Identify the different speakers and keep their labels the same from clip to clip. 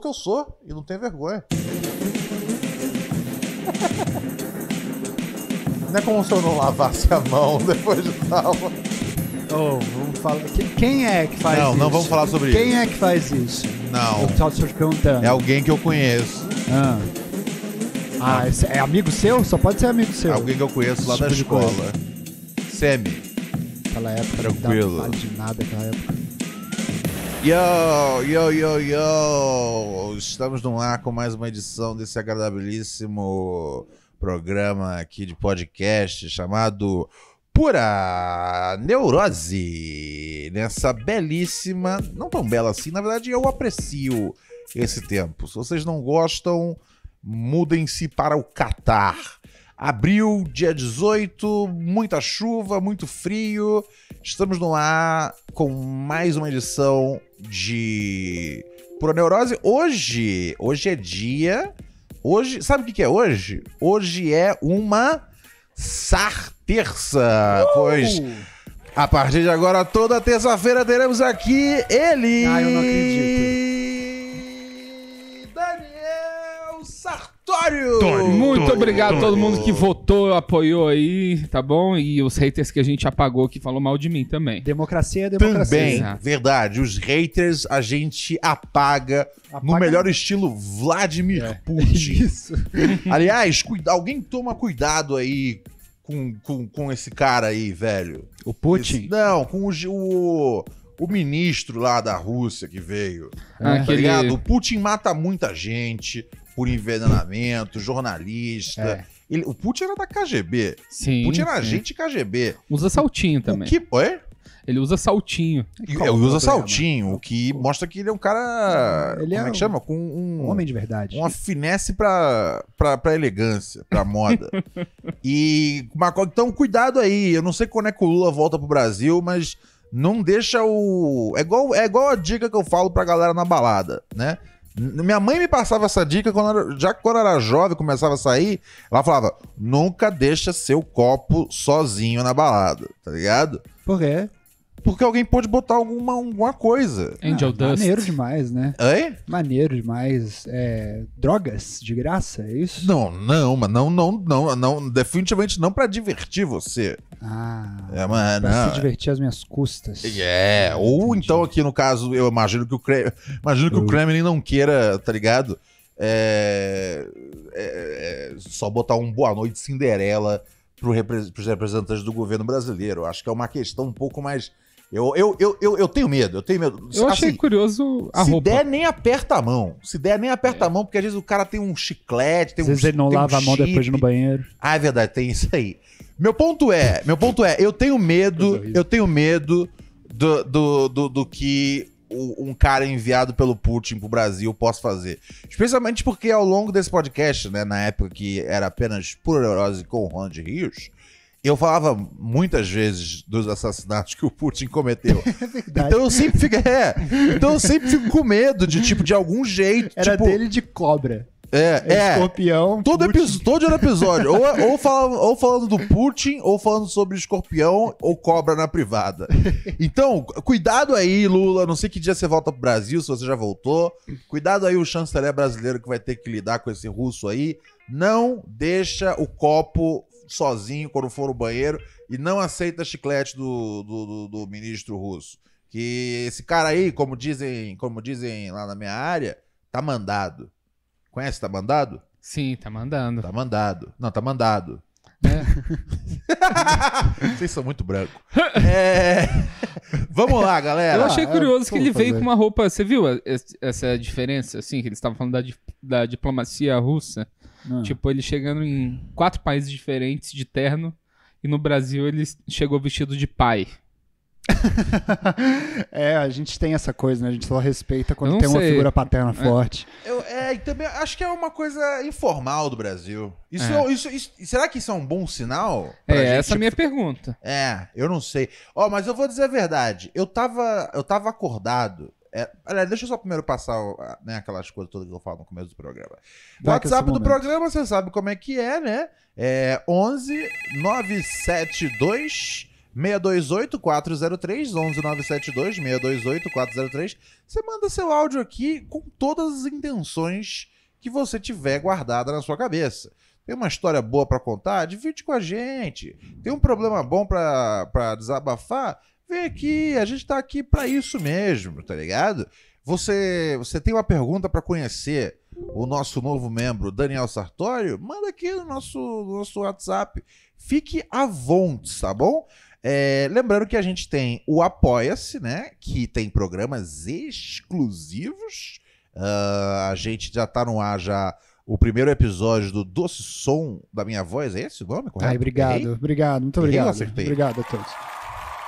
Speaker 1: que eu sou e não tenho vergonha. Não é como se eu não lavasse a mão depois de tal.
Speaker 2: Oh, vamos falar. que- Quem é que faz
Speaker 1: Não,
Speaker 2: isso?
Speaker 1: não vamos falar sobre
Speaker 2: Quem
Speaker 1: isso.
Speaker 2: é que faz isso?
Speaker 1: Não.
Speaker 2: Eu tava te perguntando.
Speaker 1: É alguém que eu conheço.
Speaker 2: Ah, Ah, esse- é amigo seu? Só pode ser amigo seu.
Speaker 1: Alguém que eu conheço lá
Speaker 2: Esse
Speaker 1: da
Speaker 2: tipo de
Speaker 1: escola.
Speaker 2: coisa.
Speaker 1: Semi.
Speaker 2: Aquela época.
Speaker 1: Tranquilo.
Speaker 2: Não dava de nada aquela época.
Speaker 1: Yo, yo, yo, yo! Estamos no ar com mais uma edição desse agradabilíssimo programa aqui de podcast chamado Pura Neurose. Nessa belíssima, não tão bela assim, na verdade eu aprecio esse tempo. Se vocês não gostam, mudem-se para o Catar. Abril, dia 18, muita chuva, muito frio. Estamos no ar com mais uma edição de Pura Neurose. Hoje, hoje é dia. Hoje, sabe o que que é hoje? Hoje é uma sarterça,
Speaker 3: Uh!
Speaker 1: pois a partir de agora toda terça-feira teremos aqui ele.
Speaker 2: Ah, eu não
Speaker 1: Daniel Sartório.
Speaker 3: Muito obrigado a todo mundo que votou, apoiou aí, tá bom? E os haters que a gente apagou que falou mal de mim também.
Speaker 2: Democracia é democracia.
Speaker 1: Também,
Speaker 3: Exato.
Speaker 1: verdade. Os haters a gente apaga, no
Speaker 2: Apaga- É.
Speaker 1: melhor estilo Vladimir Putin.
Speaker 2: Isso.
Speaker 1: Aliás, cuida- alguém toma cuidado aí com, com, com esse cara aí, velho.
Speaker 2: O
Speaker 1: Esse-
Speaker 2: Putin.
Speaker 1: não, com o, gi- o, o ministro lá da Rússia que veio.
Speaker 3: Ah,
Speaker 1: Tá
Speaker 3: aquele-
Speaker 1: ligado? O Putin mata muita gente por envenenamento, jornalista.
Speaker 2: É.
Speaker 1: Ele- o Putin era da KGB.
Speaker 3: Sim.
Speaker 1: O Putin era
Speaker 3: sim.
Speaker 1: agente KGB.
Speaker 3: Usa saltinho
Speaker 1: O
Speaker 3: também.
Speaker 1: que. Oi?
Speaker 3: Ele usa saltinho.
Speaker 1: E-
Speaker 2: Qual
Speaker 1: é,
Speaker 2: o
Speaker 1: usa
Speaker 2: problema?
Speaker 1: saltinho, o que mostra que ele é um cara.
Speaker 2: Ele é
Speaker 1: como é
Speaker 2: um-
Speaker 1: que chama? Com um,
Speaker 2: Um homem de verdade.
Speaker 1: uma finesse pra, pra, pra elegância, pra moda. e. mas, então, cuidado aí. Eu não sei quando é que o Lula volta pro Brasil, mas não deixa o. É igual, é igual a dica que eu falo pra galera na balada, né? N- Minha mãe me passava essa dica quando era- já quando era jovem, começava a sair. Ela falava: nunca deixa seu copo sozinho na balada, tá ligado?
Speaker 2: Por quê?
Speaker 1: Porque alguém pode botar alguma, alguma coisa.
Speaker 3: Angel
Speaker 2: Ah,
Speaker 3: Dust.
Speaker 2: Maneiro demais, né?
Speaker 1: Hein?
Speaker 2: Maneiro demais. É, drogas de graça, é isso?
Speaker 1: Não, não, mas não, não, não, não, definitivamente não pra divertir você.
Speaker 2: Ah,
Speaker 1: É, mas
Speaker 2: pra se
Speaker 1: não.
Speaker 2: divertir às minhas custas.
Speaker 1: É, ou
Speaker 2: Entendi.
Speaker 1: então aqui no caso, eu imagino que o Kremlin, imagino que o Kremlin não queira, tá ligado? É, é, é, só botar um boa noite Cinderela pro repre- pros representantes do governo brasileiro. Acho que é uma questão um pouco mais. Eu, eu, eu, eu, eu tenho medo, eu tenho medo.
Speaker 3: Eu achei
Speaker 1: Assim,
Speaker 3: curioso a
Speaker 1: se
Speaker 3: roupa.
Speaker 1: der, nem aperta a mão. Se der, nem aperta a mão, porque às vezes o cara tem um chiclete, tem
Speaker 2: É. Às
Speaker 1: um
Speaker 2: vezes ele não
Speaker 1: tem um
Speaker 2: lava a mão depois de ir no
Speaker 1: chip.
Speaker 2: banheiro.
Speaker 1: Ah, é verdade, tem isso aí. Meu ponto é, meu ponto é, eu tenho medo,
Speaker 3: Coisa horrível.
Speaker 1: eu tenho medo do, do, do, do que o- um cara enviado pelo Putin pro Brasil possa fazer. Especialmente porque ao longo desse podcast, né, na época que era apenas pura neurose com o Ron de Rios, eu falava muitas vezes dos assassinatos que o Putin cometeu.
Speaker 2: É Verdade.
Speaker 1: Então eu sempre fico, é, então eu sempre fico com medo de tipo de algum jeito,
Speaker 2: Era
Speaker 1: tipo,
Speaker 2: dele de cobra.
Speaker 1: é, é,
Speaker 2: Escorpião.
Speaker 1: Todo,
Speaker 2: Putin.
Speaker 1: episo- todo era episódio. ou, é, ou, falando, ou falando do Putin, ou falando sobre escorpião, ou cobra na privada. Então, cu- cuidado aí, Lula. Não sei que dia você volta pro Brasil, se você já voltou. Cuidado aí, o chanceler brasileiro que vai ter que lidar com esse russo aí. Não deixa o copo sozinho quando for no banheiro e não aceita chiclete do, do, do- do ministro russo. Que esse cara aí, como dizem, como dizem lá na minha área, tá mandado. Conhece tá mandado?
Speaker 3: Sim, tá mandando. Né?
Speaker 1: Tá mandado. Não, tá mandado. Vocês são muito branco. É... Vamos lá, galera.
Speaker 3: Eu achei
Speaker 2: é,
Speaker 3: curioso que
Speaker 2: como
Speaker 3: ele veio
Speaker 2: fazer?
Speaker 3: com uma roupa. Você viu a- es- essa diferença, assim, que eles estavam falando da, di- da diplomacia russa?
Speaker 2: Ah.
Speaker 3: Tipo, ele chegando em quatro países diferentes de terno. E no Brasil ele chegou vestido de pai.
Speaker 2: é, a gente tem essa coisa, né? A gente só respeita
Speaker 3: Eu
Speaker 2: quando
Speaker 3: não
Speaker 2: tem uma
Speaker 3: sei.
Speaker 2: figura paterna forte.
Speaker 1: Eu- é, e também acho que é uma coisa informal do Brasil. Isso,
Speaker 3: É.
Speaker 1: é- isso, isso- será que isso é um bom sinal? pra
Speaker 3: É,
Speaker 1: gente?
Speaker 3: essa é a minha pergunta.
Speaker 1: É, eu não sei. Ó, mas eu vou dizer a verdade. Eu tava, eu tava acordado. É, aliás, deixa eu só primeiro passar ó, né, aquelas coisas todas que eu falo no começo do programa.
Speaker 2: Vai que é
Speaker 1: WhatsApp
Speaker 2: seu
Speaker 1: do
Speaker 2: momento.
Speaker 1: programa, você sabe como é que é, né? É 11 972 628-403-11972, 628-403. Você manda seu áudio aqui com todas as intenções que você tiver guardada na sua cabeça. Tem uma história boa pra contar? Divide com a gente. Tem um problema bom pra, pra desabafar? Vem aqui, a gente tá aqui pra isso mesmo, tá ligado? Você, você tem uma pergunta pra conhecer o nosso novo membro, Daniel Sartório? Manda aqui no nosso, no nosso WhatsApp. Fique à vontade, tá bom? É, lembrando que a gente tem o Apoia-se, né? Que tem programas exclusivos. Ah, a gente já tá no ar já o primeiro episódio do Doce Som da Minha Voz. É esse o nome, correto?
Speaker 2: Ai,
Speaker 1: Errei?
Speaker 2: obrigado, obrigado, muito
Speaker 1: Errei ou
Speaker 2: obrigado.
Speaker 1: acertei?
Speaker 2: Obrigado a todos.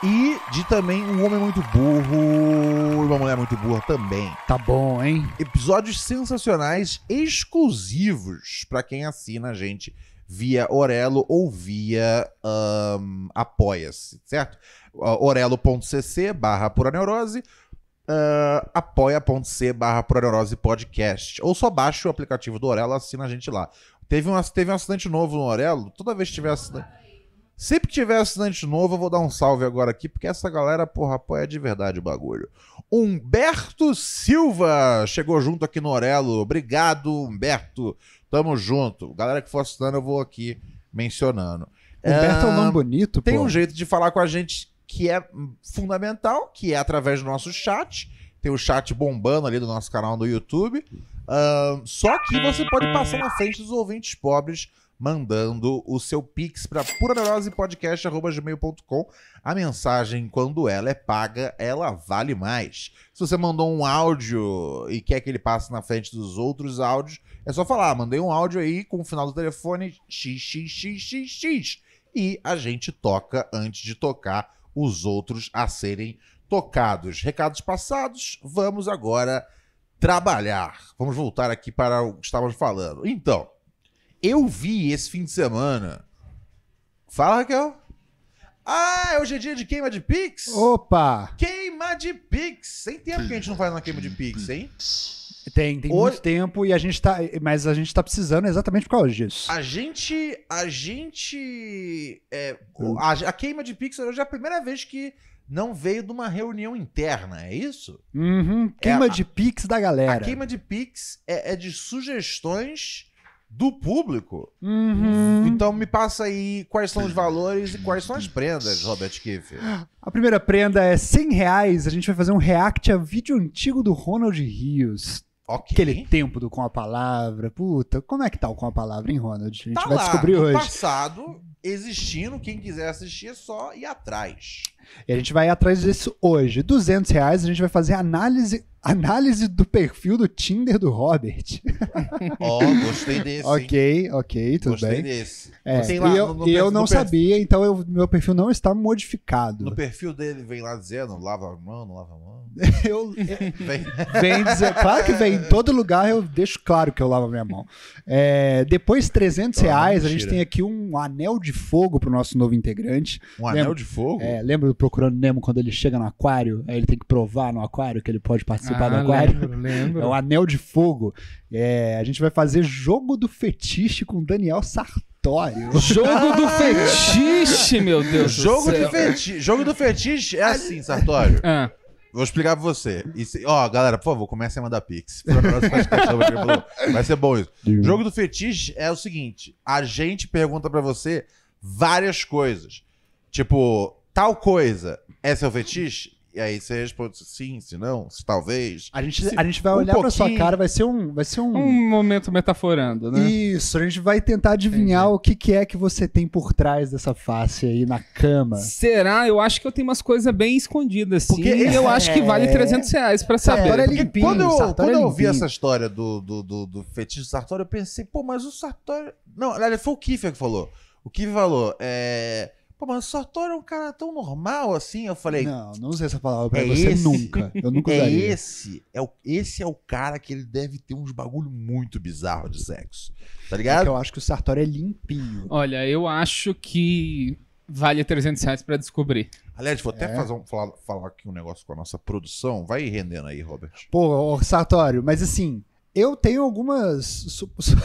Speaker 1: E de também Um Homem Muito Burro e Uma Mulher Muito Burra também.
Speaker 2: Tá bom, hein?
Speaker 1: Episódios sensacionais, exclusivos pra quem assina a gente via Orelo ou via ahn, Apoia-se, certo? Ah, orelo.cc barra Pura Neurose, ah, apoia.c barra Pura Neurose Podcast. Ou só baixa o aplicativo do Orelo e assina a gente lá. Teve um, ass- teve um assinante novo no Orelo, toda vez que tiver assinante... Sempre que tiver assinante novo, eu vou dar um salve agora aqui, porque essa galera, porra, apoia de verdade o bagulho. Humberto Silva chegou junto aqui no Orelo. Obrigado, Humberto. Tamo junto. Galera que for assinando, eu vou aqui mencionando.
Speaker 2: Humberto é um nome
Speaker 1: Ah,
Speaker 2: bonito,
Speaker 1: Tem
Speaker 2: pô.
Speaker 1: um jeito de falar com a gente que é hum, fundamental, que é através do nosso chat. Tem o chat bombando ali do nosso canal no YouTube. Ah, só que você pode passar na frente dos ouvintes pobres mandando o seu pix para puraneurosepodcast.com. A mensagem, quando ela é paga, ela vale mais. Se você mandou um áudio e quer que ele passe na frente dos outros áudios, é só falar, "Ah, mandei um áudio aí com o final do telefone xxxxx e a gente toca antes de tocar os outros a serem tocados. Recados passados, vamos agora trabalhar. Vamos voltar aqui para o que estávamos falando. Então, eu vi esse fim de semana. Fala, Raquel. Ah, hoje é dia de queima de Pix?
Speaker 2: Opa!
Speaker 1: Queima de Pix! Tem tempo que a gente não faz uma queima de Pix, hein?
Speaker 2: Tem, tem
Speaker 1: Hoje-
Speaker 2: muito tempo e a gente tá. Mas a gente tá precisando exatamente por causa disso.
Speaker 1: A gente. A gente. é, o- a, a queima de Pix hoje é a primeira vez que não veio de uma reunião interna, é isso?
Speaker 2: Uhum, queima
Speaker 1: É, a-
Speaker 2: de pix da
Speaker 1: A
Speaker 2: galera.
Speaker 1: queima de Pix é, é de sugestões do público.
Speaker 2: Uhum.
Speaker 1: Então me passa aí quais são os valores e quais são as prendas, Robert Kiff.
Speaker 2: A primeira prenda é 100 reais. A gente vai fazer um react a vídeo antigo do Ronald Rios.
Speaker 1: Ok.
Speaker 2: Aquele tempo do Com a Palavra. Puta, como é que tá o Com a Palavra, hein, Ronald? A gente
Speaker 1: Tá
Speaker 2: vai
Speaker 1: lá,
Speaker 2: descobrir
Speaker 1: no
Speaker 2: hoje.
Speaker 1: passado, existindo, quem quiser assistir é só ir atrás.
Speaker 2: E a gente vai atrás disso hoje. 200 reais, a gente vai fazer análise, análise do perfil do Tinder do Robert.
Speaker 1: Ó, gostei desse. hein?
Speaker 2: ok, ok, tudo bem.
Speaker 1: gostei desse.
Speaker 2: É,
Speaker 1: Tem
Speaker 2: e
Speaker 1: lá
Speaker 2: eu,
Speaker 1: no- no
Speaker 2: e eu
Speaker 1: perfil-
Speaker 2: não
Speaker 1: no perfil-
Speaker 2: sabia, então eu- meu perfil não está modificado.
Speaker 1: No perfil dele vem lá dizendo, lava a mão, não lava a mão.
Speaker 2: Eu-
Speaker 1: Vem.
Speaker 2: Vem dizer, claro que vem, em todo lugar eu deixo claro que eu lavo a minha mão. É, depois, 300
Speaker 1: Ah,
Speaker 2: reais, a gente
Speaker 1: mentira.
Speaker 2: tem aqui um anel de fogo pro nosso novo integrante.
Speaker 1: Um
Speaker 2: Lembra-
Speaker 1: anel de fogo?
Speaker 2: É, lembra do Procurando Nemo quando ele chega no aquário? Aí ele tem que provar no aquário que ele pode participar do
Speaker 3: Ah,
Speaker 2: aquário.
Speaker 3: lembro,
Speaker 2: É o
Speaker 3: lembro.
Speaker 2: anel de fogo. É, a gente vai fazer jogo do fetiche com Daniel Sartório.
Speaker 3: Jogo do fetiche, meu Deus
Speaker 1: Jogo
Speaker 3: do
Speaker 1: do,
Speaker 3: céu.
Speaker 1: fetiche, jogo do fetiche é assim, Sartório.
Speaker 3: Ah,
Speaker 1: Vou explicar pra você. E se- Ó, galera, por favor, comecem a mandar pix. Pra nós, faz questão, porque ele falou, Vai ser bom isso. Jogo do fetiche é o seguinte: a gente pergunta pra você várias coisas. Tipo, tal coisa é seu fetiche? E aí você responde se sim, se não, se talvez.
Speaker 2: A gente, a gente vai
Speaker 1: Um
Speaker 2: olhar pra sua
Speaker 1: pouquinho.
Speaker 2: cara, vai ser um. Vai ser
Speaker 3: um momento metaforando, né?
Speaker 2: Isso, a gente vai tentar adivinhar o que, que é que você tem por trás dessa face aí na cama.
Speaker 3: Será? Eu acho que eu tenho umas coisas bem escondidas, sim.
Speaker 1: Porque
Speaker 3: E eu
Speaker 2: essa-
Speaker 3: acho que vale
Speaker 2: é.
Speaker 3: 300 reais pra saber.
Speaker 2: Sartori é
Speaker 3: Porque-
Speaker 2: limpinho,
Speaker 1: quando eu,
Speaker 2: Sartori
Speaker 1: quando
Speaker 2: é
Speaker 1: eu ouvi
Speaker 2: limpinho.
Speaker 1: essa história do, do, do, do fetiche do Sartori, eu pensei, pô, mas o Sartori. Não, aliás, foi o Kiffer que falou. O Kiffer falou, é. Pô, mas o Sartori é um cara tão normal assim. Eu falei,
Speaker 2: Não, não usei essa palavra pra
Speaker 1: É
Speaker 2: você
Speaker 1: esse?
Speaker 2: nunca. Eu nunca
Speaker 1: é
Speaker 2: usaria.
Speaker 1: esse. É o, esse é o cara que ele deve ter uns bagulho muito bizarro de sexo. Tá
Speaker 2: Porque
Speaker 1: ligado?
Speaker 2: eu acho que o Sartori é limpinho.
Speaker 3: Olha, eu acho que vale 300 reais pra descobrir.
Speaker 1: Aliás, vou até
Speaker 2: É.
Speaker 1: fazer um- falar, falar aqui um negócio com a nossa produção. Vai rendendo aí, Robert.
Speaker 2: Pô, ô, Sartório, mas assim, eu tenho algumas. su- su-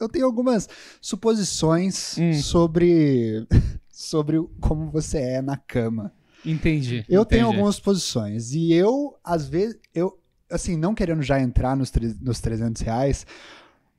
Speaker 2: eu tenho algumas suposições
Speaker 3: Hum.
Speaker 2: sobre. sobre o- como você é na cama.
Speaker 3: Entendi.
Speaker 2: Eu tenho
Speaker 3: entendi.
Speaker 2: algumas posições e eu, às vezes, eu, assim, não querendo já entrar nos, tre- nos 300 reais,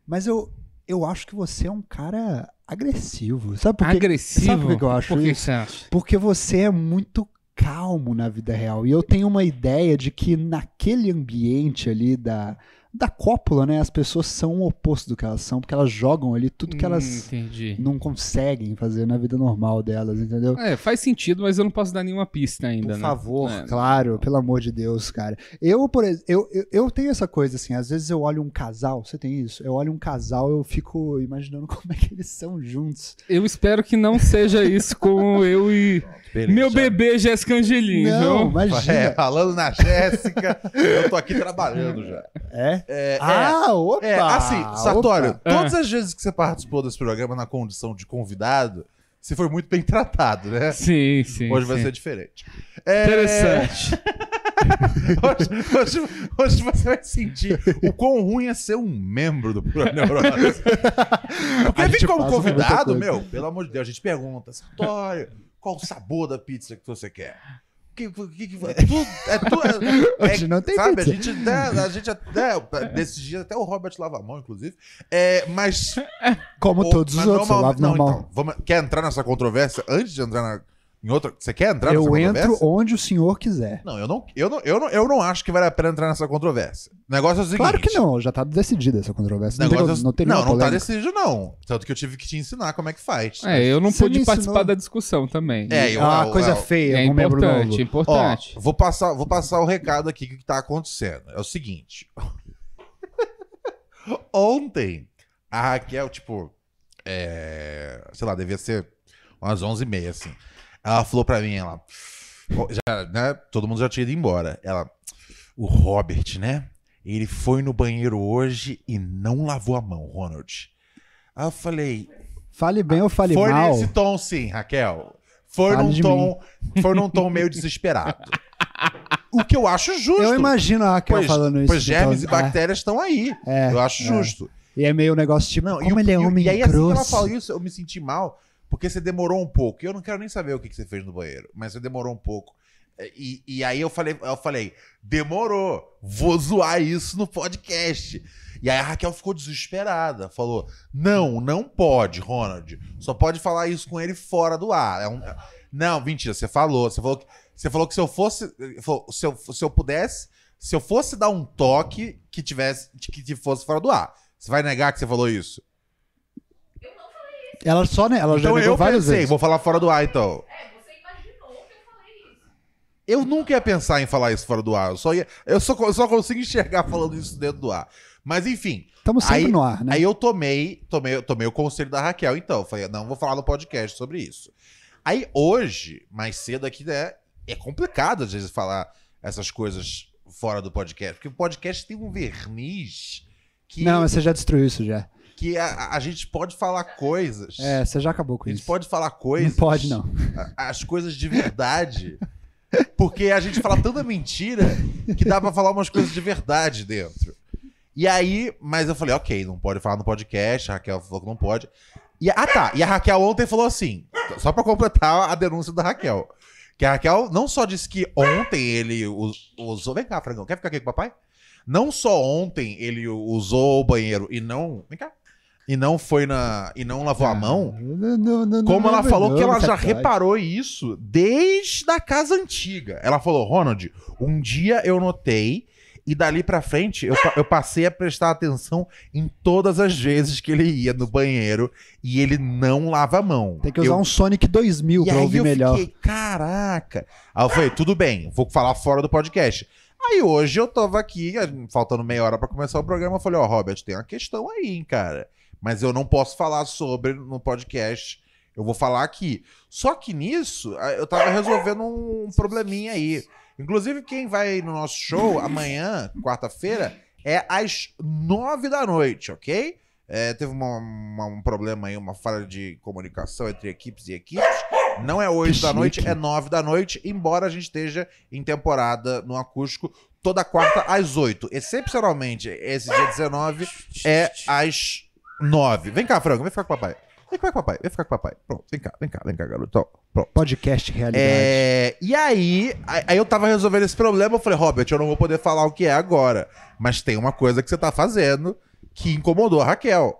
Speaker 2: mas eu, eu acho que você é um cara agressivo. Sabe por quê?
Speaker 3: Agressivo?
Speaker 2: sabe por que eu acho
Speaker 3: Por que
Speaker 2: isso?
Speaker 3: você acha?
Speaker 2: Porque você é muito calmo na vida real. E eu tenho uma ideia de que naquele ambiente ali da, da cópula, né, as pessoas são o oposto do que elas são, porque elas jogam ali tudo que
Speaker 3: Hum,
Speaker 2: elas
Speaker 3: Entendi.
Speaker 2: não conseguem fazer na vida normal delas, entendeu?
Speaker 3: É, faz sentido, mas eu não posso dar nenhuma pista ainda,
Speaker 2: Por
Speaker 3: né?
Speaker 2: favor,
Speaker 3: É.
Speaker 2: claro, pelo amor de Deus, cara. Eu, por exemplo, eu, eu, eu tenho essa coisa assim, às vezes eu olho um casal, você tem isso? Eu olho um casal, eu fico imaginando como é que eles são juntos.
Speaker 3: Eu espero que não seja isso com eu e
Speaker 1: Beleza.
Speaker 3: meu bebê Jéssica Angelim,
Speaker 2: não,
Speaker 3: viu?
Speaker 2: imagina.
Speaker 1: É, falando na Jéssica, eu tô aqui trabalhando já.
Speaker 2: É?
Speaker 1: É, é,
Speaker 2: Ah, opa!
Speaker 1: é, assim, Sartório,
Speaker 2: opa.
Speaker 3: Ah.
Speaker 1: todas as vezes que você participou desse programa na condição de convidado, você foi muito bem tratado, né?
Speaker 3: Sim, sim.
Speaker 1: Hoje vai
Speaker 3: sim.
Speaker 1: ser diferente. É,
Speaker 3: Interessante.
Speaker 1: Hoje, hoje- hoje você vai sentir o quão ruim é ser um membro do Pura Neurose. Porque
Speaker 2: A
Speaker 1: vem
Speaker 2: gente
Speaker 1: como
Speaker 2: passa muita
Speaker 1: convidado,
Speaker 2: coisa.
Speaker 1: meu, pelo amor de Deus, a gente pergunta, Sartório, qual o sabor da pizza que você quer? Que, que, que, que- é tudo, é tudo, é-
Speaker 2: Hoje não tem
Speaker 1: sabe,
Speaker 2: pizza.
Speaker 1: a gente até, a gente até, nesses dias, até o Robert lava a mão, inclusive, é, mas...
Speaker 2: Como
Speaker 1: o-
Speaker 2: todos os
Speaker 1: mas
Speaker 2: outros, eu lavo
Speaker 1: não,
Speaker 2: normal.
Speaker 1: então, vamos- quer entrar nessa controvérsia antes de entrar na, em outra... Você quer entrar nessa
Speaker 2: eu
Speaker 1: controvérsia?
Speaker 2: entro onde o senhor quiser.
Speaker 1: Não, eu não, eu não, eu não, eu não acho que vale a pena entrar nessa controvérsia. O negócio é o seguinte.
Speaker 2: Claro que não, já tá decidida essa controvérsia.
Speaker 1: o
Speaker 2: Não tem,
Speaker 1: Negócio, é o-
Speaker 2: não tem
Speaker 1: não,
Speaker 2: nenhuma
Speaker 1: não tá
Speaker 2: polêmica.
Speaker 1: decidido, não. Tanto que eu tive que te ensinar como é que faz.
Speaker 3: É, eu não
Speaker 2: Você me
Speaker 3: pude participar
Speaker 2: ensinou.
Speaker 3: da discussão também.
Speaker 1: É,
Speaker 2: É
Speaker 1: eu,
Speaker 2: uma
Speaker 1: eu-
Speaker 2: coisa
Speaker 1: eu-
Speaker 2: feia,
Speaker 3: É
Speaker 2: um membro
Speaker 3: importante,
Speaker 2: novo.
Speaker 1: Ó,
Speaker 3: importante.
Speaker 1: vou passar, vou passar o recado aqui que tá acontecendo. É o seguinte. Ontem, a Raquel, tipo, é, sei lá, devia ser umas 11h30, assim. Ela falou pra mim, ela. Já, né, todo mundo já tinha ido embora. Ela. O Robert, né? Ele foi no banheiro hoje e não lavou a mão, Ronald. Aí eu falei,
Speaker 2: Fale bem ou fale
Speaker 1: foi
Speaker 2: mal.
Speaker 1: nesse tom, sim, Raquel. Foi
Speaker 2: Fale
Speaker 1: num
Speaker 2: de
Speaker 1: tom, foi num tom meio desesperado. o que eu acho justo.
Speaker 2: Eu imagino a Raquel
Speaker 1: pois,
Speaker 2: falando isso.
Speaker 1: pois germes
Speaker 2: então,
Speaker 1: e
Speaker 2: é.
Speaker 1: bactérias estão aí.
Speaker 2: É,
Speaker 1: eu acho justo.
Speaker 2: E é meio um negócio tipo,
Speaker 1: Não,
Speaker 2: como
Speaker 1: e, o-
Speaker 2: ele
Speaker 1: e
Speaker 2: é
Speaker 1: o-
Speaker 2: homem
Speaker 1: e aí assim que
Speaker 2: grosso.
Speaker 1: ela falou isso, eu me senti mal, porque você demorou um pouco. E eu não quero nem saber o que, que você fez no banheiro, mas você demorou um pouco. E, e aí eu falei, eu falei, demorou, vou zoar isso no podcast. E aí a Raquel ficou desesperada, falou: Não, não pode, Ronald. Só pode falar isso com ele fora do ar. É um- Não, mentira, você falou. Você falou que, você falou que se eu fosse. falou, se, eu, se eu pudesse, se eu fosse dar um toque que tivesse. que que fosse fora do ar. Você vai negar que você falou isso?
Speaker 2: Ela só, né? Ela já
Speaker 1: Então
Speaker 2: negou
Speaker 1: eu
Speaker 2: várias
Speaker 1: pensei,
Speaker 2: vezes.
Speaker 1: vou falar fora do ar então.
Speaker 4: É, você imaginou que eu falei isso.
Speaker 1: Eu nunca ia pensar em falar isso fora do ar. Eu só, ia, eu só, eu só consigo enxergar falando isso dentro do ar. Mas enfim,
Speaker 2: Estamos sempre
Speaker 1: Aí-
Speaker 2: no ar, né?
Speaker 1: aí eu tomei, tomei, eu tomei o conselho da Raquel, então. Eu Falei, não, vou falar no podcast sobre isso. Aí hoje, mais cedo aqui, né? É complicado às vezes falar essas coisas fora do podcast, porque o podcast tem um verniz que,
Speaker 2: Não, mas você já destruiu isso já.
Speaker 1: que a, a gente pode falar coisas.
Speaker 2: É, você já acabou com
Speaker 1: a gente
Speaker 2: isso.
Speaker 1: pode falar
Speaker 2: Não
Speaker 1: coisas.
Speaker 2: pode, não.
Speaker 1: a- as coisas de verdade. Porque a gente fala tanta mentira que dá pra falar umas coisas de verdade dentro. E aí, mas eu falei, ok, não pode falar no podcast, a Raquel falou que não pode. E, ah tá, e a Raquel ontem falou assim, só pra completar a denúncia da Raquel. Que a Raquel não só disse que ontem ele us- usou. Vem cá, Frangão, quer ficar aqui com o papai? Não só ontem ele usou o banheiro e não. Vem cá. E não foi na. E não lavou a mão.
Speaker 2: Não, não, não,
Speaker 1: Como
Speaker 2: não,
Speaker 1: ela
Speaker 2: não,
Speaker 1: falou que
Speaker 2: não,
Speaker 1: ela já
Speaker 2: sacanagem.
Speaker 1: reparou isso desde a casa antiga. Ela falou, Ronald, um dia eu notei e dali pra frente eu, pa- eu passei a prestar atenção em todas as vezes que ele ia no banheiro e ele não lava a mão.
Speaker 2: Tem que usar
Speaker 1: eu,
Speaker 2: um Sonic 2000
Speaker 1: e
Speaker 2: pra
Speaker 1: aí
Speaker 2: ouvir
Speaker 1: eu
Speaker 2: melhor.
Speaker 1: fiquei, caraca. Aí eu falei, tudo bem, vou falar fora do podcast. Aí hoje eu tava aqui, faltando meia hora pra começar o programa, eu falei, ó, Robert, tem uma questão aí, hein, cara. Mas eu não posso falar sobre no podcast. Eu vou falar aqui. Só que nisso, a- eu tava resolvendo um probleminha aí. Inclusive, quem vai no nosso show amanhã, quarta-feira, é às nove da noite, ok? É, teve uma- uma- um problema aí, uma falha de comunicação entre equipes e equipes. Não é hoje
Speaker 2: Que
Speaker 1: da noite,
Speaker 2: chique.
Speaker 1: é nove da noite, embora a gente esteja em temporada no acústico toda quarta às oito. Excepcionalmente, esse dia 19 é às nove. Vem cá, Franco, vem ficar com o papai. Vem cá com o papai, vem ficar com o papai. Pronto, vem cá, vem cá, vem cá, garoto. Ó, Pronto.
Speaker 2: Podcast realidade.
Speaker 1: É, e aí, aí aí eu tava resolvendo esse problema, eu falei, Robert, eu não vou poder falar o que é agora, mas tem uma coisa que você tá fazendo que incomodou a Raquel.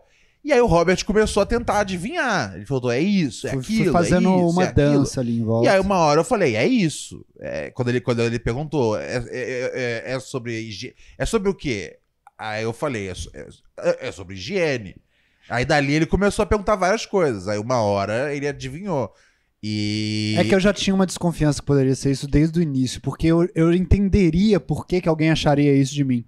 Speaker 1: E aí o Robert começou a tentar adivinhar. Ele falou, é isso, é
Speaker 2: Fui- fui
Speaker 1: aquilo, é
Speaker 2: fazendo
Speaker 1: isso,
Speaker 2: uma
Speaker 1: é aquilo.
Speaker 2: dança ali em volta.
Speaker 1: E aí uma hora eu falei, é isso. É, quando, ele, quando ele perguntou, é, é- é- é sobre higie- é sobre o quê? Aí eu falei, é, so- é- é sobre higiene. Aí dali ele começou a perguntar várias coisas. Aí uma hora ele adivinhou. E.
Speaker 2: É que eu já tinha uma desconfiança que poderia ser isso desde o início, porque eu, eu entenderia por que, que alguém acharia isso de mim.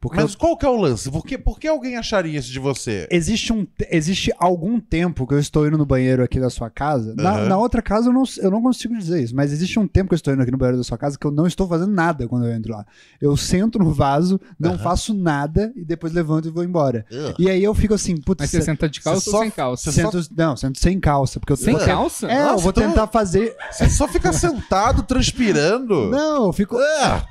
Speaker 2: Porque eu
Speaker 1: Mas qual que é o lance? Por que, por que alguém acharia isso de você?
Speaker 2: Existe, um, te- existe algum tempo que eu estou indo no banheiro aqui da sua casa. Na,
Speaker 1: Aham.
Speaker 2: na outra casa eu não, eu não consigo dizer isso, mas existe um tempo que eu estou indo aqui no banheiro da sua casa que eu não estou fazendo nada quando eu entro lá. Eu sento no vaso, não
Speaker 1: Aham.
Speaker 2: faço nada e depois levanto e vou embora.
Speaker 1: Ugh.
Speaker 2: E aí eu fico assim, putz,
Speaker 3: Mas você
Speaker 2: se-
Speaker 3: senta de calça
Speaker 1: você
Speaker 3: ou
Speaker 1: só-
Speaker 3: sem calça?
Speaker 2: sento, não, sento sem calça, porque eu
Speaker 3: Sem
Speaker 2: tenho-
Speaker 3: calça?
Speaker 2: É, eu
Speaker 1: Nossa,
Speaker 2: vou
Speaker 1: então-
Speaker 2: tentar fazer.
Speaker 1: Você só fica sentado, transpirando.
Speaker 2: Não, eu fico.
Speaker 1: Ah,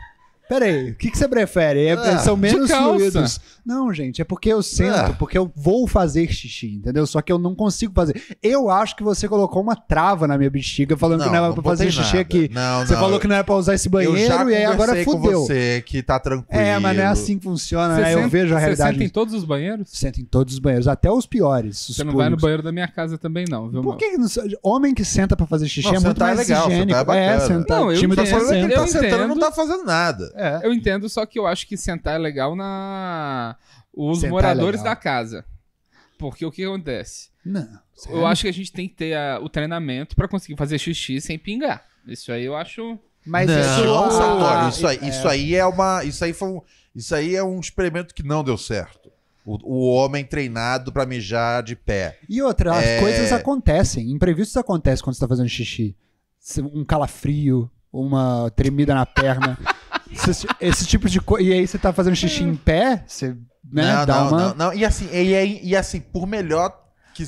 Speaker 2: Peraí, o que, que você prefere? É-
Speaker 1: Ah,
Speaker 2: são menos
Speaker 3: de calça.
Speaker 2: fluidos. Não, gente, é porque eu sento,
Speaker 1: Ah.
Speaker 2: porque eu vou fazer xixi, entendeu? Só que eu não consigo fazer. Eu acho que você colocou uma trava na minha bexiga falando que não era pra fazer
Speaker 1: botei
Speaker 2: xixi
Speaker 1: nada.
Speaker 2: aqui.
Speaker 1: Não,
Speaker 2: você
Speaker 1: não,
Speaker 2: falou que não era pra usar esse
Speaker 1: eu já
Speaker 2: banheiro e aí É, agora
Speaker 1: conversei com
Speaker 2: fudeu.
Speaker 1: você que tá tranquilo.
Speaker 2: É, mas não é assim que funciona,
Speaker 3: Você
Speaker 2: né? eu
Speaker 3: senta-
Speaker 2: vejo a
Speaker 3: Você
Speaker 2: realidade.
Speaker 3: senta em todos os banheiros?
Speaker 2: Sento em todos os banheiros, até os piores. Os
Speaker 3: Você não vai no
Speaker 2: públicos.
Speaker 3: banheiro da minha casa também, não, viu,
Speaker 2: Por
Speaker 3: mano?
Speaker 2: que que não- homem que senta pra fazer xixi
Speaker 1: Não,
Speaker 2: é muito
Speaker 1: sentar é
Speaker 2: mais
Speaker 1: legal, sentar é
Speaker 2: higiênico. é,
Speaker 1: bacana.
Speaker 2: sentar.
Speaker 3: Não,
Speaker 2: o
Speaker 3: eu
Speaker 2: time
Speaker 1: Só
Speaker 2: tá
Speaker 1: o problema é que ele
Speaker 2: sentando.
Speaker 3: eu
Speaker 1: tá sentando e não
Speaker 3: entendo.
Speaker 1: tá fazendo nada.
Speaker 2: É.
Speaker 3: Eu entendo, só que eu acho que sentar é legal na os
Speaker 2: Sentar é
Speaker 3: moradores
Speaker 2: legal.
Speaker 3: da casa. Porque o que acontece?
Speaker 2: Não.
Speaker 3: Eu acho que a gente tem que ter a- o treinamento pra conseguir fazer xixi sem pingar. Isso aí eu acho.
Speaker 2: Mas
Speaker 1: não,
Speaker 2: isso-
Speaker 1: não,
Speaker 2: ah,
Speaker 1: Sartori, isso, aí,
Speaker 2: é.
Speaker 1: isso aí é uma. Isso aí foi um. Isso aí é um experimento que não deu certo. O, o homem treinado pra mijar de pé.
Speaker 2: E outra, as
Speaker 1: É.
Speaker 2: coisas acontecem, imprevistos acontecem quando você tá fazendo xixi. Se- Um calafrio, uma tremida na perna. esse, esse tipo de coisa. E aí você tá fazendo xixi em pé, você né,
Speaker 1: não,
Speaker 2: dá
Speaker 1: não,
Speaker 2: uma.
Speaker 1: não, não. E assim, e, e- e assim, por melhor que,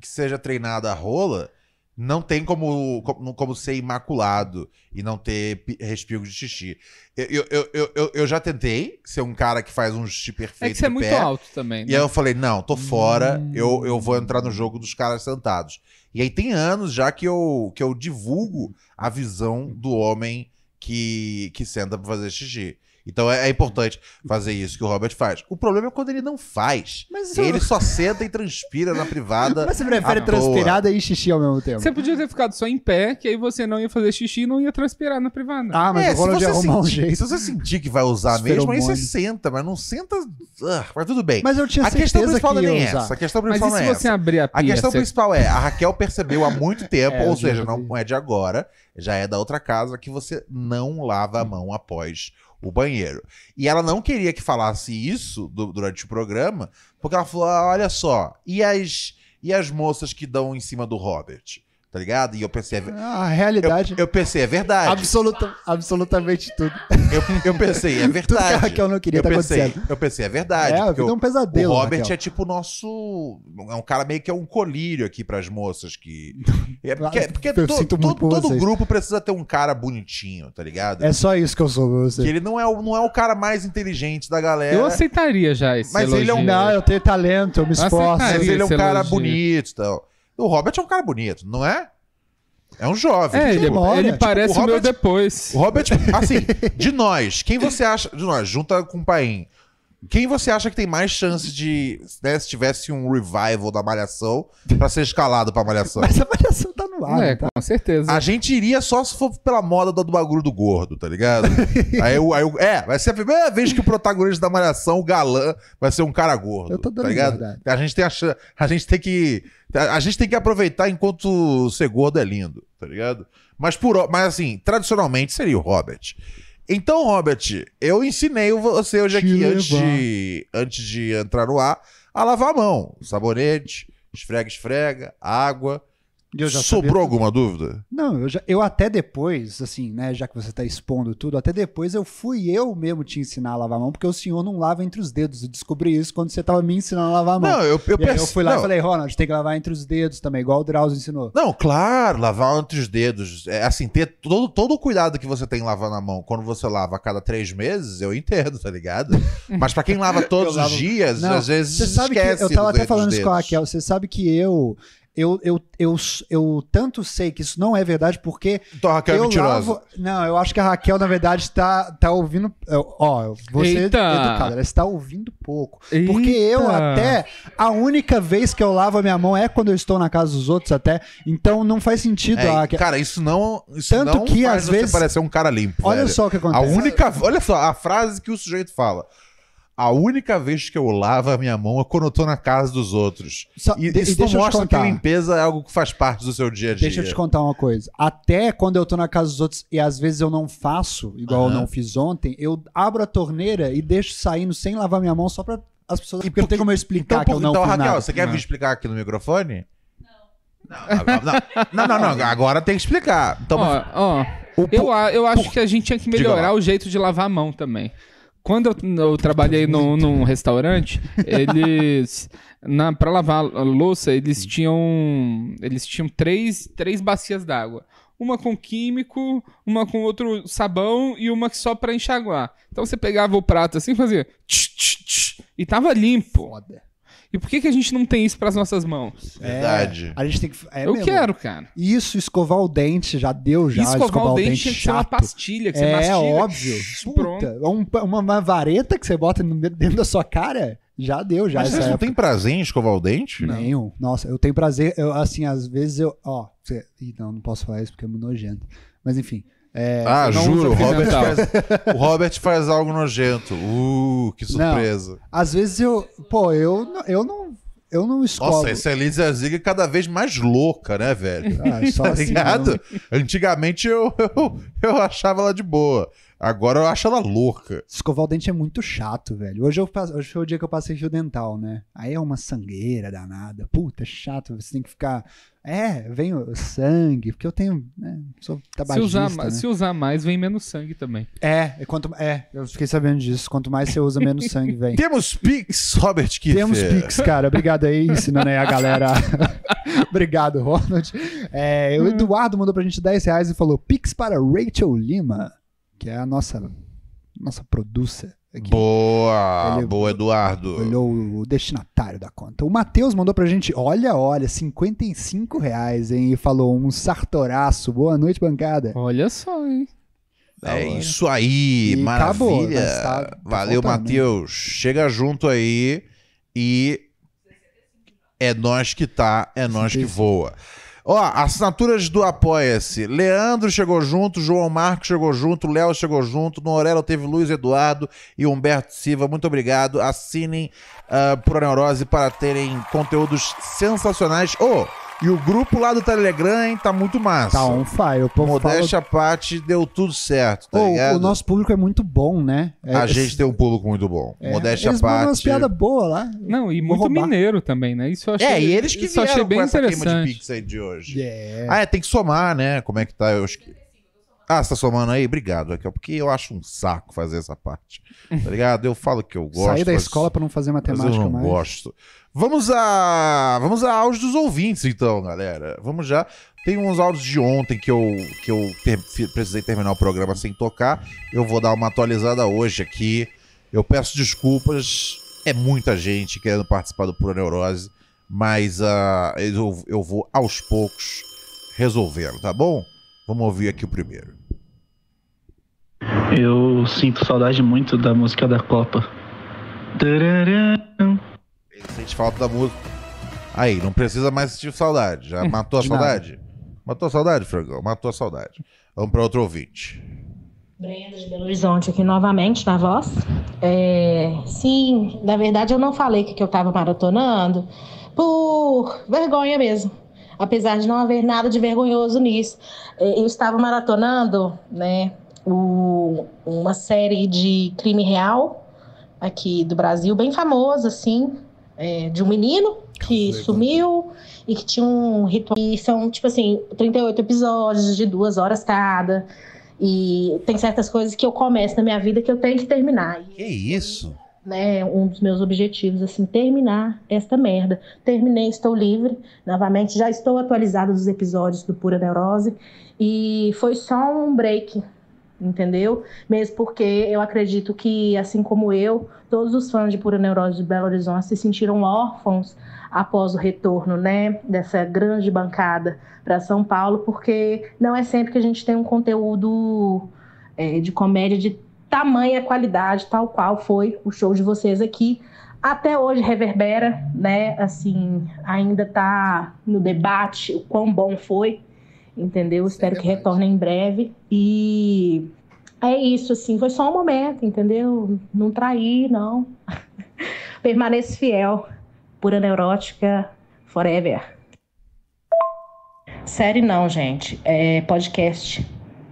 Speaker 1: que seja treinada a rola, não tem como, como, como ser imaculado e não ter pi- respingo de xixi. Eu, eu, eu, eu, eu- eu já tentei ser um cara que faz um xixi perfeito.
Speaker 3: É que você é
Speaker 1: de
Speaker 3: muito
Speaker 1: pé.
Speaker 3: alto também.
Speaker 1: E
Speaker 3: Né?
Speaker 1: aí eu falei, não, tô fora,
Speaker 2: Hum.
Speaker 1: eu, eu vou entrar no jogo dos caras sentados. E aí tem anos já que eu, que eu divulgo a visão do homem que, que senta pra fazer xixi. Então é, é importante fazer isso que o Robert faz. O problema é quando ele não faz.
Speaker 2: Mas,
Speaker 1: Ele só senta e transpira na privada.
Speaker 2: mas você prefere
Speaker 1: à
Speaker 2: transpirada e xixi ao mesmo tempo?
Speaker 3: Você podia ter ficado só em pé, que aí você não ia fazer xixi e não ia transpirar na privada.
Speaker 2: Ah, mas
Speaker 1: É,
Speaker 2: o Ronald ia arrumar um
Speaker 1: sentir,
Speaker 2: jeito.
Speaker 1: se você sentir que vai usar
Speaker 2: Os
Speaker 1: mesmo, aí você
Speaker 2: feromônios.
Speaker 1: senta, mas não senta. ah, mas tudo bem.
Speaker 2: Mas eu tinha
Speaker 1: a
Speaker 2: certeza
Speaker 1: questão
Speaker 2: que
Speaker 1: principal não é nem
Speaker 2: ia usar.
Speaker 1: essa. A questão
Speaker 3: Mas
Speaker 1: principal
Speaker 3: e
Speaker 1: não é
Speaker 3: se
Speaker 1: essa.
Speaker 3: você abrir a
Speaker 1: A
Speaker 3: pia?
Speaker 1: questão
Speaker 3: você-
Speaker 1: principal é, a Raquel percebeu há muito tempo,
Speaker 2: É, eu
Speaker 1: ou
Speaker 2: já
Speaker 1: seja,
Speaker 2: vi.
Speaker 1: não é de agora, já é da outra casa, que você não lava
Speaker 2: Hum.
Speaker 1: a mão após o banheiro. E ela não queria que falasse isso du- durante o programa, porque ela falou: ah, olha só, e as, e as moças que dão em cima do Robert? Tá ligado? E eu pensei, é ver-
Speaker 2: Ah, A realidade.
Speaker 1: eu pensei, é verdade.
Speaker 2: absoluta, absolutamente tudo.
Speaker 1: Eu, eu pensei, é
Speaker 2: Tudo que a
Speaker 1: verdade.
Speaker 2: Raquel não queria
Speaker 1: Eu
Speaker 2: tá
Speaker 1: pensei,
Speaker 2: acontecendo.
Speaker 1: eu pensei, é
Speaker 2: É,
Speaker 1: verdade.
Speaker 2: a
Speaker 1: porque
Speaker 2: vida é
Speaker 1: eu-
Speaker 2: um pesadelo.
Speaker 1: o Robert
Speaker 2: Raquel.
Speaker 1: é tipo o nosso. É um cara meio que é um colírio aqui pras moças que. É porque,
Speaker 2: Claro,
Speaker 1: porque
Speaker 2: eu
Speaker 1: to-
Speaker 2: sinto muito
Speaker 1: to-
Speaker 2: por
Speaker 1: todo
Speaker 2: vocês.
Speaker 1: grupo precisa ter um cara bonitinho, tá ligado?
Speaker 2: É só isso que eu sou pra
Speaker 1: Que
Speaker 2: você.
Speaker 1: ele não é, o, não é o cara mais inteligente da galera.
Speaker 3: Eu aceitaria já esse
Speaker 1: é. Mas ele é um
Speaker 3: elogio.
Speaker 2: Não, eu tenho talento, eu me
Speaker 3: Nossa,
Speaker 2: esforço.
Speaker 3: cara,
Speaker 1: mas ele é um
Speaker 3: esse
Speaker 1: cara
Speaker 3: elogio.
Speaker 1: bonito e tal. O Robert é um cara bonito, não é? É um jovem.
Speaker 3: É, ele,
Speaker 2: Tipo, olha,
Speaker 3: ele
Speaker 2: tipo,
Speaker 3: parece
Speaker 1: o
Speaker 3: o meu
Speaker 1: Robert-
Speaker 3: depois.
Speaker 1: O Robert, assim, de nós, quem você acha. De nós, junta com o Paim. Quem você acha que tem mais chance de. né, se tivesse um revival da Malhação pra ser escalado pra Malhação?
Speaker 2: Mas a avaliação tá no ar,
Speaker 3: é,
Speaker 2: não tá?
Speaker 3: com certeza.
Speaker 1: A gente iria só se for pela moda do, do bagulho do gordo, tá ligado? aí, o- aí o- é, vai ser a primeira vez que o protagonista da Malhação, o galã, vai ser um cara gordo.
Speaker 2: Eu tô dando
Speaker 1: tá ligado?
Speaker 2: liberdade.
Speaker 1: A gente tem a chan- a gente tem que a, a gente tem que aproveitar enquanto ser gordo é lindo, tá ligado? Mas por o- mas assim, tradicionalmente seria o Robert. Então, Robert, eu ensinei você hoje
Speaker 2: Te
Speaker 1: aqui antes
Speaker 2: levar.
Speaker 1: de, antes de entrar no ar a lavar a mão, sabonete, esfrega, esfrega, água.
Speaker 2: Eu já sabia
Speaker 1: Sobrou alguma dúvida?
Speaker 2: Não, eu, já, eu até depois, assim, né, já que você tá expondo tudo, até depois eu fui eu mesmo te ensinar a lavar a mão, porque o senhor não lava entre os dedos. Eu descobri isso quando você tava me ensinando a lavar a mão.
Speaker 1: Não, eu, eu
Speaker 2: Tá e aí eu
Speaker 1: perce-
Speaker 2: fui lá
Speaker 1: não,
Speaker 2: e falei, Ronald, tem que lavar entre os dedos também, igual o Drauzio ensinou.
Speaker 1: Não, claro, lavar entre os dedos. É assim, ter todo, todo o cuidado que você tem lavando a mão quando você lava a cada três meses, eu entendo, tá ligado? Mas pra quem lava todos
Speaker 2: Eu lavo-
Speaker 1: os dias,
Speaker 2: Não,
Speaker 1: às vezes
Speaker 2: Você sabe
Speaker 1: esquece
Speaker 2: que eu tava
Speaker 1: do-
Speaker 2: até
Speaker 1: dos
Speaker 2: falando isso com a
Speaker 1: dedos.
Speaker 2: Raquel, você sabe que eu eu, eu, eu, eu tanto sei que isso não é verdade porque
Speaker 1: Então, Raquel é
Speaker 2: eu
Speaker 1: mentirosa.
Speaker 2: lavo- Não, eu acho que a Raquel, na verdade, tá, tá ouvindo. Ó, você é
Speaker 3: Eita!
Speaker 2: educada, ela está ouvindo pouco. Porque eu
Speaker 3: Eita!
Speaker 2: até. A única vez que eu lavo a minha mão é quando eu estou na casa dos outros, até. Então não faz sentido.
Speaker 1: É,
Speaker 2: a-
Speaker 1: Cara, isso não. Isso
Speaker 2: Tanto
Speaker 1: não
Speaker 2: que,
Speaker 1: faz
Speaker 2: às
Speaker 1: você
Speaker 2: vezes-
Speaker 1: parecer um cara limpo.
Speaker 2: Olha
Speaker 1: velho.
Speaker 2: só o que
Speaker 1: A
Speaker 2: acontece.
Speaker 1: única. Olha só, a frase que o sujeito fala. A única vez que eu lavo a minha mão é quando eu tô na casa dos outros.
Speaker 2: Só-
Speaker 1: E
Speaker 2: de-
Speaker 1: isso
Speaker 2: e deixa
Speaker 1: não
Speaker 2: eu te
Speaker 1: mostra que
Speaker 2: contar.
Speaker 1: limpeza é algo que faz parte do seu dia a dia.
Speaker 2: Deixa eu te contar uma coisa. Até quando eu tô na casa dos outros e às vezes eu não faço, igual
Speaker 1: Aham.
Speaker 2: eu não fiz ontem, eu abro a torneira e deixo saindo sem lavar minha mão só pra as pessoas. Porque não tem como eu explicar
Speaker 1: Então,
Speaker 2: que eu não
Speaker 1: então
Speaker 2: fiz
Speaker 1: Raquel,
Speaker 2: nada.
Speaker 1: você quer
Speaker 3: Não.
Speaker 1: vir explicar aqui no microfone? Não, não, não, não, não, agora tem que explicar. Então,
Speaker 3: Ó, ó,
Speaker 1: o po-
Speaker 3: eu, a- eu acho que a gente tinha que
Speaker 1: Diga
Speaker 3: melhorar
Speaker 1: lá.
Speaker 3: o jeito de lavar a mão também. Quando eu, eu trabalhei no, num restaurante, eles. Na, pra lavar a louça, eles tinham. Eles tinham três, três bacias d'água. Uma com químico, uma com outro sabão e uma que só pra enxaguar. Então você pegava o prato assim e fazia. tch, tch, tch, e tava limpo.
Speaker 2: Foda.
Speaker 3: E por que, que a gente não tem isso pras nossas mãos?
Speaker 2: É,
Speaker 1: Verdade.
Speaker 2: a gente tem que. É
Speaker 3: eu
Speaker 2: mesmo.
Speaker 3: quero, cara.
Speaker 2: Isso, escovar o dente, já deu já.
Speaker 3: escovar, o dente, tinha que ser uma
Speaker 2: chato.
Speaker 3: pastilha que você
Speaker 2: é
Speaker 3: mastiga.
Speaker 2: óbvio.
Speaker 3: Pronto.
Speaker 2: Puta, um- uma, uma vareta que você bota no- dentro da sua cara, já deu já. é
Speaker 1: mas
Speaker 2: essa
Speaker 1: vocês não
Speaker 2: época.
Speaker 1: têm prazer em escovar o dente?
Speaker 2: Nenhum. Nossa, eu tenho prazer. Eu, assim, às vezes eu. Ó, você, Ih, não, não posso falar isso porque é muito nojento. Mas enfim. É,
Speaker 1: Ah,
Speaker 3: não usa
Speaker 1: juro, o Robert,
Speaker 3: pimental.
Speaker 1: faz, o Robert faz algo nojento. Uh, que surpresa.
Speaker 2: às vezes eu. Pô, eu, não- eu não. Eu não escovo.
Speaker 1: Nossa, essa Elise Ziga é cada vez mais louca, né, velho?
Speaker 2: Ah, só
Speaker 1: tá
Speaker 2: assim,
Speaker 1: ligado?
Speaker 2: não-
Speaker 1: Antigamente eu, eu, eu achava ela de boa. Agora eu acho ela louca.
Speaker 2: Escovar o dente é muito chato, velho. Hoje, eu pas- hoje foi o dia que eu passei fio dental, né? Aí é uma sangueira danada. Puta, é chato. Você tem que ficar. É, vem o sangue, porque eu tenho. Né, sou
Speaker 3: Se
Speaker 2: tabagista.
Speaker 3: usar,
Speaker 2: né?
Speaker 3: ma- se usar mais, vem menos sangue também.
Speaker 2: É, é, quanto, é, eu fiquei sabendo disso. Quanto mais você usa, menos sangue vem.
Speaker 1: Temos Pix, Robert Kiffer.
Speaker 2: Temos Pix, cara. Obrigado aí, ensinando aí a galera. Obrigado, Ronald. É,
Speaker 1: Hum.
Speaker 2: o Eduardo mandou pra gente 10 reais e falou Pix para Rachel Lima, que é a nossa, nossa producer aqui.
Speaker 1: Boa,
Speaker 2: Ele-
Speaker 1: boa, Eduardo.
Speaker 2: Olhou o destinatário da conta. Então, O Matheus mandou pra gente, olha, olha, 55 reais, hein? E falou um sartoraço. Boa noite, bancada.
Speaker 3: Olha só, hein?
Speaker 1: É
Speaker 2: Da hora.
Speaker 1: isso aí,
Speaker 2: Tá E acabou,
Speaker 1: maravilha.
Speaker 2: mas tá- tá
Speaker 1: Valeu,
Speaker 2: faltando,
Speaker 1: Matheus. Chega junto aí e é nós que tá, é nós que
Speaker 2: Isso.
Speaker 1: voa. Ó, assinaturas do Apoia-se. Leandro chegou junto, João Marcos chegou junto, Léo chegou junto, Norelo teve Luiz Eduardo e Humberto Silva. Muito obrigado. Assinem ah, por Neurose para terem conteúdos sensacionais. Ô, e o grupo lá do Telegram, hein, tá muito massa.
Speaker 2: Tá on fire. O povo fala-
Speaker 1: Modéstia à parte, deu tudo certo, tá
Speaker 2: Ô,
Speaker 1: ligado?
Speaker 2: o nosso público é muito bom, né? É-
Speaker 1: A gente tem um público muito bom.
Speaker 2: é,
Speaker 1: Modéstia à
Speaker 2: Eles mandam umas
Speaker 1: parte.
Speaker 2: piadas boas lá.
Speaker 3: Não, e
Speaker 2: Vou
Speaker 3: muito
Speaker 2: roubar.
Speaker 3: mineiro também, né? Isso eu achei,
Speaker 1: É, e eles que
Speaker 3: isso eu achei
Speaker 1: vieram
Speaker 3: bem
Speaker 1: com essa queima de
Speaker 3: interessante.
Speaker 1: pix aí de hoje.
Speaker 2: Yeah.
Speaker 1: Ah, é, tem que somar, né? Como é que tá? Eu acho que... Ah, você tá somando aí? Obrigado, Raquel, porque eu acho um saco fazer essa parte. Tá ligado? Eu falo que eu gosto.
Speaker 2: Sair da
Speaker 1: mas-
Speaker 2: escola pra não fazer
Speaker 1: mas
Speaker 2: matemática
Speaker 1: eu não
Speaker 2: mais.
Speaker 1: gosto. Vamos a vamos a áudios dos ouvintes então, galera. Vamos já. Tem uns áudios de ontem que eu que eu ter- fi- precisei terminar o programa sem tocar. Eu vou dar uma atualizada hoje aqui. Eu peço desculpas. É muita gente querendo participar do Pura Neurose, mas ah, eu, eu vou aos poucos resolvendo, tá bom? Vamos ouvir aqui o primeiro.
Speaker 5: Eu sinto saudade muito da música da Copa. Tarará.
Speaker 1: Ele sente falta da música. Aí, não precisa mais sentir saudade. Já matou a
Speaker 2: de nada.
Speaker 1: saudade? Matou a saudade, Frangão? Matou a saudade. Vamos para outro ouvinte.
Speaker 6: Brenda de Belo Horizonte aqui novamente na voz. É, sim, na verdade eu não falei que que eu estava maratonando por vergonha mesmo. Apesar de não haver nada de vergonhoso nisso, É, eu estava maratonando, né, o- uma série de crime real aqui do Brasil, bem famosa, assim, é, de um menino que
Speaker 2: Caramba.
Speaker 6: sumiu e que tinha um ritual. E são, tipo assim, 38 episódios de duas horas cada. E tem certas coisas que eu começo na minha vida que eu tenho que terminar. E,
Speaker 1: Que isso?
Speaker 6: Né, um dos meus objetivos, assim, terminar esta merda. Terminei, estou livre. Novamente, já estou atualizada dos episódios do Pura Neurose. E foi só um break entendeu? Mesmo porque eu acredito que, assim como eu, todos os fãs de Pura Neurose de Belo Horizonte se sentiram órfãos após o retorno, né, dessa grande bancada para São Paulo, porque não é sempre que a gente tem um conteúdo é, de comédia de tamanha qualidade, tal qual foi o show de vocês aqui. Até hoje reverbera, né? Assim, ainda tá no debate o quão bom foi, entendeu? Espero que
Speaker 2: debate.
Speaker 6: retorne em breve. E é isso, assim, foi só um momento, entendeu? Não traí, não. Permaneço fiel, pura neurótica, forever. Série não, gente. É podcast.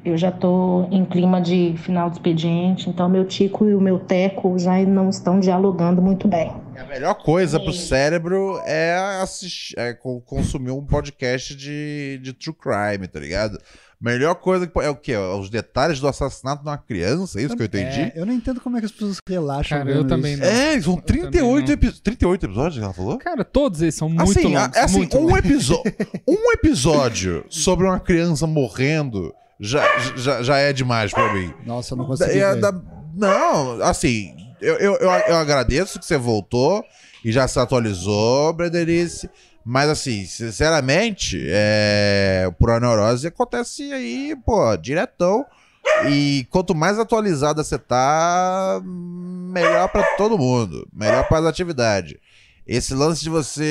Speaker 6: Eu já tô em clima de final de expediente, então meu Tico e o meu Teco já não estão dialogando muito bem.
Speaker 1: A melhor coisa pro cérebro é, assistir, é co- consumir um podcast de, de true crime, tá ligado? Melhor coisa que po- é o quê? Os detalhes do assassinato de uma criança, é isso que eu entendi?
Speaker 2: É, eu não entendo como é que as pessoas relaxam.
Speaker 3: Cara,
Speaker 2: vendo
Speaker 3: eu também
Speaker 2: isso.
Speaker 3: não.
Speaker 1: É, são
Speaker 3: Eu também
Speaker 1: 38,
Speaker 3: não.
Speaker 1: epi 38 episódios, ela falou?
Speaker 3: Cara, todos eles são muito
Speaker 1: assim, a-
Speaker 3: longos.
Speaker 1: assim,
Speaker 3: muito
Speaker 1: um,
Speaker 3: longos.
Speaker 1: episo- um episódio sobre uma criança morrendo já, já, já é demais pra mim.
Speaker 2: Nossa, eu não
Speaker 1: Da-
Speaker 2: consigo.
Speaker 1: é,
Speaker 2: ver.
Speaker 1: da- não, assim, eu, eu, eu, eu agradeço que você voltou e já se atualizou, Brederice. Mas, assim, sinceramente, é, por a neurose acontece aí, pô, diretão. E quanto mais atualizada você tá, melhor pra todo mundo, melhor para atividade. Esse lance de você.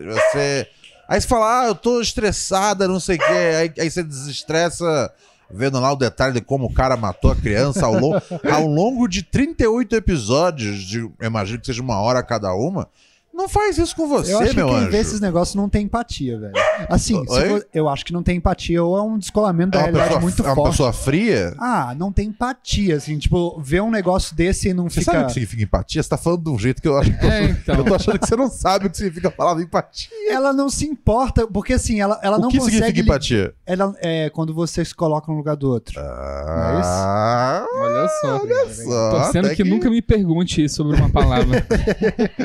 Speaker 1: de Você. Aí você fala, ah, eu tô estressada, não sei o quê. Aí, aí você desestressa vendo lá o detalhe de como o cara matou a criança ao, longo ao longo de 38 episódios, de, eu imagino que seja uma hora cada uma. Não faz isso com você,
Speaker 2: eu acho que
Speaker 1: meu
Speaker 2: quem
Speaker 1: anjo.
Speaker 2: vê esses negócios não tem empatia, velho. Assim, se
Speaker 1: Oi?
Speaker 2: vo- eu acho que não tem empatia ou é um descolamento da
Speaker 1: é uma,
Speaker 2: realidade
Speaker 1: pessoa,
Speaker 2: muito
Speaker 1: é uma
Speaker 2: forte.
Speaker 1: pessoa fria.
Speaker 2: Ah, não tem empatia, assim, tipo, ver um negócio desse e não
Speaker 1: Você
Speaker 2: fica.
Speaker 1: sabe o que significa empatia? Você tá falando de um jeito que eu acho que eu,
Speaker 3: É, então.
Speaker 1: eu tô achando que você não sabe o que significa a palavra empatia.
Speaker 2: Ela não se importa, porque assim, ela, ela não
Speaker 1: o que
Speaker 2: consegue.
Speaker 1: significa
Speaker 2: li-
Speaker 1: empatia?
Speaker 2: Ela, é, quando você se coloca no lugar do outro. é isso?
Speaker 1: Ah,
Speaker 3: Olha só.
Speaker 1: só,
Speaker 3: Torcendo
Speaker 1: até
Speaker 3: né? que, nunca me pergunte sobre uma palavra.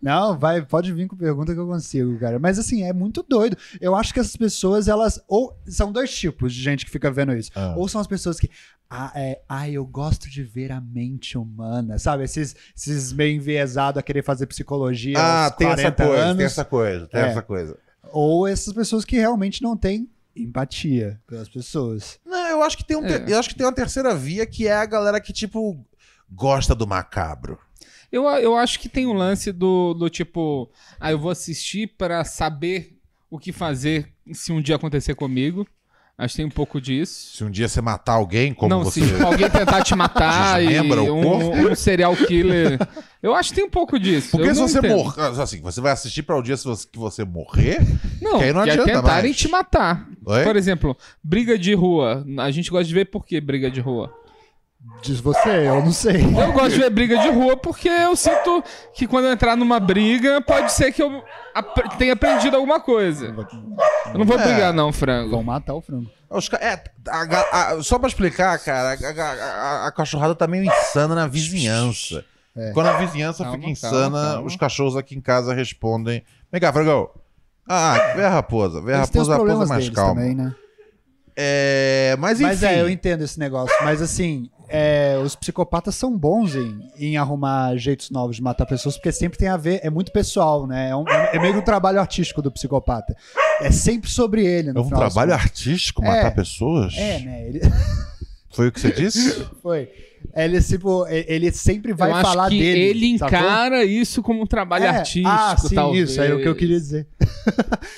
Speaker 2: Não, vai, pode vir com pergunta que eu consigo, cara. Mas assim, é muito doido. Eu acho que essas pessoas, elas. Ou são dois tipos de gente que fica vendo isso.
Speaker 1: Ah.
Speaker 2: Ou são as pessoas que. Ah, é, ah, eu gosto de ver a mente humana, sabe? Esses, esses meio enviesados a querer fazer psicologia
Speaker 1: Ah,
Speaker 2: aos
Speaker 1: tem
Speaker 2: 40
Speaker 1: essa coisa,
Speaker 2: anos.
Speaker 1: tem essa coisa, tem
Speaker 2: É.
Speaker 1: essa coisa.
Speaker 2: Ou essas pessoas que realmente não têm empatia pelas pessoas.
Speaker 1: Não, eu acho que tem um ter-
Speaker 3: É.
Speaker 1: eu acho que tem uma terceira via que é a galera que tipo gosta do macabro.
Speaker 3: eu, eu acho que tem um lance do, do tipo, ah, eu vou assistir pra saber o que fazer se um dia acontecer comigo. Acho que tem um pouco disso.
Speaker 1: Se um dia você matar alguém, como
Speaker 3: não,
Speaker 1: você
Speaker 3: se tipo, alguém tentar te matar e
Speaker 1: Desmembra o corpo?
Speaker 3: um, um serial killer. Eu acho que tem um pouco disso.
Speaker 1: Porque
Speaker 3: eu
Speaker 1: se
Speaker 3: não
Speaker 1: você
Speaker 3: entendo.
Speaker 1: morrer, assim, você vai assistir pra o dia se você- que você morrer,
Speaker 3: Não,
Speaker 1: que aí não
Speaker 3: e é
Speaker 1: adianta
Speaker 3: tentarem
Speaker 1: mais.
Speaker 3: te matar.
Speaker 1: Oi?
Speaker 3: Por exemplo, briga de rua. A gente gosta de ver por que briga de rua.
Speaker 2: Diz você, eu não sei.
Speaker 3: Eu gosto de ver briga de rua porque eu sinto que quando eu entrar numa briga, pode ser que eu ap- tenha aprendido alguma coisa. Eu não vou
Speaker 1: É.
Speaker 3: brigar, não,
Speaker 2: Vão
Speaker 3: frango.
Speaker 2: matar o frango.
Speaker 1: Os ca- é, a ga- a- só pra explicar, cara, a, a- a- a cachorrada tá meio insana na vizinhança.
Speaker 2: É.
Speaker 1: Quando a vizinhança
Speaker 3: Calma,
Speaker 1: fica
Speaker 3: calma,
Speaker 1: insana,
Speaker 3: calma.
Speaker 1: os cachorros aqui em casa respondem: Vem cá, Frangão. Ah, vê a raposa, vê a
Speaker 2: Eles têm os
Speaker 1: raposa, a raposa
Speaker 2: problemas
Speaker 1: mais
Speaker 2: deles
Speaker 1: calma.
Speaker 2: também, né?
Speaker 1: É, mas enfim.
Speaker 2: Mas é, eu entendo esse negócio. Mas assim, é, os psicopatas são bons em, em arrumar jeitos novos de matar pessoas, porque sempre tem a ver, é muito pessoal, né? É, um- é meio que um trabalho artístico do psicopata. É sempre sobre ele,
Speaker 1: É
Speaker 2: no
Speaker 1: um
Speaker 2: final das
Speaker 1: trabalho
Speaker 2: contas.
Speaker 1: artístico matar
Speaker 2: É.
Speaker 1: pessoas?
Speaker 2: É, né? Ele
Speaker 1: Foi o que você disse?
Speaker 2: foi. Ele, tipo, e- ele sempre vai
Speaker 3: eu acho
Speaker 2: falar
Speaker 3: que
Speaker 2: dele.
Speaker 3: ele
Speaker 2: sacou?
Speaker 3: encara isso como um trabalho
Speaker 2: É,
Speaker 3: artístico.
Speaker 2: Ah, sim,
Speaker 3: talvez.
Speaker 2: isso, é o que eu queria dizer.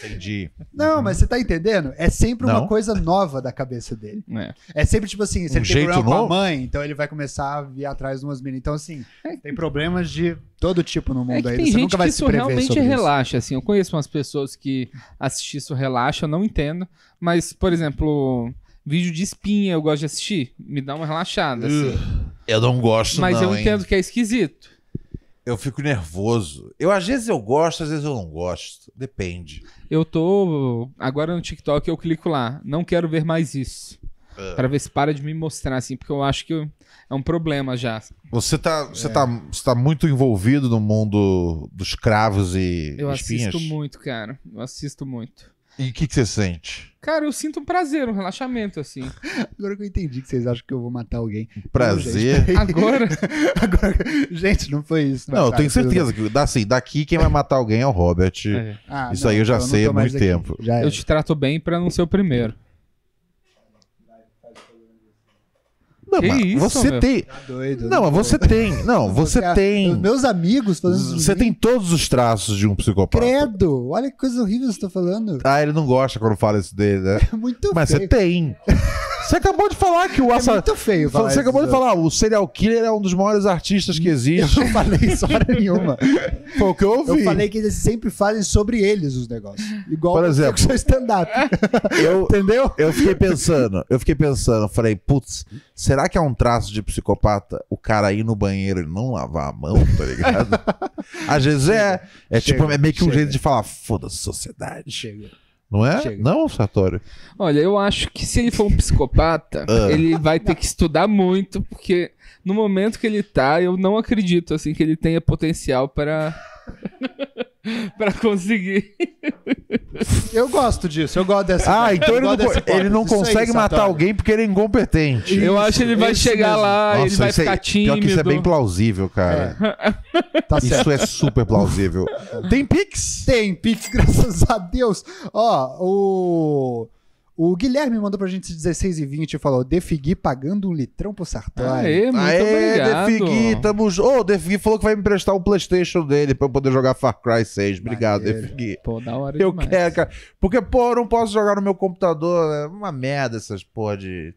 Speaker 1: Entendi.
Speaker 2: Não, mas você tá entendendo? É sempre uma
Speaker 1: Não.
Speaker 2: coisa nova da cabeça dele.
Speaker 3: É.
Speaker 2: É sempre tipo assim, se
Speaker 1: Um
Speaker 2: ele tem
Speaker 1: jeito
Speaker 2: problema
Speaker 1: novo?
Speaker 2: com a mãe, então ele vai começar a vir atrás de umas meninas. Então, assim, tem problemas de todo tipo no
Speaker 3: É
Speaker 2: mundo
Speaker 3: que
Speaker 2: aí.
Speaker 3: tem
Speaker 2: Você
Speaker 3: gente
Speaker 2: nunca vai
Speaker 3: que
Speaker 2: se
Speaker 3: isso
Speaker 2: prever
Speaker 3: realmente
Speaker 2: sobre isso.
Speaker 3: relaxa, assim. Eu conheço umas pessoas que assistir isso relaxa, eu não entendo. Mas, por exemplo, vídeo de espinha eu gosto de assistir. Me dá uma relaxada, assim.
Speaker 1: Eu não gosto,
Speaker 3: Mas
Speaker 1: não,
Speaker 3: eu
Speaker 1: hein?
Speaker 3: entendo que é esquisito.
Speaker 1: Eu fico nervoso. Eu, às vezes eu gosto, às vezes eu não gosto. Depende.
Speaker 3: Eu tô. Agora no TikTok eu clico lá. Não quero ver mais isso.
Speaker 1: Ah.
Speaker 3: Pra ver se para de me mostrar, assim, porque eu acho que eu- é um problema já.
Speaker 1: Você tá,
Speaker 2: É.
Speaker 1: você tá, você tá muito envolvido no mundo dos cravos e
Speaker 3: Eu
Speaker 1: espinhas?
Speaker 3: assisto muito, cara. Eu assisto muito.
Speaker 1: E o que, que você sente?
Speaker 3: Cara, eu sinto um prazer, um relaxamento, assim.
Speaker 2: Agora que eu entendi que vocês acham que eu vou matar alguém.
Speaker 1: Prazer.
Speaker 3: Agora,
Speaker 2: Agora, gente, não foi isso. mas
Speaker 1: Não, eu
Speaker 2: tá,
Speaker 1: tenho
Speaker 2: tudo bem.
Speaker 1: certeza que da- assim, daqui quem vai matar alguém é o Robert.
Speaker 3: É.
Speaker 2: Ah,
Speaker 1: Isso aí eu já
Speaker 2: não
Speaker 1: sei
Speaker 2: tô
Speaker 1: há
Speaker 2: mais
Speaker 1: muito
Speaker 2: aqui.
Speaker 1: tempo.
Speaker 2: Já
Speaker 3: eu
Speaker 2: era.
Speaker 3: te trato bem pra não ser o primeiro.
Speaker 1: Não,
Speaker 3: Que
Speaker 1: mas
Speaker 3: isso,
Speaker 1: você
Speaker 3: meu?
Speaker 1: tem.
Speaker 2: Tá doido. eu
Speaker 1: Não, mas
Speaker 2: vou-
Speaker 1: você tem. Não, você
Speaker 2: Ah, Os
Speaker 1: tem.
Speaker 2: meus amigos fazendo
Speaker 1: Você tá tem todos os traços de um psicopata.
Speaker 2: Credo, olha que coisa horrível você tá falando.
Speaker 1: Ah, ele não gosta quando fala isso dele, né?
Speaker 2: É muito
Speaker 1: Mas você
Speaker 2: feio.
Speaker 1: tem. Você acabou de falar que o
Speaker 2: É
Speaker 1: assassino.
Speaker 2: muito feio, falar
Speaker 1: Você acabou de
Speaker 2: isso.
Speaker 1: falar, o serial killer é um dos maiores artistas que existe.
Speaker 2: Eu não falei isso hora nenhuma.
Speaker 1: Foi o que eu
Speaker 2: Eu
Speaker 1: ouvi.
Speaker 2: falei que eles sempre fazem sobre eles os negócios. Igual
Speaker 1: Por
Speaker 2: você
Speaker 1: exemplo.
Speaker 2: com seu stand-up.
Speaker 3: É.
Speaker 1: Eu,
Speaker 2: Entendeu?
Speaker 1: eu fiquei pensando, eu fiquei pensando, eu falei, putz, será que é um traço de psicopata o cara ir no banheiro e não lavar a mão, tá ligado? Às vezes é. É
Speaker 2: Chega,
Speaker 1: tipo, é meio que um
Speaker 2: chega.
Speaker 1: jeito de falar, foda-se, sociedade.
Speaker 2: Chega.
Speaker 1: Não é?
Speaker 2: Chega.
Speaker 1: Não, Sartório?
Speaker 3: Olha, eu acho que se ele for um psicopata,
Speaker 1: Ah.
Speaker 3: ele vai ter que estudar muito, porque no momento que ele tá, eu não acredito assim que ele tenha potencial para para conseguir.
Speaker 2: Eu gosto disso, eu gosto dessa.
Speaker 1: Ah, então
Speaker 2: eu
Speaker 1: ele
Speaker 2: gosto
Speaker 1: não,
Speaker 2: dessa
Speaker 1: co- ele
Speaker 2: hipótese.
Speaker 1: não
Speaker 2: Isso aí,
Speaker 1: consegue matar
Speaker 2: Sartori.
Speaker 1: alguém porque ele é incompetente.
Speaker 3: eu
Speaker 2: Isso,
Speaker 3: acho que ele vai
Speaker 2: isso
Speaker 3: chegar
Speaker 2: mesmo.
Speaker 3: lá, ele vai
Speaker 1: isso é-
Speaker 3: ficar
Speaker 1: Pior que isso é
Speaker 3: tímido.
Speaker 1: bem plausível, cara.
Speaker 2: Tá certo.
Speaker 1: Isso é super plausível. Tem Pix?
Speaker 2: Tem Pix, graças a Deus. Ó, o. O Guilherme mandou pra gente 16 e 20 e falou: Defigui pagando um litrão pro Sartori.
Speaker 3: Aê, muito obrigado.
Speaker 1: Tá Defigui, tamo junto. Ô, o Defigui falou que vai me emprestar o Playstation dele pra eu poder jogar Far Cry 6. Obrigado,
Speaker 2: Maneiro.
Speaker 1: Defigui.
Speaker 3: Pô, da hora
Speaker 1: Eu
Speaker 3: demais.
Speaker 1: quero, cara. Porque, pô, eu não posso jogar no meu computador. É uma merda essas porra de.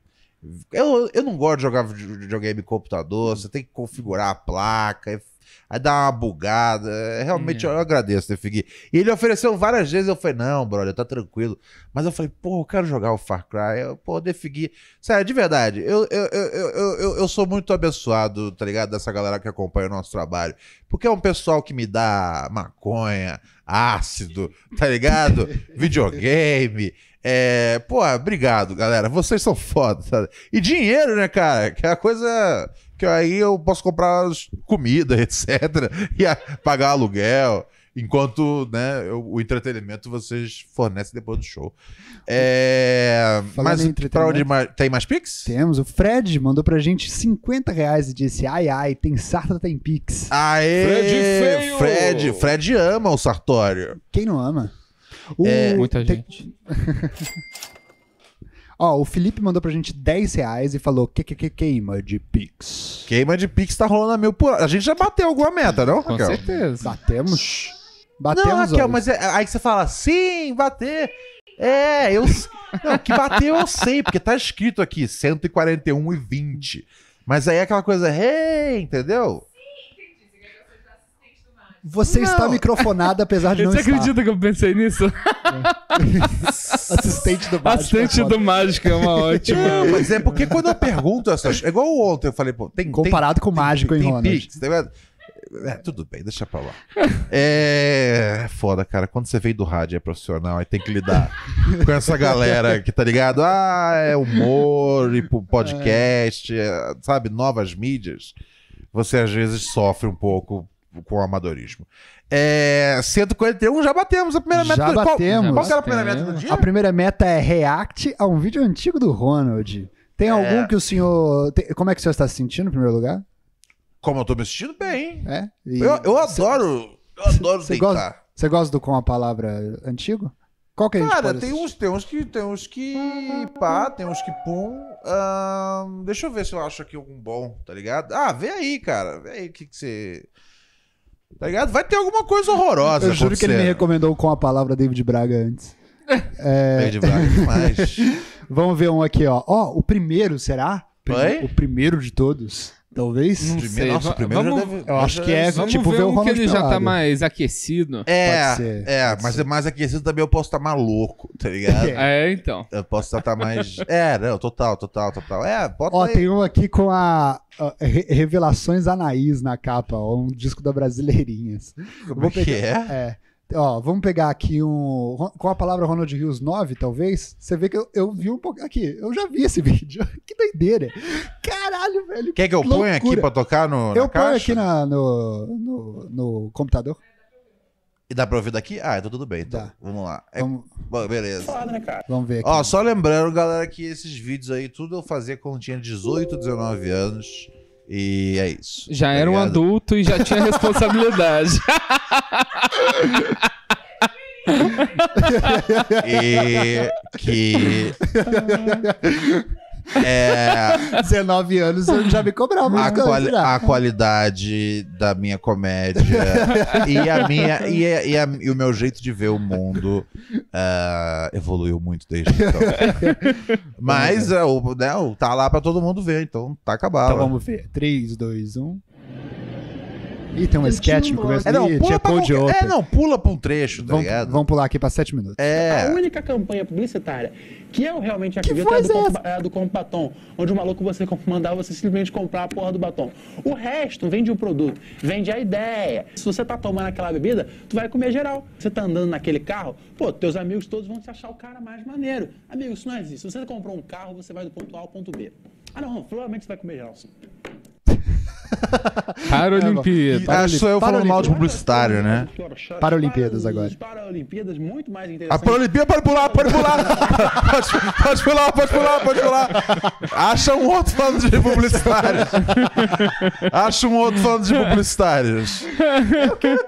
Speaker 1: Eu, eu não gosto de jogar vide- videogame em computador. Você tem que configurar a placa. é aí- Aí dá uma bugada. É, Realmente,
Speaker 3: É.
Speaker 1: eu agradeço, Defigui. E ele ofereceu várias vezes. Eu falei, não, brother, tá tranquilo. Mas eu falei, pô, eu quero jogar o Far Cry. Eu, pô, Defigui. Sério, de verdade, eu, eu, eu, eu, eu- eu, eu sou muito abençoado, tá ligado? Dessa galera que acompanha o nosso trabalho. Porque é um pessoal que me dá maconha, ácido, tá ligado? Videogame. É, pô, obrigado, galera. Vocês são foda. tá? E dinheiro, né, cara? Que é a coisa que aí eu posso comprar as- comida, etc. E a- pagar aluguel. Enquanto né, eu- o entretenimento vocês fornecem depois do show. É,
Speaker 2: Falando
Speaker 1: mas
Speaker 2: em
Speaker 1: pra
Speaker 2: entretenimento-
Speaker 1: onde mais, tem mais Pix?
Speaker 2: Temos, o Fred mandou pra gente 50 reais e disse: ai, ai, tem sarta, tem pix.
Speaker 1: Aê!
Speaker 3: Fred feio!
Speaker 1: Fred, Fred ama o Sartório. É,
Speaker 2: Quem não ama? O,
Speaker 3: Muita
Speaker 2: Uh, tem-
Speaker 3: gente.
Speaker 2: Ó, o Felipe mandou pra gente 10 reais e falou: que que que queima de pix.
Speaker 1: Queima de Pix tá rolando a mil por hora. A gente já bateu alguma meta, não,
Speaker 3: Com
Speaker 1: Raquel?
Speaker 3: certeza.
Speaker 2: Batemos? Batemos.
Speaker 1: Não, Raquel,
Speaker 2: olha.
Speaker 1: mas é- aí que você fala, sim, bater. É, eu. Não, que bateu eu sei, porque tá escrito aqui 141,20. Mas aí é aquela coisa, hey, entendeu?
Speaker 2: Você está
Speaker 1: Não.
Speaker 2: microfonada, apesar de não
Speaker 3: Você
Speaker 2: estar.
Speaker 3: acredita que eu pensei nisso?
Speaker 2: Assistente do Batman.
Speaker 3: Bastante do Mágico é uma ótima.
Speaker 1: Não, mas é porque quando eu pergunto essas. É igual ontem, eu falei, pô, tem. tem-
Speaker 2: Comparado com o mágico, né? hein,
Speaker 1: tem
Speaker 2: Ronald?
Speaker 1: Pix, tá ligado? É, tudo bem, deixa pra lá. É é foda, cara. Quando você veio do rádio e é profissional, aí tem que lidar com essa galera que tá ligado. Ah, é humor, e pro podcast, é, sabe, novas mídias. Você às vezes sofre um pouco com o amadorismo. É, 141 já batemos a primeira meta
Speaker 2: Já
Speaker 1: do qual-
Speaker 2: batemos.
Speaker 1: Qual, que era a primeira meta do dia?
Speaker 2: A primeira meta é react a um vídeo antigo do Ronald.
Speaker 1: É.
Speaker 2: Tem algum que o senhor. tem- Como é que o senhor está se sentindo, em primeiro lugar?
Speaker 1: Como eu tô me assistindo bem.
Speaker 2: É? E-
Speaker 1: Eu, eu adoro, eu adoro
Speaker 2: Você
Speaker 1: deitar.
Speaker 2: gosta- Você gosta do com a palavra antigo? Qual que a gente
Speaker 1: Cara,
Speaker 2: pode
Speaker 1: tem
Speaker 2: assistir?
Speaker 1: uns, tem uns que. Tem uns que. pá, tem uns que pum. Ahn, deixa eu ver se eu acho aqui algum bom, tá ligado? Ah, vê aí, cara. Vê aí o que que você. Tá ligado? Vai ter alguma coisa horrorosa.
Speaker 2: Eu juro que ele me
Speaker 1: um acontecendo.
Speaker 2: recomendou o com a palavra David Braga antes.
Speaker 1: Verde Braga demais.
Speaker 2: Vamos ver um aqui, ó. Ó, o primeiro, será?
Speaker 1: Oi?
Speaker 2: O primeiro de todos? Talvez?
Speaker 3: Não
Speaker 1: Primeiro-
Speaker 3: sei,
Speaker 1: nossa,
Speaker 3: va-
Speaker 1: o primeiro
Speaker 3: vamos-
Speaker 1: já deve-
Speaker 2: eu acho que é-
Speaker 3: Vamos
Speaker 2: Tipo,
Speaker 3: ver
Speaker 2: ver o
Speaker 3: um que
Speaker 2: Ronald
Speaker 3: ele já tá
Speaker 2: pelado.
Speaker 3: mais aquecido.
Speaker 1: É,
Speaker 2: Pode ser,
Speaker 1: é,
Speaker 2: pode
Speaker 1: mas
Speaker 2: ser.
Speaker 1: é mais aquecido também eu posso estar maluco, tá ligado?
Speaker 2: É.
Speaker 3: É, então.
Speaker 1: Eu posso estar mais. É, não, total, total, total. É, bota
Speaker 2: Ó,
Speaker 1: aí.
Speaker 2: tem um aqui com a, a Re- Revelações Anaís na capa, ó, um disco da Brasileirinhas.
Speaker 1: Como
Speaker 2: vou
Speaker 1: é que é?
Speaker 2: É. Ó, vamos pegar aqui um. Ro- Com a palavra Ronald Rios 9, talvez. Você vê que eu, eu vi um pouco. Aqui, eu já vi esse vídeo. Que doideira. Caralho, velho.
Speaker 1: Quer que eu ponha aqui
Speaker 2: Loucura.
Speaker 1: pra tocar no. na
Speaker 2: Eu ponho
Speaker 1: caixa?
Speaker 2: aqui na- no, no, no computador.
Speaker 1: E dá pra ouvir daqui? Ah, então tudo bem. Então,
Speaker 2: Dá.
Speaker 1: vamos lá. É-
Speaker 2: Vamos,
Speaker 1: bom, beleza.
Speaker 2: vamos ver aqui.
Speaker 1: Ó, só lembrando, galera, que esses vídeos aí, tudo eu fazia quando tinha 18, 19 anos. E é isso.
Speaker 3: Já
Speaker 1: tá
Speaker 3: era um
Speaker 1: ligado?
Speaker 3: adulto e já tinha responsabilidade.
Speaker 1: E que. é,
Speaker 2: 19 anos eu já me cobrava. né?
Speaker 1: a,
Speaker 2: umas coisas,
Speaker 1: quali-
Speaker 2: já.
Speaker 1: a qualidade da minha comédia e, a minha, e, a- e a- e o meu jeito de ver o mundo ah, evoluiu muito desde então. Mas é, o, né, o- tá lá pra todo mundo ver, então tá acabado.
Speaker 2: Então vamos ver. um. 3, 2, 1. Ih, tem um sketch no começo
Speaker 1: é, não,
Speaker 2: ali,
Speaker 1: pula
Speaker 2: tinha
Speaker 1: pra
Speaker 2: cor de
Speaker 1: qualquer-
Speaker 2: outra.
Speaker 1: é, não, pula pra um trecho, tá
Speaker 2: vamos,
Speaker 1: ligado?
Speaker 2: vamos pular aqui pra 7 minutos.
Speaker 1: É.
Speaker 7: A única campanha publicitária que eu realmente
Speaker 2: Que
Speaker 7: acredito é a
Speaker 2: voz
Speaker 7: do,
Speaker 2: é
Speaker 7: compa- é a do compra batom, onde o maluco você com- mandava você simplesmente comprar a porra do batom. O resto vende o produto, vende a ideia. Se você tá tomando aquela bebida, tu vai comer geral. Você tá andando naquele carro, pô, teus amigos todos vão te achar o cara mais maneiro. Amigo, isso não existe. Se você comprou um carro, você vai do ponto A ao ponto B. Ah não, provavelmente você vai comer geral, sim.
Speaker 3: Paralimpíada.
Speaker 1: Ah, sou eu falando mal de
Speaker 2: Paralimpíada.
Speaker 1: publicitário, né?
Speaker 2: Paralimpíadas agora.
Speaker 7: Paralimpíadas muito mais
Speaker 1: A
Speaker 7: interessantes.
Speaker 1: Paralimpíada pode
Speaker 2: Ah,
Speaker 1: pular, pode pular! pode, pode pular, pode pular, pode pular! Acha um outro falando de publicitários! Acha um outro falando de publicitários!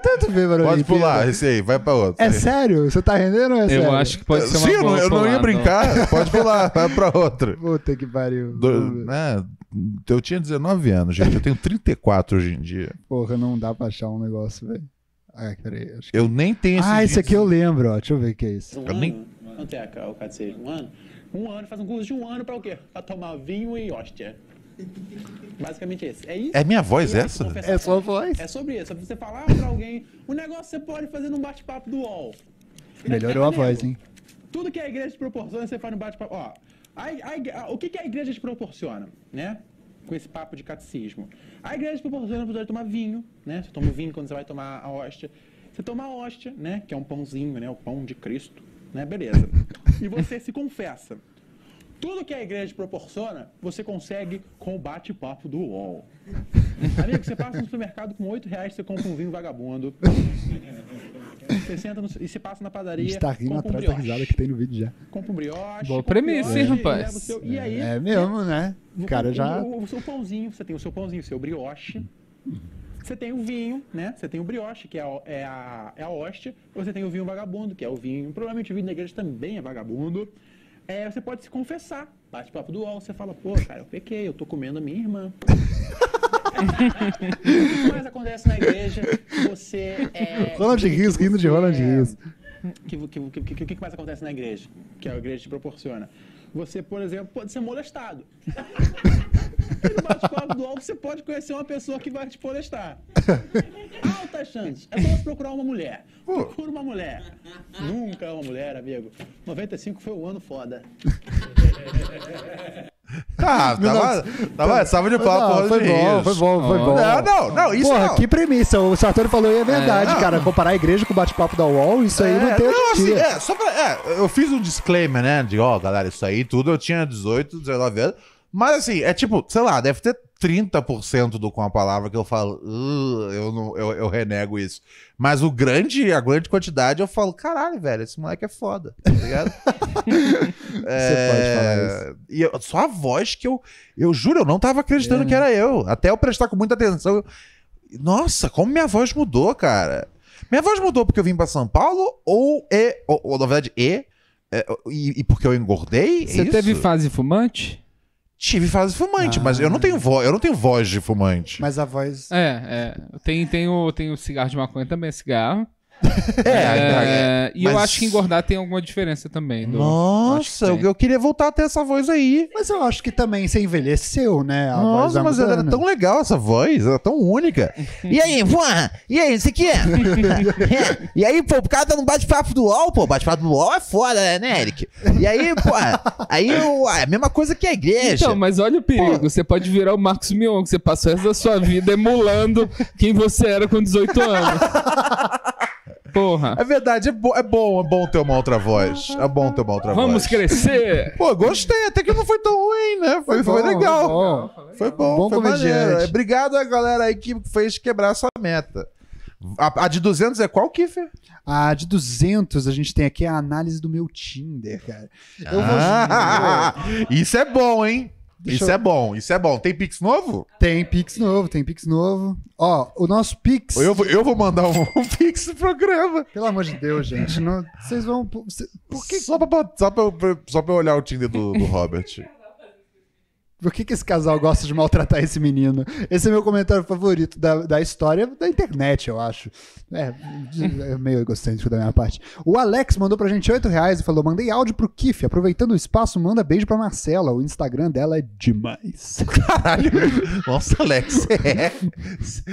Speaker 2: Tanto ver, Barulho
Speaker 1: Pode
Speaker 2: de Pedra.
Speaker 1: pular, esse aí, vai pra outro.
Speaker 2: É sério? Você tá rendendo ou é sério?
Speaker 3: Eu acho que pode ser uma
Speaker 1: Sim, eu não,
Speaker 3: boa
Speaker 1: eu não ia
Speaker 3: pulada.
Speaker 1: brincar, pode pular, vai pra outro.
Speaker 2: Puta que pariu.
Speaker 1: Do- né, eu tinha 19 anos, gente, eu tenho 34 hoje em dia.
Speaker 2: Porra, não dá pra achar um negócio, velho. Ah, peraí. Acho que...
Speaker 1: Eu nem tenho esse
Speaker 2: Ah, esse
Speaker 1: vídeo.
Speaker 2: aqui eu lembro, ó. Deixa eu ver o que é isso.
Speaker 7: Um
Speaker 1: Eu
Speaker 7: ano,
Speaker 1: nem-
Speaker 7: Quanto é a- o cacete? Um ano? Um ano, faz um curso de um ano pra o quê? Pra tomar vinho e hóstia. Basicamente esse. É isso.
Speaker 1: É minha voz
Speaker 7: E aí,
Speaker 1: essa?
Speaker 7: confessar-
Speaker 2: É sua voz.
Speaker 7: É sobre isso. É você falar pra alguém o negócio que você pode fazer num bate-papo do UOL.
Speaker 2: Melhorou a voz, hein?
Speaker 7: Tudo que a igreja te proporciona, você faz no bate-papo. Ó, a ig- a ig- a- o que, que a igreja te proporciona, né? Com esse papo de catecismo. A igreja te proporciona você tomar vinho, né? Você toma o vinho quando você vai tomar a hóstia. Você toma a hóstia, né? Que é um pãozinho, né? O pão de Cristo, né? Beleza. E você se confessa. Tudo que a igreja te proporciona, você consegue com o bate-papo do UOL. Amigo, você passa no supermercado com 8 reais, você compra um vinho vagabundo. Você senta no- e você passa na
Speaker 2: A
Speaker 7: padaria.
Speaker 2: gente tá rindo
Speaker 7: compra um
Speaker 2: atrás da
Speaker 7: brioche
Speaker 2: risada que tem no vídeo já.
Speaker 7: compra um brioche.
Speaker 3: Boa
Speaker 7: compra um
Speaker 3: premissa,
Speaker 7: brioche,
Speaker 3: hein,
Speaker 7: leva
Speaker 3: rapaz?
Speaker 7: o seu- e aí,
Speaker 2: É mesmo, né? O cara já.
Speaker 7: O, o seu pãozinho, você tem o seu pãozinho, o seu brioche. Você tem o vinho, né? Você tem o brioche, que é a, é a, é a hóstia. Ou você tem o vinho vagabundo, que é o vinho. Provavelmente o vinho da igreja também é vagabundo. É, você pode se confessar. Bate papo do UOL, você fala, pô, cara, eu pequei, eu tô comendo a minha irmã. o que mais acontece na igreja? Você é.
Speaker 2: Ronald Rios rindo de Ronald Rios.
Speaker 7: O que, que, que, que, que mais acontece na igreja? Que a igreja te proporciona. Você, por exemplo, pode ser molestado. E no bate-papo do alvo, você pode conhecer uma pessoa que vai te molestar. Alta chance. É só você procurar uma mulher. Procura uma mulher. Nunca é uma mulher, amigo. 95 foi um ano foda.
Speaker 2: tá
Speaker 1: Ah, tava, tava é salva de
Speaker 2: Não,
Speaker 1: palmas.
Speaker 2: foi bom, foi bom, foi bom.
Speaker 1: Não, não, não, isso
Speaker 2: Porra,
Speaker 1: não.
Speaker 2: que premissa. O Sartori falou e é verdade,
Speaker 1: não.
Speaker 2: cara. Comparar a igreja com o bate-papo da UOL, isso aí não
Speaker 1: É,
Speaker 2: tem
Speaker 1: não,
Speaker 2: outro
Speaker 1: assim,
Speaker 2: dia.
Speaker 1: é, só pra, é, eu fiz um disclaimer, né? De, ó, galera, isso aí tudo eu tinha 18, 19 anos. Mas assim, é tipo, sei lá, deve ter 30% do com a palavra que eu falo, "Ugh", eu, não, eu, eu renego isso. Mas o grande, a grande quantidade eu falo, caralho, velho, esse moleque é foda, tá ligado?
Speaker 2: Você pode falar
Speaker 1: isso. É, E eu- só a voz que eu, eu juro, eu não tava acreditando
Speaker 3: É.
Speaker 1: que era eu. Até eu prestar com muita atenção, eu, nossa, como minha voz mudou, cara. Minha voz mudou porque eu vim pra São Paulo ou é. Ou, ou, na verdade, e. é, e, e porque eu engordei? é
Speaker 3: Você
Speaker 1: isso?
Speaker 3: teve fase fumante?
Speaker 1: Tive fase fumante,
Speaker 2: Ah.
Speaker 1: mas eu não tenho voz, eu não tenho voz de fumante.
Speaker 2: Mas a voz.
Speaker 3: É, é. Tem, tem, o, tem o cigarro de maconha também, é cigarro.
Speaker 1: É,
Speaker 3: É, e eu
Speaker 1: mas-
Speaker 3: acho que engordar tem alguma diferença também. do- acho que
Speaker 1: Nossa, eu,
Speaker 3: tem.
Speaker 1: eu queria voltar a ter essa voz aí.
Speaker 2: Mas eu acho que também você envelheceu, né? A voz
Speaker 1: Nossa,
Speaker 2: da
Speaker 1: mas ela era tão legal essa voz, era tão única. E aí, porra? E aí, isso aqui é? É. E aí, pô, o cara tá no bate-papo do UOL, pô, bate-papo do UOL é foda, né, Eric? E aí, pô, aí eu- é a mesma coisa que a igreja.
Speaker 3: Então, mas olha o perigo. Você pode virar o Marcos Mion, que você passou o resto da sua vida emulando quem você era com 18 anos. Porra.
Speaker 1: É verdade, é, bo- é bom, é bom ter uma outra voz. É bom ter uma outra
Speaker 3: Vamos
Speaker 1: voz.
Speaker 3: crescer!
Speaker 1: Pô, gostei, até que não foi tão ruim, né? Foi, foi
Speaker 2: bom,
Speaker 1: legal.
Speaker 2: bom.
Speaker 1: Foi bom,
Speaker 2: Bom
Speaker 1: foi
Speaker 2: comediante.
Speaker 1: maneiro. Obrigado a galera aí que fez quebrar essa meta. A, a de 200 é qual, Kiffer?
Speaker 2: A de 200 a gente tem aqui a análise do meu Tinder, cara. Eu
Speaker 1: Ah,
Speaker 2: vou...
Speaker 1: isso é bom, hein?
Speaker 2: Deixa
Speaker 1: isso
Speaker 2: eu-
Speaker 1: é bom, isso é bom. Tem Pix novo?
Speaker 2: Tem Pix novo, tem Pix novo. Ó, o nosso Pix...
Speaker 1: Eu, vou- eu vou mandar um, um Pix no programa.
Speaker 2: Pelo amor de Deus, gente. não- Vocês vão... cê- Por que,
Speaker 1: Só pra, bot- só, pra, eu- só pra eu olhar o Tinder do, do Robert.
Speaker 2: por que, que esse casal gosta de maltratar esse menino? Esse é meu comentário favorito da, da história da internet, eu acho. É, de- é meio egocêntrico da minha parte. O Alex mandou pra gente 8 reais e falou: mandei áudio pro Kif. Aproveitando o espaço, manda beijo pra Marcela. O Instagram dela é demais.
Speaker 1: Caralho. Nossa, Alex, você é,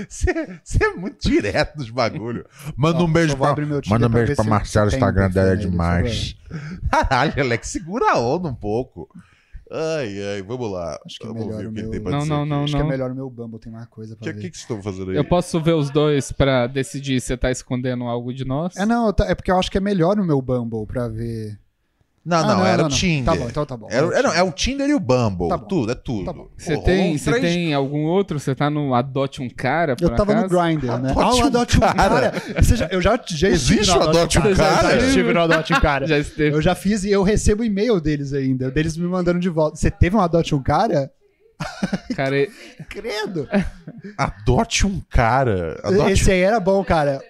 Speaker 1: você- você é muito direto nos bagulho. Manda
Speaker 2: Ó,
Speaker 1: um beijo
Speaker 2: só vou
Speaker 1: pra,
Speaker 2: abrir meu Tinder
Speaker 1: manda um
Speaker 2: pra
Speaker 1: beijo
Speaker 2: ver
Speaker 1: pra
Speaker 2: se
Speaker 1: Marcelo, o
Speaker 2: tem
Speaker 1: Instagram
Speaker 2: perfil
Speaker 1: dela é
Speaker 2: nele, por
Speaker 1: demais. Caralho, Alex, segura a onda um pouco. Ai, ai, vamos lá.
Speaker 2: Acho que é
Speaker 1: vamos
Speaker 2: melhor
Speaker 1: ver o
Speaker 2: o
Speaker 1: que ele
Speaker 2: meu-
Speaker 1: tem pra
Speaker 3: Não,
Speaker 1: dizer.
Speaker 3: não, não,
Speaker 2: Acho que é
Speaker 3: não.
Speaker 2: melhor o meu Bumble, tem mais coisa
Speaker 1: O
Speaker 2: pra
Speaker 1: que,
Speaker 2: ver.
Speaker 1: que, tá que vocês estão fazendo aí?
Speaker 3: Eu posso ver os dois pra decidir se você tá escondendo algo de nós?
Speaker 2: É, não, eu tá- é porque eu acho que é melhor o meu Bumble pra ver.
Speaker 1: Não,
Speaker 2: Ah,
Speaker 1: não, era o Tinder.
Speaker 2: Tá bom, então tá bom.
Speaker 1: Era- é, não, é o Tinder e o Bumble.
Speaker 2: Tá bom.
Speaker 1: tudo, é tudo.
Speaker 2: Tá bom.
Speaker 3: Você
Speaker 1: Pô,
Speaker 3: tem,
Speaker 1: rolou
Speaker 3: você
Speaker 1: três-
Speaker 3: tem algum outro? Você tá no Adote um Cara, por
Speaker 2: Eu tava no
Speaker 3: acaso?
Speaker 2: Grindr, né?
Speaker 1: Adote um
Speaker 2: Adote um
Speaker 1: cara.
Speaker 2: Você já- eu já, já estive
Speaker 1: Existe
Speaker 2: no
Speaker 1: o Adote um cara?
Speaker 2: Já estive no Adote um cara.
Speaker 3: Já esteve.
Speaker 2: Eu já fiz e eu recebo e-mail deles ainda, deles me mandando de volta. Você teve um Adote um cara?
Speaker 3: Cara, e-
Speaker 2: Credo.
Speaker 1: Adote um cara. Adote
Speaker 2: Esse aí era bom, cara.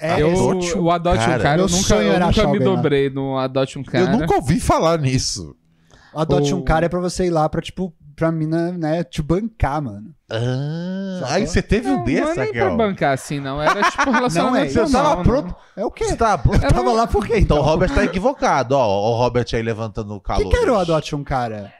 Speaker 2: É,
Speaker 3: eu,
Speaker 2: esse-
Speaker 1: Adote um
Speaker 3: o Adote um
Speaker 1: Cara.
Speaker 3: Cara, eu
Speaker 2: Meu
Speaker 3: nunca,
Speaker 2: sonho
Speaker 3: eu
Speaker 2: era
Speaker 3: nunca
Speaker 2: achar
Speaker 3: me
Speaker 2: alguém lá.
Speaker 3: dobrei no Adote um Cara.
Speaker 1: Eu nunca ouvi falar nisso.
Speaker 2: Adote um
Speaker 3: o-
Speaker 2: cara é pra você ir lá pra, tipo, pra mina, né, te bancar, mano.
Speaker 1: Ah,
Speaker 2: Sacou?
Speaker 1: aí você teve
Speaker 3: Não,
Speaker 1: um
Speaker 3: não
Speaker 1: desse,
Speaker 3: é nem pra
Speaker 1: Raquel. é?
Speaker 3: bancar assim, não. Era tipo um relacionamento
Speaker 2: Você
Speaker 3: normal,
Speaker 1: tava
Speaker 3: né?
Speaker 1: pronto-
Speaker 2: É o quê?
Speaker 1: Você tá bom.
Speaker 2: Eu tava lá por quê, então?
Speaker 1: Então o Robert tá equivocado, ó. ó, O Robert aí levantando o
Speaker 2: O
Speaker 1: calor.
Speaker 2: que, que era o Adote um cara?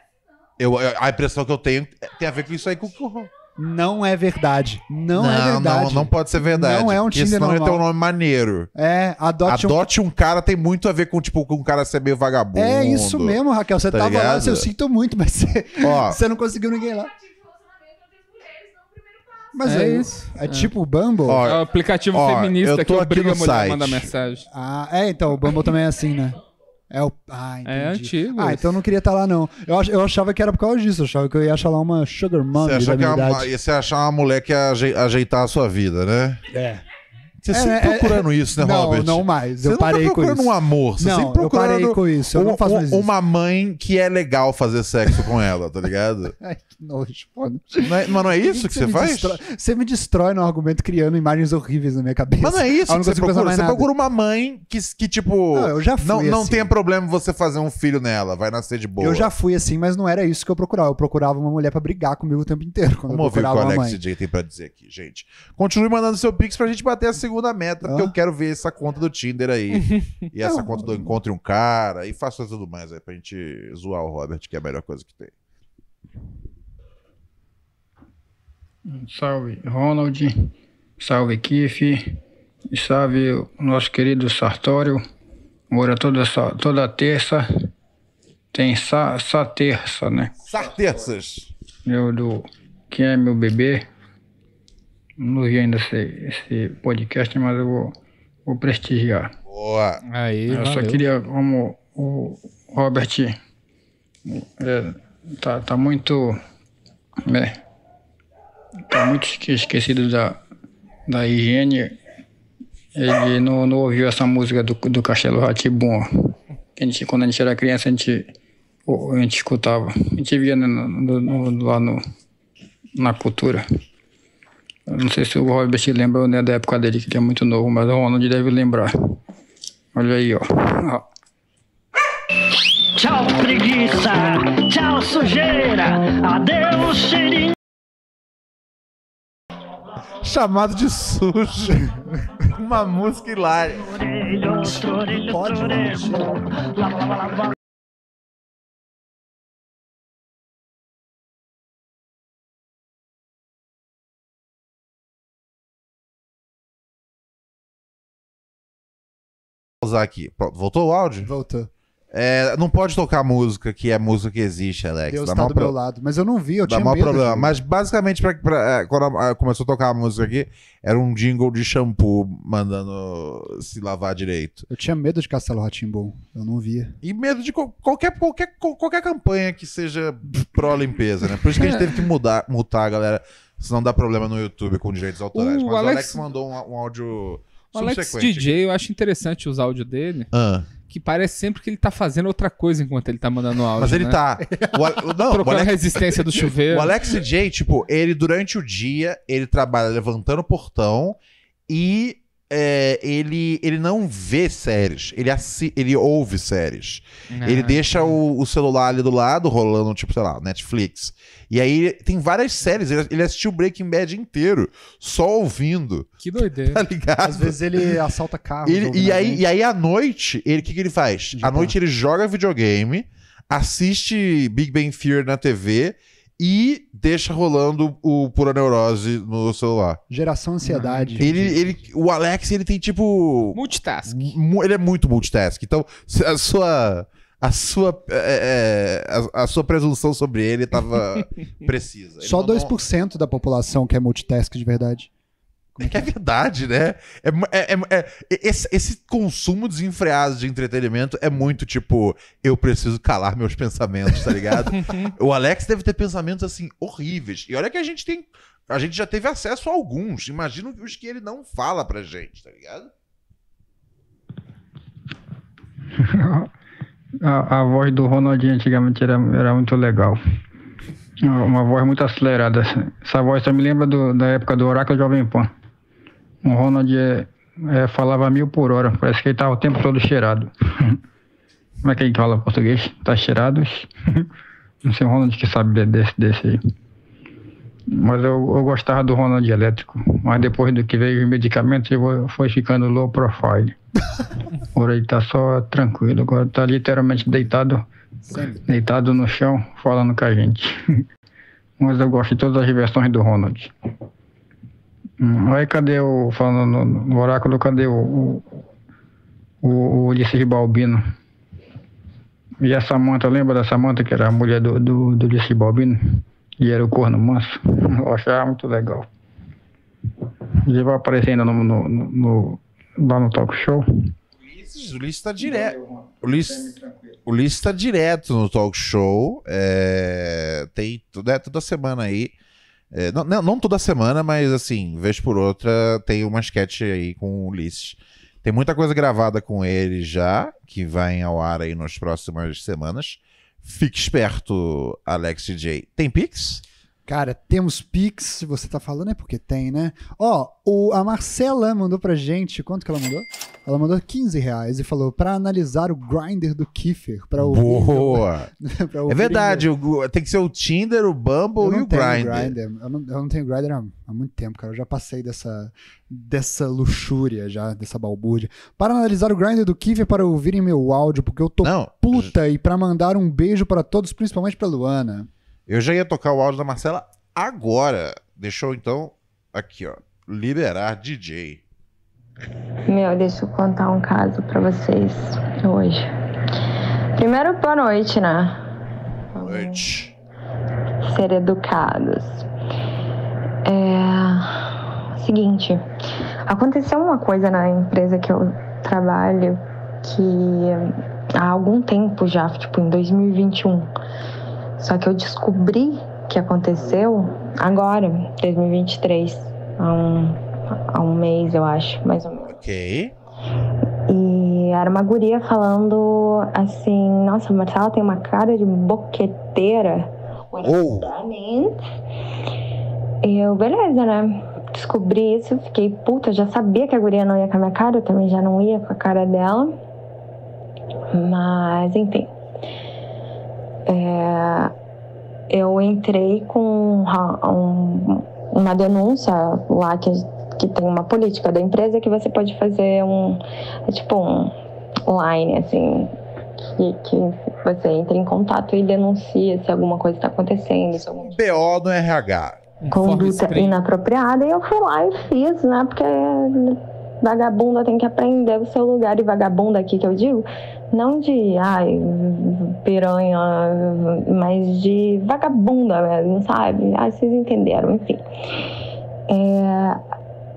Speaker 1: Eu, eu- a impressão que eu tenho é- tem a ver com isso aí com o Robert.
Speaker 2: Não é verdade. Não, é
Speaker 1: não,
Speaker 2: verdade.
Speaker 1: não pode ser verdade.
Speaker 2: Não é um
Speaker 1: porque
Speaker 2: Tinder
Speaker 1: senão ia ter um
Speaker 2: normal.
Speaker 1: nome maneiro.
Speaker 2: É, adote, um.
Speaker 1: Adote um cara tem muito a ver com, tipo, com um cara ser meio vagabundo.
Speaker 2: É isso mesmo, Raquel. Você
Speaker 1: Tá
Speaker 2: tava lá,
Speaker 1: ligado?
Speaker 2: você- eu sinto muito, mas você,
Speaker 1: Ó,
Speaker 2: você não conseguiu ninguém lá.
Speaker 4: Aplicativo de relacionamento entre as mulheres, não o primeiro passo.
Speaker 2: Mas
Speaker 3: É
Speaker 2: é,
Speaker 3: isso.
Speaker 2: isso. É, tipo o Bumble?
Speaker 1: Ó,
Speaker 3: É um aplicativo
Speaker 1: Ó, eu
Speaker 3: feminista que
Speaker 1: tô aqui
Speaker 3: obriga a
Speaker 1: no
Speaker 3: mulher
Speaker 1: site.
Speaker 3: a mandar mensagem.
Speaker 2: Ah, é, então, o Bumble também é assim, né? É o. Ah, entendi.
Speaker 3: É antigo.
Speaker 2: Ah, então eu não queria estar lá, não. Eu, ach- eu achava que era por causa disso. Eu achava que eu ia achar lá uma Sugar Mommy
Speaker 1: você,
Speaker 2: da
Speaker 1: achar que
Speaker 2: minha
Speaker 1: é uma,
Speaker 2: idade.
Speaker 1: você achar uma mulher que ia aje- ajeitar a sua vida, né?
Speaker 2: É.
Speaker 1: Você
Speaker 2: É,
Speaker 1: sempre
Speaker 2: é,
Speaker 1: procurando isso, né,
Speaker 2: Não,
Speaker 1: Robert?
Speaker 2: não mais.
Speaker 1: Você
Speaker 2: Eu
Speaker 1: não tá
Speaker 2: parei com
Speaker 1: procurando
Speaker 2: isso.
Speaker 1: um amor, você
Speaker 2: não,
Speaker 1: sempre
Speaker 2: eu
Speaker 1: procurando
Speaker 2: parei com isso. Eu
Speaker 1: um-
Speaker 2: não faço
Speaker 1: um-
Speaker 2: mais isso.
Speaker 1: uma mãe que é legal fazer sexo com ela, tá ligado?
Speaker 2: Ai, que nojo, foda.
Speaker 1: Não é- mas não é isso que você
Speaker 2: me
Speaker 1: faz?
Speaker 2: destrói- Você me destrói no argumento criando imagens horríveis na minha cabeça.
Speaker 1: Mas não é isso
Speaker 2: Eu não
Speaker 1: que você
Speaker 2: consigo pensar
Speaker 1: procura.
Speaker 2: mais
Speaker 1: Você
Speaker 2: nada.
Speaker 1: procura uma mãe que, que tipo,
Speaker 2: Não, eu já fui
Speaker 1: não, não
Speaker 2: assim.
Speaker 1: tenha problema você fazer um filho nela, vai nascer de boa.
Speaker 2: Eu já fui assim, mas não era isso que eu procurava. Eu procurava uma mulher pra brigar comigo o tempo inteiro quando
Speaker 1: Vamos
Speaker 2: eu
Speaker 1: ouvir o que
Speaker 2: procurava
Speaker 1: o
Speaker 2: uma
Speaker 1: Alex
Speaker 2: mãe.
Speaker 1: DJ tem pra dizer aqui, gente. Continue mandando seu pix pra gente bater a segunda meta, porque
Speaker 2: Ah.
Speaker 1: eu quero ver essa conta do Tinder aí. e essa conta do Encontre um Cara, e faça tudo mais aí pra gente zoar o Robert, que é a melhor coisa que tem.
Speaker 8: Hum, Salve Ronald, salve Kiff, e salve o nosso querido Sartório. Mora toda, sa- toda terça, tem sa, sa terça, né?
Speaker 1: Sarterças!
Speaker 8: Eu do Quem é Meu Bebê. Não vi ainda esse, esse podcast, mas eu vou, vou prestigiar.
Speaker 1: Boa!
Speaker 3: Aí,
Speaker 8: Eu só
Speaker 3: valeu.
Speaker 8: queria, como o Robert é, tá, tá muito. né, tá muito esque- esquecido da, da higiene. Ele não, não ouviu essa música do, do Castelo Ratibum. A gente, quando a gente era criança, a gente, o- a gente escutava. A gente via no- no- no- lá no, na cultura. Eu não sei se o Robert lembra né, da época dele, que ele é muito novo, mas o Ronald deve lembrar. Olha aí, ó. Ó.
Speaker 5: Tchau, preguiça. Tchau, sujeira. Adeus, cheirinho.
Speaker 1: Chamado de sujo.
Speaker 2: Ah.
Speaker 1: Uma música hilária.
Speaker 5: Orelho, orelho,
Speaker 2: Pode,
Speaker 5: orelho. Lava, lava, lava.
Speaker 1: Vou usar aqui. Pronto, voltou o áudio?
Speaker 2: Voltou.
Speaker 1: É, não pode tocar música que é música que existe, Alex.
Speaker 2: Deus
Speaker 1: dá
Speaker 2: tá
Speaker 1: maior
Speaker 2: do
Speaker 1: pro-
Speaker 2: meu lado. Mas eu não vi, eu
Speaker 1: Dá
Speaker 2: tinha
Speaker 1: maior
Speaker 2: medo.
Speaker 1: problema.
Speaker 2: de-
Speaker 1: Mas basicamente, pra, pra- é, quando a- começou a tocar a música aqui, era um jingle de shampoo mandando se lavar direito.
Speaker 2: Eu tinha medo de Castelo Ratimbom. Eu não via.
Speaker 1: E medo de co- qualquer, qualquer, co- qualquer campanha que seja pró-limpeza, né? Por isso que a gente teve que mudar, mutar a galera. senão dá problema no YouTube com direitos autorais.
Speaker 3: O
Speaker 1: Mas o Alex
Speaker 3: Alex
Speaker 1: mandou um, um áudio
Speaker 3: O Alex
Speaker 1: subsequente.
Speaker 3: DJ, eu acho interessante os áudios dele,
Speaker 1: Ah.
Speaker 3: que parece sempre que ele tá fazendo outra coisa enquanto ele tá mandando áudio.
Speaker 1: Mas ele
Speaker 3: né?
Speaker 1: tá. O, Al- não, o
Speaker 3: Trocando a
Speaker 1: Alex,
Speaker 3: resistência do chuveiro.
Speaker 1: o Alex DJ, tipo, ele durante o dia, ele trabalha levantando o portão e é, ele, ele não vê séries. Ele, assi, ele ouve séries.
Speaker 3: Ah,
Speaker 1: Ele deixa o, o celular ali do lado, rolando, tipo, sei lá, Netflix. E aí tem várias séries. Ele, ele assistiu Breaking Bad inteiro, só ouvindo,
Speaker 3: Que doideira.
Speaker 1: tá ligado?
Speaker 2: Às vezes ele assalta carro.
Speaker 1: Ele- e, aí, e aí, à noite, ele- o que, que ele faz?
Speaker 2: De
Speaker 1: à
Speaker 2: boa.
Speaker 1: noite, ele joga videogame, assiste Big Bang Theory na TV e deixa rolando o Pura Neurose no celular.
Speaker 2: Geração ansiedade.
Speaker 1: Ele, ele, o Alex, ele tem tipo.
Speaker 3: Multitask.
Speaker 1: mu- Ele é muito multitask. Então, se a sua. A sua, é, é, a, a sua presunção sobre ele tava precisa. Ele
Speaker 2: Só
Speaker 1: mandou um-
Speaker 2: 2% da população que é multitask de verdade.
Speaker 1: É verdade, né? É mu- é- é- é- esse, esse consumo desenfreado de entretenimento é muito tipo, eu preciso calar meus pensamentos, tá ligado? o Alex deve ter pensamentos assim horríveis. E olha que a gente tem. A gente já teve acesso a alguns. Imagino que os que ele não fala pra gente, tá ligado?
Speaker 8: A, a voz do Ronaldinho antigamente era, era muito legal. Uma uma voz muito acelerada. Essa- Essa voz só me lembra do- da época do Oráculo Jovem Pan. O Ronald é- é, falava mil por hora, parece que ele estava o tempo todo cheirado. Como é que ele fala em português? Tá cheirados? Não sei o Ronald que sabe desse, desse aí. Mas eu, eu gostava do Ronald elétrico. Mas depois do que veio os medicamentos, eu vou- foi ficando low profile. Agora ele tá só tranquilo, agora tá literalmente deitado, deitado no chão, falando com a gente. Mas eu gosto de todas as versões do Ronald. Hum, Aí cadê o. Falando no, no oráculo, cadê o. O, o, o Ulisses Balbino? E a Samanta, lembra da Samanta que era a mulher do, do, do Ulisses Balbino? E era o corno manso? Eu achava muito legal. Ele vai aparecer ainda no, no, no- no- lá no talk show.
Speaker 1: Ulisses, Ulisses tá direto. Ulisses, Ulisses tá direto no talk show. é, tem tudo, é, toda semana aí. É, não, não, não toda semana, mas assim, vez por outra, tem uma sketch aí com o Ulisses. Tem muita coisa gravada com ele já, que vai ao ar aí nas próximas semanas. Fique esperto, Alex DJ. Tem Pix?
Speaker 2: Cara, temos Pix, se você tá falando é porque tem, né? Ó, o, a Marcela mandou pra gente, quanto que ela mandou? Ela mandou 15 reais e falou pra analisar o grinder do Kiefer. Pra ouvir,
Speaker 1: Boa!
Speaker 2: pra
Speaker 1: É
Speaker 2: ouvir-
Speaker 1: verdade, o Gu- tem que ser o Tinder,
Speaker 2: Tá
Speaker 1: o
Speaker 2: Eu
Speaker 1: Bumble e
Speaker 2: não
Speaker 1: o
Speaker 2: tenho
Speaker 1: Grindr.
Speaker 2: Grindr. Eu, não, eu não tenho Grindr há, há muito tempo, cara. Eu já passei dessa, dessa luxúria já, dessa balbúrdia. Para analisar o Grindr do Kiefer para ouvirem meu áudio, porque eu tô
Speaker 1: Não,
Speaker 2: puta e pra mandar um beijo pra todos, principalmente pra Luana.
Speaker 1: Eu já ia tocar o áudio da Marcela agora. Deixa eu então aqui, ó, liberar DJ.
Speaker 9: Meu, deixa eu contar um caso pra vocês hoje. Primeiro, boa noite, né?
Speaker 1: Boa Noite.
Speaker 9: Ser educados. É. Seguinte, aconteceu uma coisa na empresa que eu trabalho que há algum tempo já, tipo em 2021. Só que eu descobri que aconteceu agora, 2023, há um, há um mês, eu acho, mais ou menos.
Speaker 1: Ok.
Speaker 9: E era uma guria falando assim: Nossa, a Marcela tem uma cara de boqueteira.
Speaker 1: Ou.
Speaker 9: Eu, beleza, né? Descobri isso, fiquei puta, já sabia que a guria não ia com a minha cara, eu também já não ia com a cara dela. Mas, enfim. É, eu entrei com ra- um- uma denúncia lá que, que tem uma política da empresa que você pode fazer um. É tipo um line, assim. Que, que você entra em contato e denuncia se alguma coisa está acontecendo, se algum
Speaker 1: BO no RH.
Speaker 3: Um form
Speaker 9: conduta
Speaker 3: screen.
Speaker 9: inapropriada e eu fui lá e fiz, né? Porque vagabunda tem que aprender o seu lugar e vagabunda aqui que eu digo, não de ai, piranha, mas de vagabunda mesmo, sabe? Ah, vocês entenderam, enfim. É,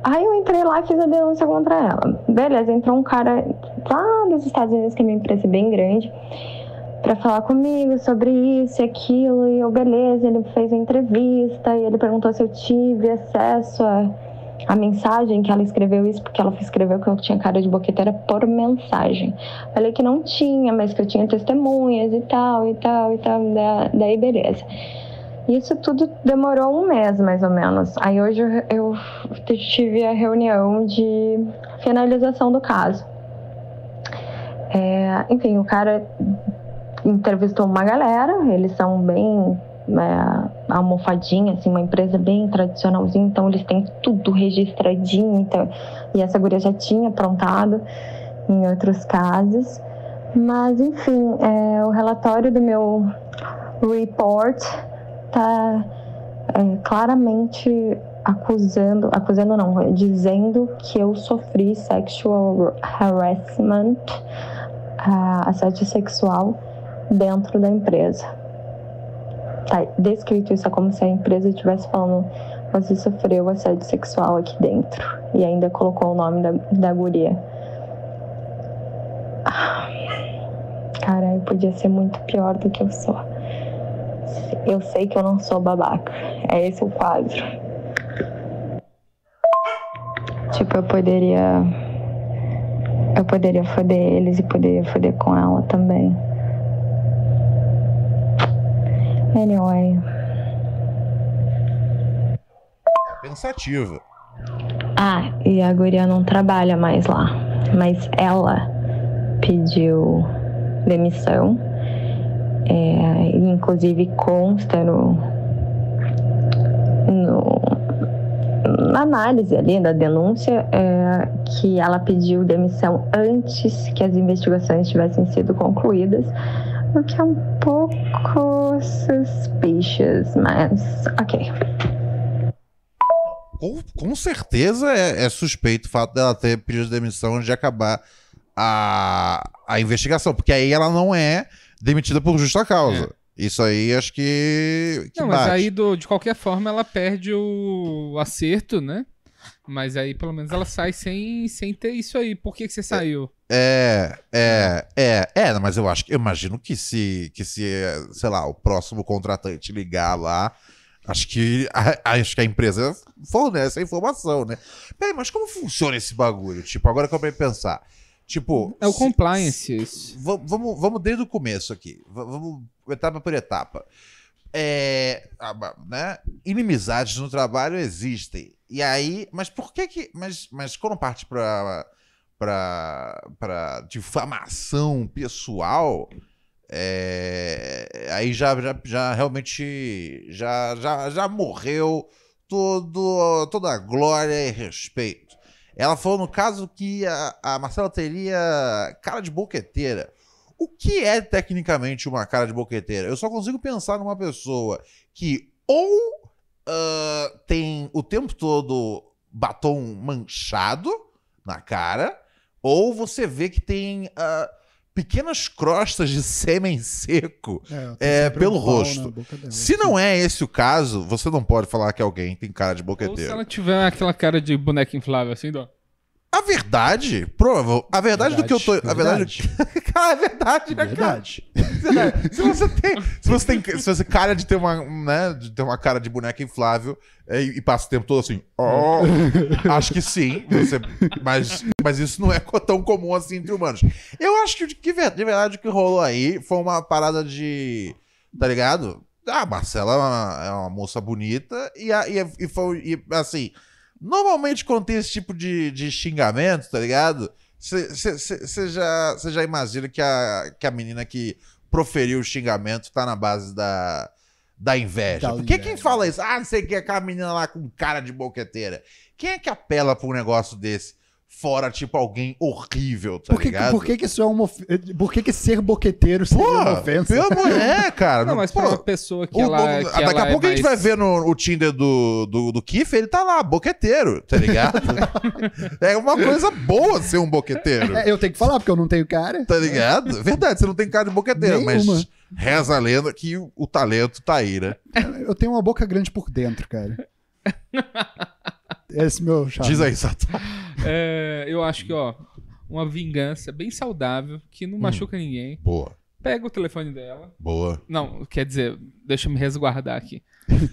Speaker 9: Aí eu entrei lá e fiz a denúncia contra ela. Beleza, entrou um cara lá dos Estados Unidos, que é uma empresa bem grande, para falar comigo sobre isso e aquilo. E eu, beleza, ele fez a entrevista e ele perguntou se eu tive acesso a, a mensagem que ela escreveu isso, porque ela escreveu que eu tinha cara de boqueteira por mensagem. Falei que não tinha, mas que eu tinha testemunhas e tal, e tal, e tal. Da- Daí, beleza. Isso tudo demorou um mês, mais ou menos. Aí hoje eu- eu t- tive a reunião de finalização do caso. É, enfim, o cara entrevistou uma galera, eles são bem é, almofadinha, assim, uma empresa bem tradicionalzinha, então eles têm tudo registradinho, então, e essa guria já tinha aprontado em outros casos. Mas, enfim, é, o relatório do meu report tá é, claramente acusando, acusando não, é, dizendo que eu sofri sexual harassment, ah, assédio sexual dentro da empresa. Tá descrito isso é como se a empresa estivesse falando você sofreu assédio sexual aqui dentro e ainda colocou o nome da, da guria. Ah, Caralho, podia ser muito pior do que eu sou. Eu sei que eu não sou babaca. É esse o quadro. Tipo, eu poderia. Eu poderia foder eles e poderia foder com ela também. Anyway.
Speaker 1: Pensativa.
Speaker 9: Ah, e a guria não trabalha mais lá. Mas ela pediu demissão. É, e inclusive consta no, no- na análise ali da denúncia é, que ela pediu demissão antes que as investigações tivessem sido concluídas. O que é um pouco suspicious, mas ok.
Speaker 1: Com, com certeza é, é suspeito o fato dela ter pedido demissão antes de acabar a, a investigação, porque aí ela não é demitida por justa causa. Isso aí acho que. que
Speaker 3: É. Não, mas
Speaker 1: bate.
Speaker 3: aí do- de qualquer forma ela perde o acerto, né? Mas aí pelo menos ela sai sem, sem ter isso aí. Por que, que você saiu?
Speaker 1: É, é, é, é, mas eu acho que eu imagino que se, que se, eh, sei lá, o próximo contratante ligar lá, acho que a, acho que a empresa fornece a informação, né? Peraí, mas como funciona esse bagulho? Tipo, agora que eu acabei de pensar. Tipo,
Speaker 3: É o
Speaker 1: se-
Speaker 3: compliance isso.
Speaker 1: Va- vamos, vamos desde o começo aqui. Va- Vamos etapa por etapa. É, a- ba- né? Inimizades no trabalho existem. E aí, mas por que que. Mas, mas quando parte pra, pra, pra difamação pessoal, é, aí já, já, já realmente já, já, já morreu todo, toda a glória e respeito. Ela falou no caso que a, a Marcela teria cara de boqueteira. O que é tecnicamente uma cara de boqueteira? Eu só consigo pensar numa pessoa que ou ah, tem o tempo todo batom manchado na cara, ou você vê que tem ah, pequenas crostas de sêmen seco. É, pelo rosto. Se não é esse o caso, você não pode falar que alguém tem cara de
Speaker 3: Ou se
Speaker 1: boqueteira.
Speaker 3: ela tiver aquela cara de boneca inflável assim, ó.
Speaker 1: A verdade, provável. A verdade, do que eu tô. A verdade. do que- Cara, é verdade, né, cara?
Speaker 2: Verdade.
Speaker 1: Se você tem. Se você tem. Se você cara de ter uma. Né, de ter uma cara de boneca inflável é, e, e passa o tempo todo assim. ó, acho que sim. você- mas, mas isso não é co- tão comum assim entre humanos. Eu acho que de, que ver- de verdade o que rolou aí foi uma parada de. Tá ligado? Ah, a Marcela é uma, é uma moça bonita e, a- e, e foi. E, assim. Normalmente, quando tem esse tipo de, de xingamento, tá ligado? Você já, cê já imagina que a, que a menina que proferiu o xingamento tá na base da, da
Speaker 3: É
Speaker 1: inveja.
Speaker 2: Da
Speaker 1: Porque quem
Speaker 3: né?
Speaker 2: inveja.
Speaker 1: fala isso? Ah, não sei o que, aquela menina lá com cara de boqueteira. Quem é que apela pra um negócio desse? Fora, tipo, alguém horrível, tá
Speaker 2: Por que,
Speaker 1: ligado?
Speaker 2: por que que isso é uma of... Por que que ser boqueteiro seria uma
Speaker 1: Porra,
Speaker 2: ofensa?
Speaker 1: pelo amor é, cara.
Speaker 3: Não, mas
Speaker 1: pô,
Speaker 3: pra uma pessoa que
Speaker 1: o-
Speaker 3: ela.
Speaker 1: o-
Speaker 3: que
Speaker 1: daqui
Speaker 3: ela
Speaker 1: a
Speaker 3: é
Speaker 1: pouco a gente vai
Speaker 3: mais-
Speaker 1: ver no o Tinder do, do, do Kiff, ele tá lá, boqueteiro, tá ligado? é uma coisa boa ser um boqueteiro,
Speaker 2: É, eu tenho que falar, porque eu não tenho cara.
Speaker 1: tá ligado? Verdade, você não tem cara de boqueteiro,
Speaker 2: Nenhuma.
Speaker 1: mas reza a lenda que o, o talento tá aí, né?
Speaker 2: Eu tenho uma boca grande por dentro, cara. É Esse meu charme.
Speaker 1: Diz aí, Satã.
Speaker 3: É, eu acho que, ó, uma vingança bem saudável, que não machuca ninguém.
Speaker 1: Pô,
Speaker 3: Pega o telefone dela.
Speaker 1: Hum. Boa.
Speaker 3: Não, quer dizer, deixa eu me resguardar aqui.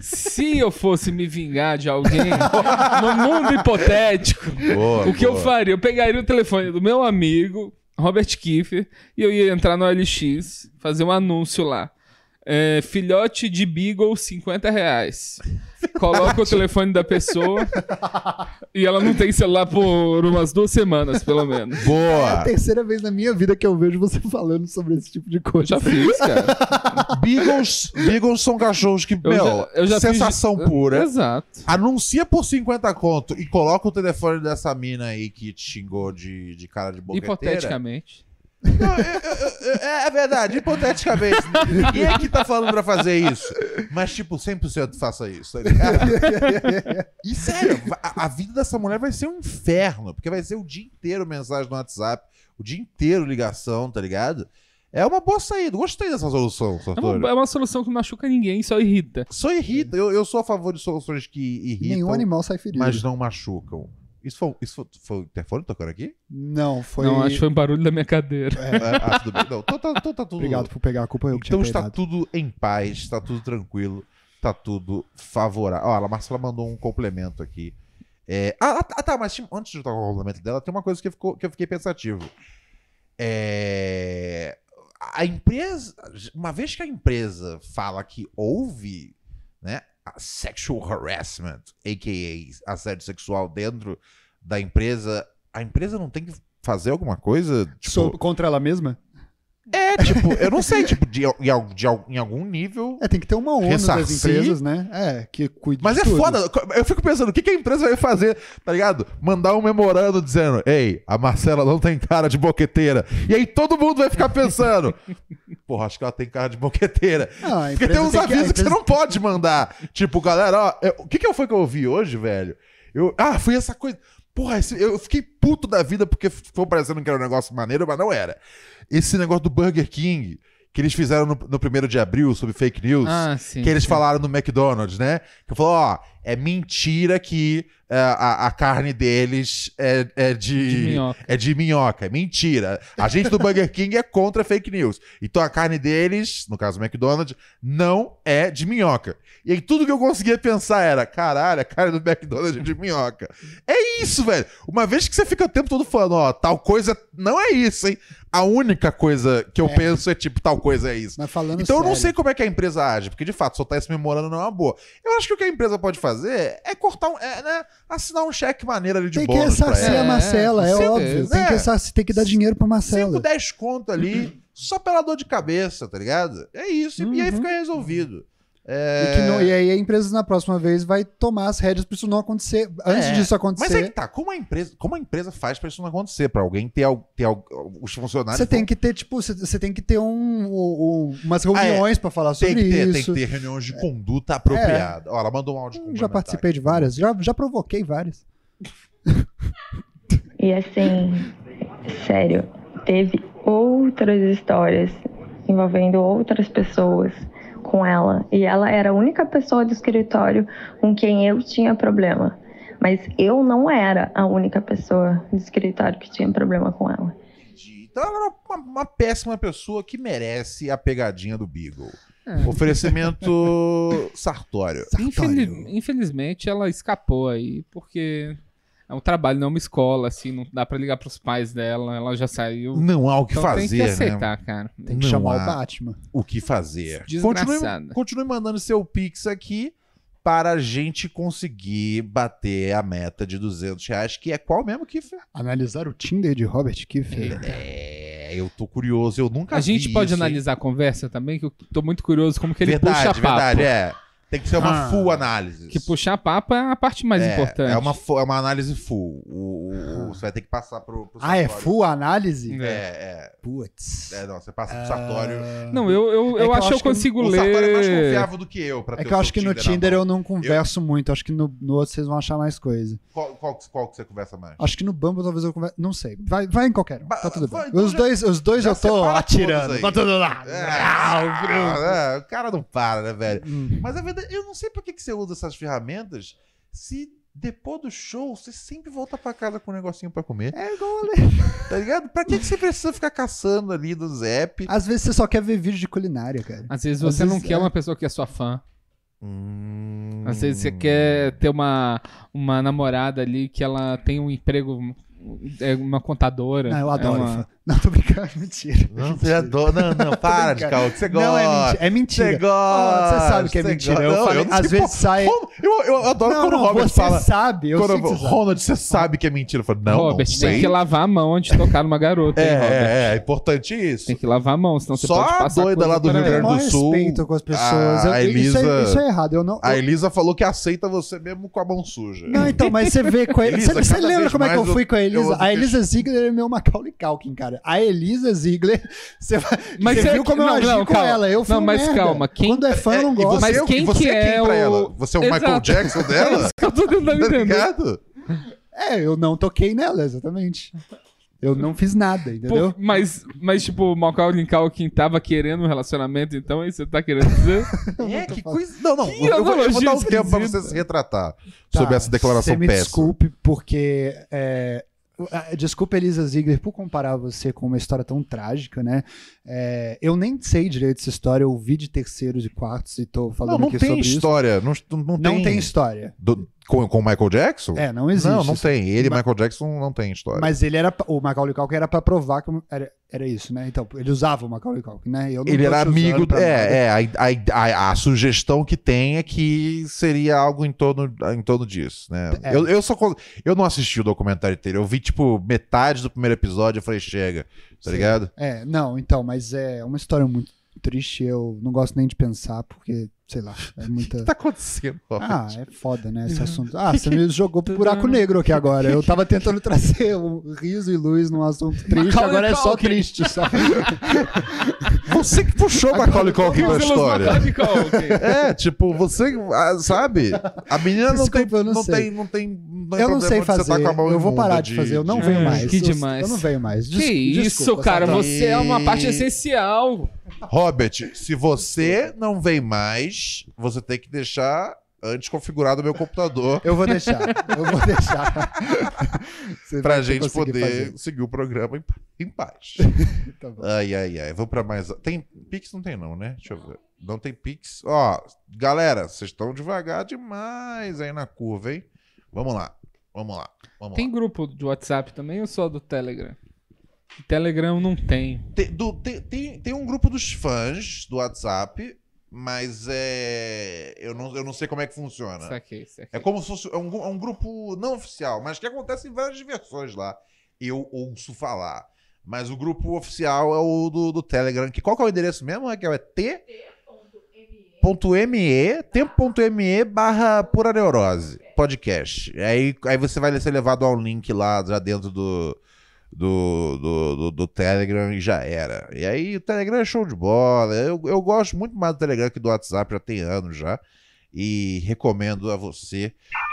Speaker 3: Se eu fosse me vingar de alguém, no mundo hipotético,
Speaker 1: Boa,
Speaker 3: o que eu
Speaker 1: boa.
Speaker 3: faria? Eu pegaria o telefone do meu amigo, Robert Kiefer, e eu ia entrar no LX, fazer um anúncio lá. É, filhote de Beagle, 50 reais. Coloca o telefone da pessoa e ela não tem celular por umas duas semanas, pelo
Speaker 2: É
Speaker 3: menos. Tá
Speaker 2: a
Speaker 1: Boa!
Speaker 2: terceira vez na minha vida que eu vejo você falando sobre esse tipo de
Speaker 3: Eu
Speaker 2: coisa.
Speaker 3: já fiz, cara.
Speaker 1: Beagles, Beagles são cachorros que,
Speaker 3: Eu
Speaker 1: meu,
Speaker 3: já- eu já fiz-
Speaker 1: sensação pura.
Speaker 3: Exato.
Speaker 1: Anuncia por 50 conto e coloca o telefone dessa mina aí que te xingou de, de cara de boqueteira.
Speaker 3: Hipoteticamente.
Speaker 1: É, é verdade, hipoteticamente. Ninguém aqui tá falando pra fazer isso. Mas, tipo, 100% faça isso, tá ligado? E sério, va- a, a vida dessa mulher vai ser um inferno, porque vai ser o dia inteiro mensagem no WhatsApp, o dia inteiro ligação, tá ligado? É uma boa saída. Gostei dessa solução,
Speaker 3: É
Speaker 1: Sartori.
Speaker 3: uma, é uma solução que não machuca ninguém, só irrita.
Speaker 1: Só irrita. Eu, eu sou a favor de soluções que
Speaker 2: Nenhum
Speaker 1: irritam,
Speaker 2: animal sai ferido.
Speaker 1: mas não machucam. Isso foi, isso foi, foi o telefone tocando aqui?
Speaker 2: Não, foi.
Speaker 3: Não, acho que foi um barulho da minha cadeira.
Speaker 1: É, ah, tudo bem. Não, então tá, então tá tudo.
Speaker 2: Obrigado por pegar a culpa, eu que
Speaker 1: então
Speaker 2: tinha
Speaker 1: está
Speaker 2: pegado.
Speaker 1: tudo em paz, está tudo tranquilo, está tudo favorável. Olha, a Marcela mandou um complemento aqui. É, ah, ah, tá, mas tinha- antes de eu tocar o complemento dela, tem uma coisa que, ficou, que eu fiquei pensativo. É, a empresa. Uma vez que a empresa fala que houve né, a sexual harassment, a.k.a. assédio sexual dentro da empresa, a empresa não tem que fazer alguma coisa? Tipo,
Speaker 2: Sou contra ela mesma?
Speaker 1: é, tipo, eu não sei, tipo, de, al- de al- de al- em algum nível.
Speaker 2: É, tem que ter uma ONU das
Speaker 1: Ressarcir.
Speaker 2: empresas, né? É, que cuida
Speaker 1: Mas
Speaker 2: de
Speaker 1: é
Speaker 2: tudo.
Speaker 1: foda, eu fico pensando, o que, que a empresa vai fazer, tá ligado? Mandar um memorando dizendo, ei, a Marcela não tem cara de boqueteira. E aí todo mundo vai ficar pensando, porra, acho que ela tem cara de boqueteira.
Speaker 2: Não, a
Speaker 1: Porque
Speaker 2: empresa
Speaker 1: tem
Speaker 2: tem
Speaker 1: uns
Speaker 2: que- a
Speaker 1: avisos que, você
Speaker 2: empresa-
Speaker 1: não pode mandar. Tipo, galera, ó, eu- o que, que foi que eu ouvi hoje, velho? Eu, ah, foi essa coisa. Porra, esse- eu fiquei puto da vida porque ficou parecendo que era um negócio maneiro, mas não era. Esse negócio do Burger King que eles fizeram no, no primeiro de abril sobre fake news.
Speaker 3: Ah, sim.
Speaker 1: Que eles falaram no McDonald's, né? Que falou, ó, é mentira que é, a, a carne deles é, é
Speaker 3: de
Speaker 1: de,
Speaker 3: minhoca.
Speaker 1: é de minhoca. É mentira. A gente do Burger King é contra fake news. Então a carne deles, no caso do McDonald's, não é de minhoca. E aí tudo que eu conseguia pensar era: caralho, a carne do McDonald's é de minhoca. É isso, velho. Uma vez que você fica o tempo todo falando, ó, tal coisa não é isso, hein? A única coisa que eu
Speaker 2: É.
Speaker 1: penso é tipo, tal coisa é isso.
Speaker 2: Mas falando
Speaker 1: Então eu não sei
Speaker 2: sério,
Speaker 1: como é que a empresa age, porque de fato soltar esse memorando não é uma boa. Eu acho que o que a empresa pode fazer é cortar um, é, né, assinar um cheque maneiro ali de
Speaker 2: Tem que
Speaker 1: bônus pra
Speaker 2: ressarcir
Speaker 1: ela.
Speaker 2: a
Speaker 3: ela.
Speaker 2: Marcela, é,
Speaker 3: É, com
Speaker 2: óbvio.
Speaker 3: certeza.
Speaker 2: Tem que,
Speaker 1: É.
Speaker 2: ressarcir, tem que dar dinheiro pra
Speaker 1: 5,
Speaker 2: Marcela.
Speaker 1: 10 conto ali, só pela dor de cabeça, tá ligado? É isso, e- e aí fica resolvido. É,
Speaker 2: Uhum. E, que não- e aí a empresa na próxima vez vai tomar as rédeas pra isso não acontecer. Antes
Speaker 1: É,
Speaker 2: disso
Speaker 1: Mas aí que
Speaker 2: acontecer,
Speaker 1: tá, como a empresa, como a empresa faz pra isso não acontecer? Pra alguém ter, al- ter al- os funcionários...
Speaker 2: você tem
Speaker 1: vão-
Speaker 2: que ter, tipo, você- você tem que ter um, um- umas
Speaker 1: é.
Speaker 2: reuniões pra falar sobre
Speaker 1: tem que ter, tem
Speaker 2: isso. É.
Speaker 1: que ter reuniões de conduta apropriada. Ó, ela mandou um
Speaker 2: Eu
Speaker 1: áudio
Speaker 2: Já
Speaker 1: complementar
Speaker 2: participei de
Speaker 1: aqui.
Speaker 2: várias, já, já provoquei várias.
Speaker 9: E assim, sério, teve outras histórias envolvendo outras pessoas com ela. E ela era a única pessoa do escritório com quem eu tinha problema. Mas eu não era a única pessoa do escritório que tinha problema com ela.
Speaker 1: Entendi. Então ela era uma, uma péssima pessoa que merece a pegadinha do Beagle.
Speaker 3: É.
Speaker 1: Oferecimento Sartório. Então, tá
Speaker 3: Infeliz- infelizmente ela escapou aí, porque é um trabalho, não é uma escola, assim, não dá pra ligar pros pais dela, ela já saiu.
Speaker 1: Não há o que
Speaker 3: então
Speaker 1: fazer,
Speaker 3: tem que
Speaker 1: né?
Speaker 3: aceitar, cara.
Speaker 2: Tem que
Speaker 1: Não
Speaker 2: chamar
Speaker 1: há.
Speaker 2: o Batman.
Speaker 1: O que fazer?
Speaker 3: Desgraçada.
Speaker 1: Continue, continue mandando seu pix aqui para a gente conseguir bater a meta de 200 reais, que é qual mesmo, Kiffer?
Speaker 2: Analisar o Tinder de Robert Kiefer.
Speaker 1: É, eu tô curioso, eu nunca
Speaker 3: A
Speaker 1: vi
Speaker 3: gente pode
Speaker 1: isso, hein?
Speaker 3: analisar a conversa também, que eu tô muito curioso como que ele
Speaker 1: verdade,
Speaker 3: puxa papo.
Speaker 1: verdade, é. Tem que ser uma
Speaker 2: Ah.
Speaker 1: full análise.
Speaker 3: Que puxar papo é a parte mais
Speaker 1: é,
Speaker 3: importante.
Speaker 1: É uma, fu- é uma análise full. O, o- o- você vai ter que passar pro, pro
Speaker 2: Ah, é
Speaker 1: Sartório.
Speaker 2: full análise?
Speaker 1: É,
Speaker 2: Putz.
Speaker 1: é, é. Não, você passa pro Sartório.
Speaker 3: Não, eu,
Speaker 2: É
Speaker 3: eu,
Speaker 2: que
Speaker 3: eu
Speaker 2: eu
Speaker 3: acho que eu
Speaker 2: acho que
Speaker 3: consigo
Speaker 1: O
Speaker 3: ler.
Speaker 1: Sartório é mais confiável do que eu. Pra
Speaker 2: É
Speaker 1: ter
Speaker 2: que eu
Speaker 1: o
Speaker 2: acho
Speaker 1: seu
Speaker 2: que no
Speaker 1: na
Speaker 2: Tinder
Speaker 1: mão.
Speaker 2: eu não converso muito. Acho que no, no outro vocês vão achar mais coisa.
Speaker 1: Qual, qual, qual que você conversa mais?
Speaker 2: Acho que no Bumble talvez eu converse. Não sei. Vai, vai em qualquer um.
Speaker 1: Ba-
Speaker 2: Tá tudo
Speaker 1: vai,
Speaker 2: bem.
Speaker 1: então
Speaker 2: Os
Speaker 1: já-
Speaker 2: dois, os dois
Speaker 1: já
Speaker 2: eu tô
Speaker 1: separa todos
Speaker 2: atirando.
Speaker 1: aí.
Speaker 2: Tá tudo lá.
Speaker 1: É,
Speaker 2: Ah, o Bruno.
Speaker 1: é, o cara não para, né, velho?
Speaker 2: Hum.
Speaker 1: Mas a verdade, eu não sei pra que, que você usa essas ferramentas se Depois do show, você sempre volta pra casa com um negocinho pra comer.
Speaker 2: É igual a Ale.
Speaker 1: Tá ligado? Pra que, que você precisa ficar caçando ali do Zep?
Speaker 2: Às vezes você só quer ver vídeo de culinária, cara.
Speaker 3: Às vezes
Speaker 2: Às
Speaker 3: você não
Speaker 2: vezes,
Speaker 3: quer
Speaker 2: é.
Speaker 3: uma pessoa que é sua fã.
Speaker 1: Hum.
Speaker 3: Às vezes você quer ter uma, uma namorada ali que ela tem um emprego, é uma contadora.
Speaker 2: Não, Ah, eu
Speaker 3: é
Speaker 2: adoro.
Speaker 3: uma-
Speaker 2: fã. Não, tô brincando, é mentira.
Speaker 1: Não, você adora. Não, não, para de
Speaker 2: brincando.
Speaker 1: caô, que você gosta.
Speaker 2: Não, é mentira. É mentira.
Speaker 1: Você gosta.
Speaker 2: Você sabe que é
Speaker 1: você
Speaker 2: mentira.
Speaker 1: gosta.
Speaker 2: Eu
Speaker 1: Não,
Speaker 2: falei,
Speaker 1: não
Speaker 2: às
Speaker 1: sei,
Speaker 2: vezes
Speaker 1: pô,
Speaker 2: sai-
Speaker 1: como- Eu, eu adoro
Speaker 2: Não,
Speaker 1: quando o
Speaker 2: não,
Speaker 1: Robert
Speaker 2: você
Speaker 1: fala.
Speaker 2: sabe, eu sei
Speaker 1: quando,
Speaker 2: que você sabe.
Speaker 1: Ronald, você sabe que é mentira. Eu falo, não,
Speaker 3: Robert,
Speaker 1: não sei.
Speaker 3: tem que lavar a mão antes de tocar numa garota,
Speaker 1: é,
Speaker 3: hein, Robert?
Speaker 1: é, é, é importante isso.
Speaker 3: Tem que lavar a mão, senão você
Speaker 1: Só
Speaker 3: pode
Speaker 1: a
Speaker 3: passar
Speaker 1: doida
Speaker 3: coisa
Speaker 1: lá do
Speaker 3: pra
Speaker 1: Rio
Speaker 3: ela.
Speaker 1: Grande do
Speaker 2: Maior
Speaker 1: Sul,
Speaker 2: respeito com as pessoas.
Speaker 1: a
Speaker 2: Eu- isso,
Speaker 1: Ah, Elisa-
Speaker 2: é, isso é errado. Eu não,
Speaker 1: A
Speaker 2: eu-
Speaker 1: Elisa falou que aceita você mesmo com a mão suja.
Speaker 2: não, então, mas você vê com a
Speaker 1: Elisa,
Speaker 2: Elisa. Você, você
Speaker 1: cada
Speaker 2: lembra
Speaker 1: vez
Speaker 2: como é que eu
Speaker 1: mais
Speaker 2: fui com a
Speaker 1: eu- eu
Speaker 2: Elisa?
Speaker 1: ando
Speaker 2: A Elisa Ziegler é meu Macaulay Culkin, cara. A Elisa Ziegler. Você, vai-
Speaker 3: Mas
Speaker 2: você
Speaker 3: você-
Speaker 2: viu como eu
Speaker 3: não,
Speaker 2: agi
Speaker 3: não,
Speaker 2: com
Speaker 3: calma.
Speaker 2: ela? Eu fui
Speaker 3: Não,
Speaker 2: um
Speaker 3: mas
Speaker 2: merda.
Speaker 3: calma, quem-
Speaker 2: Quando é fã,
Speaker 1: É,
Speaker 2: não
Speaker 1: e você,
Speaker 2: gosta.
Speaker 3: Mas
Speaker 1: é o-
Speaker 3: quem
Speaker 1: você
Speaker 3: que
Speaker 1: é
Speaker 3: é
Speaker 1: quem pra
Speaker 3: o-
Speaker 1: ela? Você é o Michael
Speaker 3: Exato.
Speaker 1: Jackson
Speaker 3: É
Speaker 1: dela?
Speaker 3: isso que eu tô tentando
Speaker 1: Tá
Speaker 3: entender.
Speaker 1: ligado?
Speaker 2: É, eu não toquei nela, exatamente. Eu não fiz nada, entendeu?
Speaker 3: Pô, mas, mas, tipo, o Macaulay Culkin tava querendo um relacionamento, então é isso que você tá querendo dizer?
Speaker 1: É, que coisa. Não, não.
Speaker 3: Que
Speaker 1: eu, vou, eu vou dar um
Speaker 3: analogia
Speaker 1: tempo pra você
Speaker 3: esquisita.
Speaker 1: se retratar
Speaker 2: Tá,
Speaker 1: sobre essa declaração
Speaker 2: você me
Speaker 1: péssima.
Speaker 2: Desculpe, porque. É, ah, desculpa, Elisa Ziegler, por comparar você com uma história tão trágica, né? É, eu nem sei direito essa história, eu ouvi de terceiros e quartos e tô
Speaker 1: Não,
Speaker 2: falando
Speaker 1: não
Speaker 2: aqui
Speaker 1: tem
Speaker 2: sobre
Speaker 1: história. Não, não,
Speaker 2: isso. Não tem história.
Speaker 1: Do- com, com o Michael Jackson?
Speaker 2: É, não existe.
Speaker 1: Não, não
Speaker 2: isso.
Speaker 1: tem. Ele e
Speaker 2: Mas-
Speaker 1: Michael Jackson não tem história.
Speaker 2: Mas ele era. O Macaulay Culkin era pra provar que era, era isso, né? Então, ele usava o Macaulay Culkin, né? Eu não
Speaker 1: ele
Speaker 2: tô
Speaker 1: era
Speaker 2: te usando
Speaker 1: amigo.
Speaker 2: pra nada.
Speaker 1: É, é a, a- a- a sugestão que tem é que seria algo em torno, em torno disso, né?
Speaker 2: É.
Speaker 1: Eu, eu, só, con- eu não assisti o documentário inteiro. Eu vi, tipo, metade do primeiro episódio e falei, chega, tá
Speaker 2: Sim.
Speaker 1: ligado?
Speaker 2: É, não, então, mas é uma história muito triste. Eu não gosto nem de pensar, porque, sei lá, é muita.
Speaker 1: O que tá acontecendo? Robert?
Speaker 2: Ah, é foda, né,
Speaker 1: Uhum.
Speaker 2: esse assunto. Ah, você me jogou pro buraco negro aqui agora. Eu tava tentando trazer o riso e luz num assunto triste,
Speaker 3: Macaulay
Speaker 2: agora é só
Speaker 3: Culkin.
Speaker 2: triste, sabe?
Speaker 1: Você que puxou o Macaulay Culkin pra
Speaker 3: Pelos
Speaker 1: história.
Speaker 3: Macaulay Culkin.
Speaker 1: É, tipo, você, ah, sabe? A menina não
Speaker 2: Desculpa,
Speaker 1: tem,
Speaker 2: eu não
Speaker 1: não,
Speaker 2: sei.
Speaker 1: tem, não tem, não tem
Speaker 2: Eu não sei
Speaker 1: problema de você
Speaker 2: fazer.
Speaker 1: tá com a mão
Speaker 2: eu vou
Speaker 1: imunda
Speaker 2: parar de, fazer, eu não venho
Speaker 3: de-
Speaker 2: mais.
Speaker 3: Que
Speaker 2: eu,
Speaker 3: demais.
Speaker 2: Eu não venho mais.
Speaker 3: Que isso, cara,
Speaker 1: saudade.
Speaker 3: você é uma parte essencial.
Speaker 1: Robert, se você não vem mais, você tem que deixar antes configurado o meu computador
Speaker 2: Eu vou deixar. Eu vou deixar. Você
Speaker 1: pra
Speaker 2: vai
Speaker 1: gente
Speaker 2: conseguir
Speaker 1: poder
Speaker 2: fazer.
Speaker 1: seguir o programa em, em paz.
Speaker 2: Tá bom.
Speaker 1: ai, ai, ai. Vou pra mais. Tem Pix? Não tem, não, né? Deixa eu ver. Não tem Pix. Ó, galera, vocês estão devagar demais aí na curva, hein? Vamos lá. Vamos lá. Vamos
Speaker 3: Tem
Speaker 1: lá.
Speaker 3: grupo de WhatsApp também ou só do Telegram? Telegram eu não tem.
Speaker 1: Tem, do- tem, tem, tem um grupo dos fãs do WhatsApp, mas é. Eu não, eu não sei como é que funciona.
Speaker 3: Saquei, saquei.
Speaker 1: É como se fosse é um, gru- é um grupo não oficial, mas que acontece em várias diversões lá. Eu ouço falar. Mas o grupo oficial é o do, do Telegram. Que, qual que é o endereço mesmo, Raquel? É t.me, tempo.me barra pura neurose, podcast. Aí, aí você vai ser levado a um link lá já dentro do, do, do, do- do Telegram e já era. E aí o Telegram é show de bola. Eu, eu gosto muito mais do Telegram que do WhatsApp, já tem anos já. E recomendo a você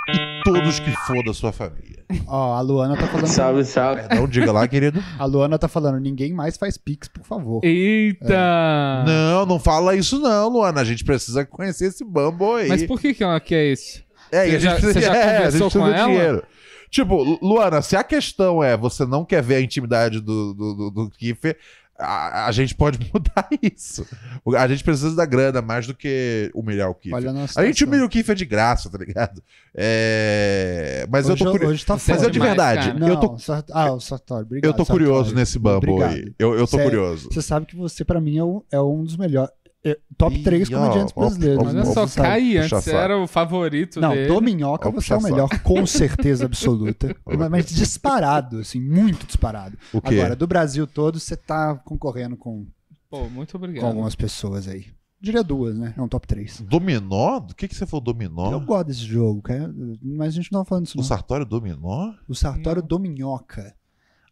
Speaker 1: e todos que for da sua família.
Speaker 2: Ó, a Luana tá falando.
Speaker 5: Salve, salve.
Speaker 1: Perdão, diga lá, querido.
Speaker 2: A Luana tá falando, ninguém mais faz pix, por favor.
Speaker 3: Eita!
Speaker 1: É. Não, não fala isso não, Luana. A gente precisa conhecer esse bambo aí.
Speaker 3: Mas por que que ela quer isso?
Speaker 1: É, e
Speaker 3: Você
Speaker 1: a gente
Speaker 3: já-
Speaker 1: precisa,
Speaker 3: você já
Speaker 1: é, a gente
Speaker 3: conversou
Speaker 1: precisa
Speaker 3: com
Speaker 1: do
Speaker 3: ela?
Speaker 1: dinheiro. Tipo, Lu- Luana, se a questão é você não quer ver a intimidade do, do, do, do Kiefer, a, a gente pode mudar isso. O- A gente precisa da grana mais do que humilhar o Kiefer.
Speaker 2: Olha a nossa.
Speaker 1: a gente
Speaker 2: situação.
Speaker 1: humilha o Kiefer de graça, tá ligado? É, Mas eu
Speaker 2: Hoje
Speaker 1: tô curioso.
Speaker 2: Hoje tá
Speaker 3: Mas eu
Speaker 1: Mas
Speaker 2: foda.
Speaker 1: eu de
Speaker 3: demais,
Speaker 1: verdade,
Speaker 3: cara.
Speaker 2: Não,
Speaker 1: eu tô,
Speaker 2: Sart- Ah, o Sartori, obrigado.
Speaker 1: eu tô
Speaker 2: Sartori.
Speaker 1: curioso nesse bambo aí.
Speaker 2: Obrigado.
Speaker 1: Eu, eu tô
Speaker 2: Sério.
Speaker 1: curioso.
Speaker 2: Você sabe que você, pra mim, é um, é um dos melhores. é, top
Speaker 1: Ih,
Speaker 2: 3
Speaker 1: ó,
Speaker 2: comediantes
Speaker 1: ó,
Speaker 2: brasileiros.
Speaker 1: ó,
Speaker 3: Olha
Speaker 2: né?
Speaker 1: ó,
Speaker 3: só,
Speaker 2: Você sabe.
Speaker 3: Kai
Speaker 1: puxa
Speaker 3: antes
Speaker 1: saco.
Speaker 3: era o favorito
Speaker 2: Não,
Speaker 3: dele.
Speaker 2: do Minhoca
Speaker 1: Ó,
Speaker 2: você é o
Speaker 1: puxa
Speaker 2: melhor, com certeza absoluta. mas, mas disparado, assim, muito disparado.
Speaker 1: O quê?
Speaker 2: Agora, do Brasil todo, você tá concorrendo com,
Speaker 3: Pô, muito
Speaker 2: com
Speaker 3: obrigado.
Speaker 2: algumas pessoas aí. Diria duas, né? É um top
Speaker 1: Uhum.
Speaker 2: 3.
Speaker 1: Dominó? Do que, que você falou
Speaker 2: Eu
Speaker 1: dominó?
Speaker 2: gosto desse jogo, cara, mas a gente não tá falando isso,
Speaker 1: O
Speaker 2: não.
Speaker 1: Sartório dominó?
Speaker 2: O Sartório do Minhoca.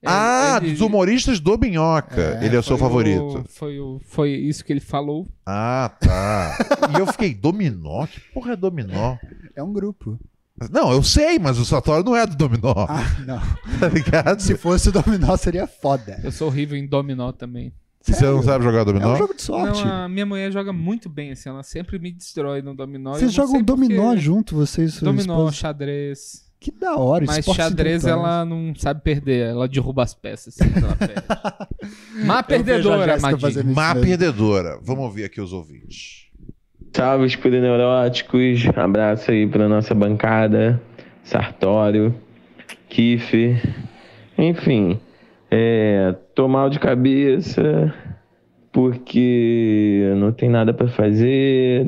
Speaker 3: Ele-
Speaker 1: ah,
Speaker 3: ele-
Speaker 1: dos humoristas do Minhoca.
Speaker 2: É,
Speaker 1: ele é o seu
Speaker 3: foi
Speaker 1: favorito.
Speaker 3: foi, o, foi isso que ele falou.
Speaker 1: Ah, tá. e eu fiquei, dominó? Que porra é dominó?
Speaker 2: É um grupo.
Speaker 1: Não, eu sei, mas o Satório não é do dominó,
Speaker 2: Ah, não.
Speaker 1: tá ligado?
Speaker 2: Se fosse o Dominó, seria foda.
Speaker 3: Eu sou horrível em dominó também.
Speaker 1: E Você não sabe jogar
Speaker 2: É
Speaker 1: dominó?
Speaker 2: um jogo de sorte.
Speaker 3: Não, a minha mulher joga muito bem, assim, ela sempre me destrói no dominó.
Speaker 2: Vocês jogam dominó
Speaker 3: junto?
Speaker 2: junto, vocês e sua
Speaker 3: Dominó,
Speaker 2: esposa?
Speaker 3: xadrez.
Speaker 2: Que da hora,
Speaker 3: Mas
Speaker 2: esportes
Speaker 3: xadrez
Speaker 2: simultâneos.
Speaker 3: ela não sabe perder, ela derruba as peças. sempre que ela perde.
Speaker 2: vejo
Speaker 3: Má
Speaker 2: a
Speaker 3: perdedora,
Speaker 2: Jéssica
Speaker 3: Madinho.
Speaker 2: fazendo- isso
Speaker 1: Má
Speaker 2: mesmo.
Speaker 1: perdedora. Vamos ouvir aqui os ouvintes.
Speaker 5: Salve, escudo neuróticos. Abraço aí pra nossa bancada. Sartório, Kiff. Enfim, é, tô mal de cabeça porque não tem nada pra fazer.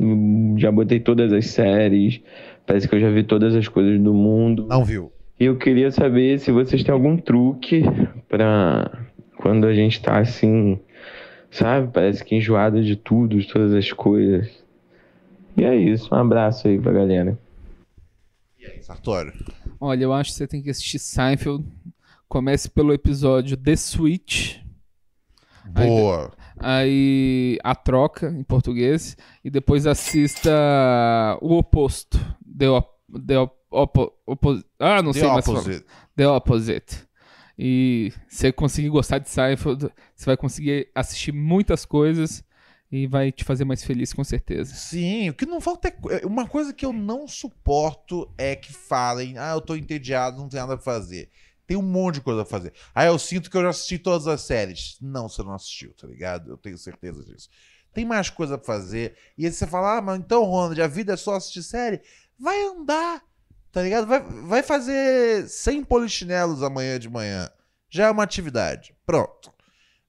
Speaker 5: Já botei todas as séries. Parece que eu já vi todas as coisas do mundo.
Speaker 1: Não viu.
Speaker 5: E eu queria saber se vocês têm algum truque pra quando a gente tá assim, sabe? Parece que enjoado de tudo, de todas as coisas. E é isso, um abraço aí pra galera.
Speaker 1: Sartório.
Speaker 3: Olha, eu acho que você tem que assistir Seinfeld. Comece pelo episódio The Switch,
Speaker 1: Boa.
Speaker 3: aí A Troca, em português, e depois assista O Oposto, The, Op- The Op- Opo- Opo- Ah, não sei
Speaker 1: The
Speaker 3: mais falar.
Speaker 1: opposite.
Speaker 3: The Opposite. E se você conseguir gostar de Seinfeld, você vai conseguir assistir muitas coisas e vai te fazer mais feliz, com certeza.
Speaker 1: Sim, o que não falta é. co- é, Uma coisa que eu não suporto é que falem, ah, eu tô entediado, não tem nada pra fazer. Tem um monte de coisa pra fazer. Ah, eu sinto que eu já assisti todas as séries. Não, você não assistiu, tá ligado? Eu tenho certeza disso. Tem mais coisa pra fazer. E aí você fala, ah, mas então, Ronald, a vida é só assistir série? Vai andar, tá ligado? Vai, vai fazer 100 polichinelos amanhã de manhã. Já é uma atividade. Pronto.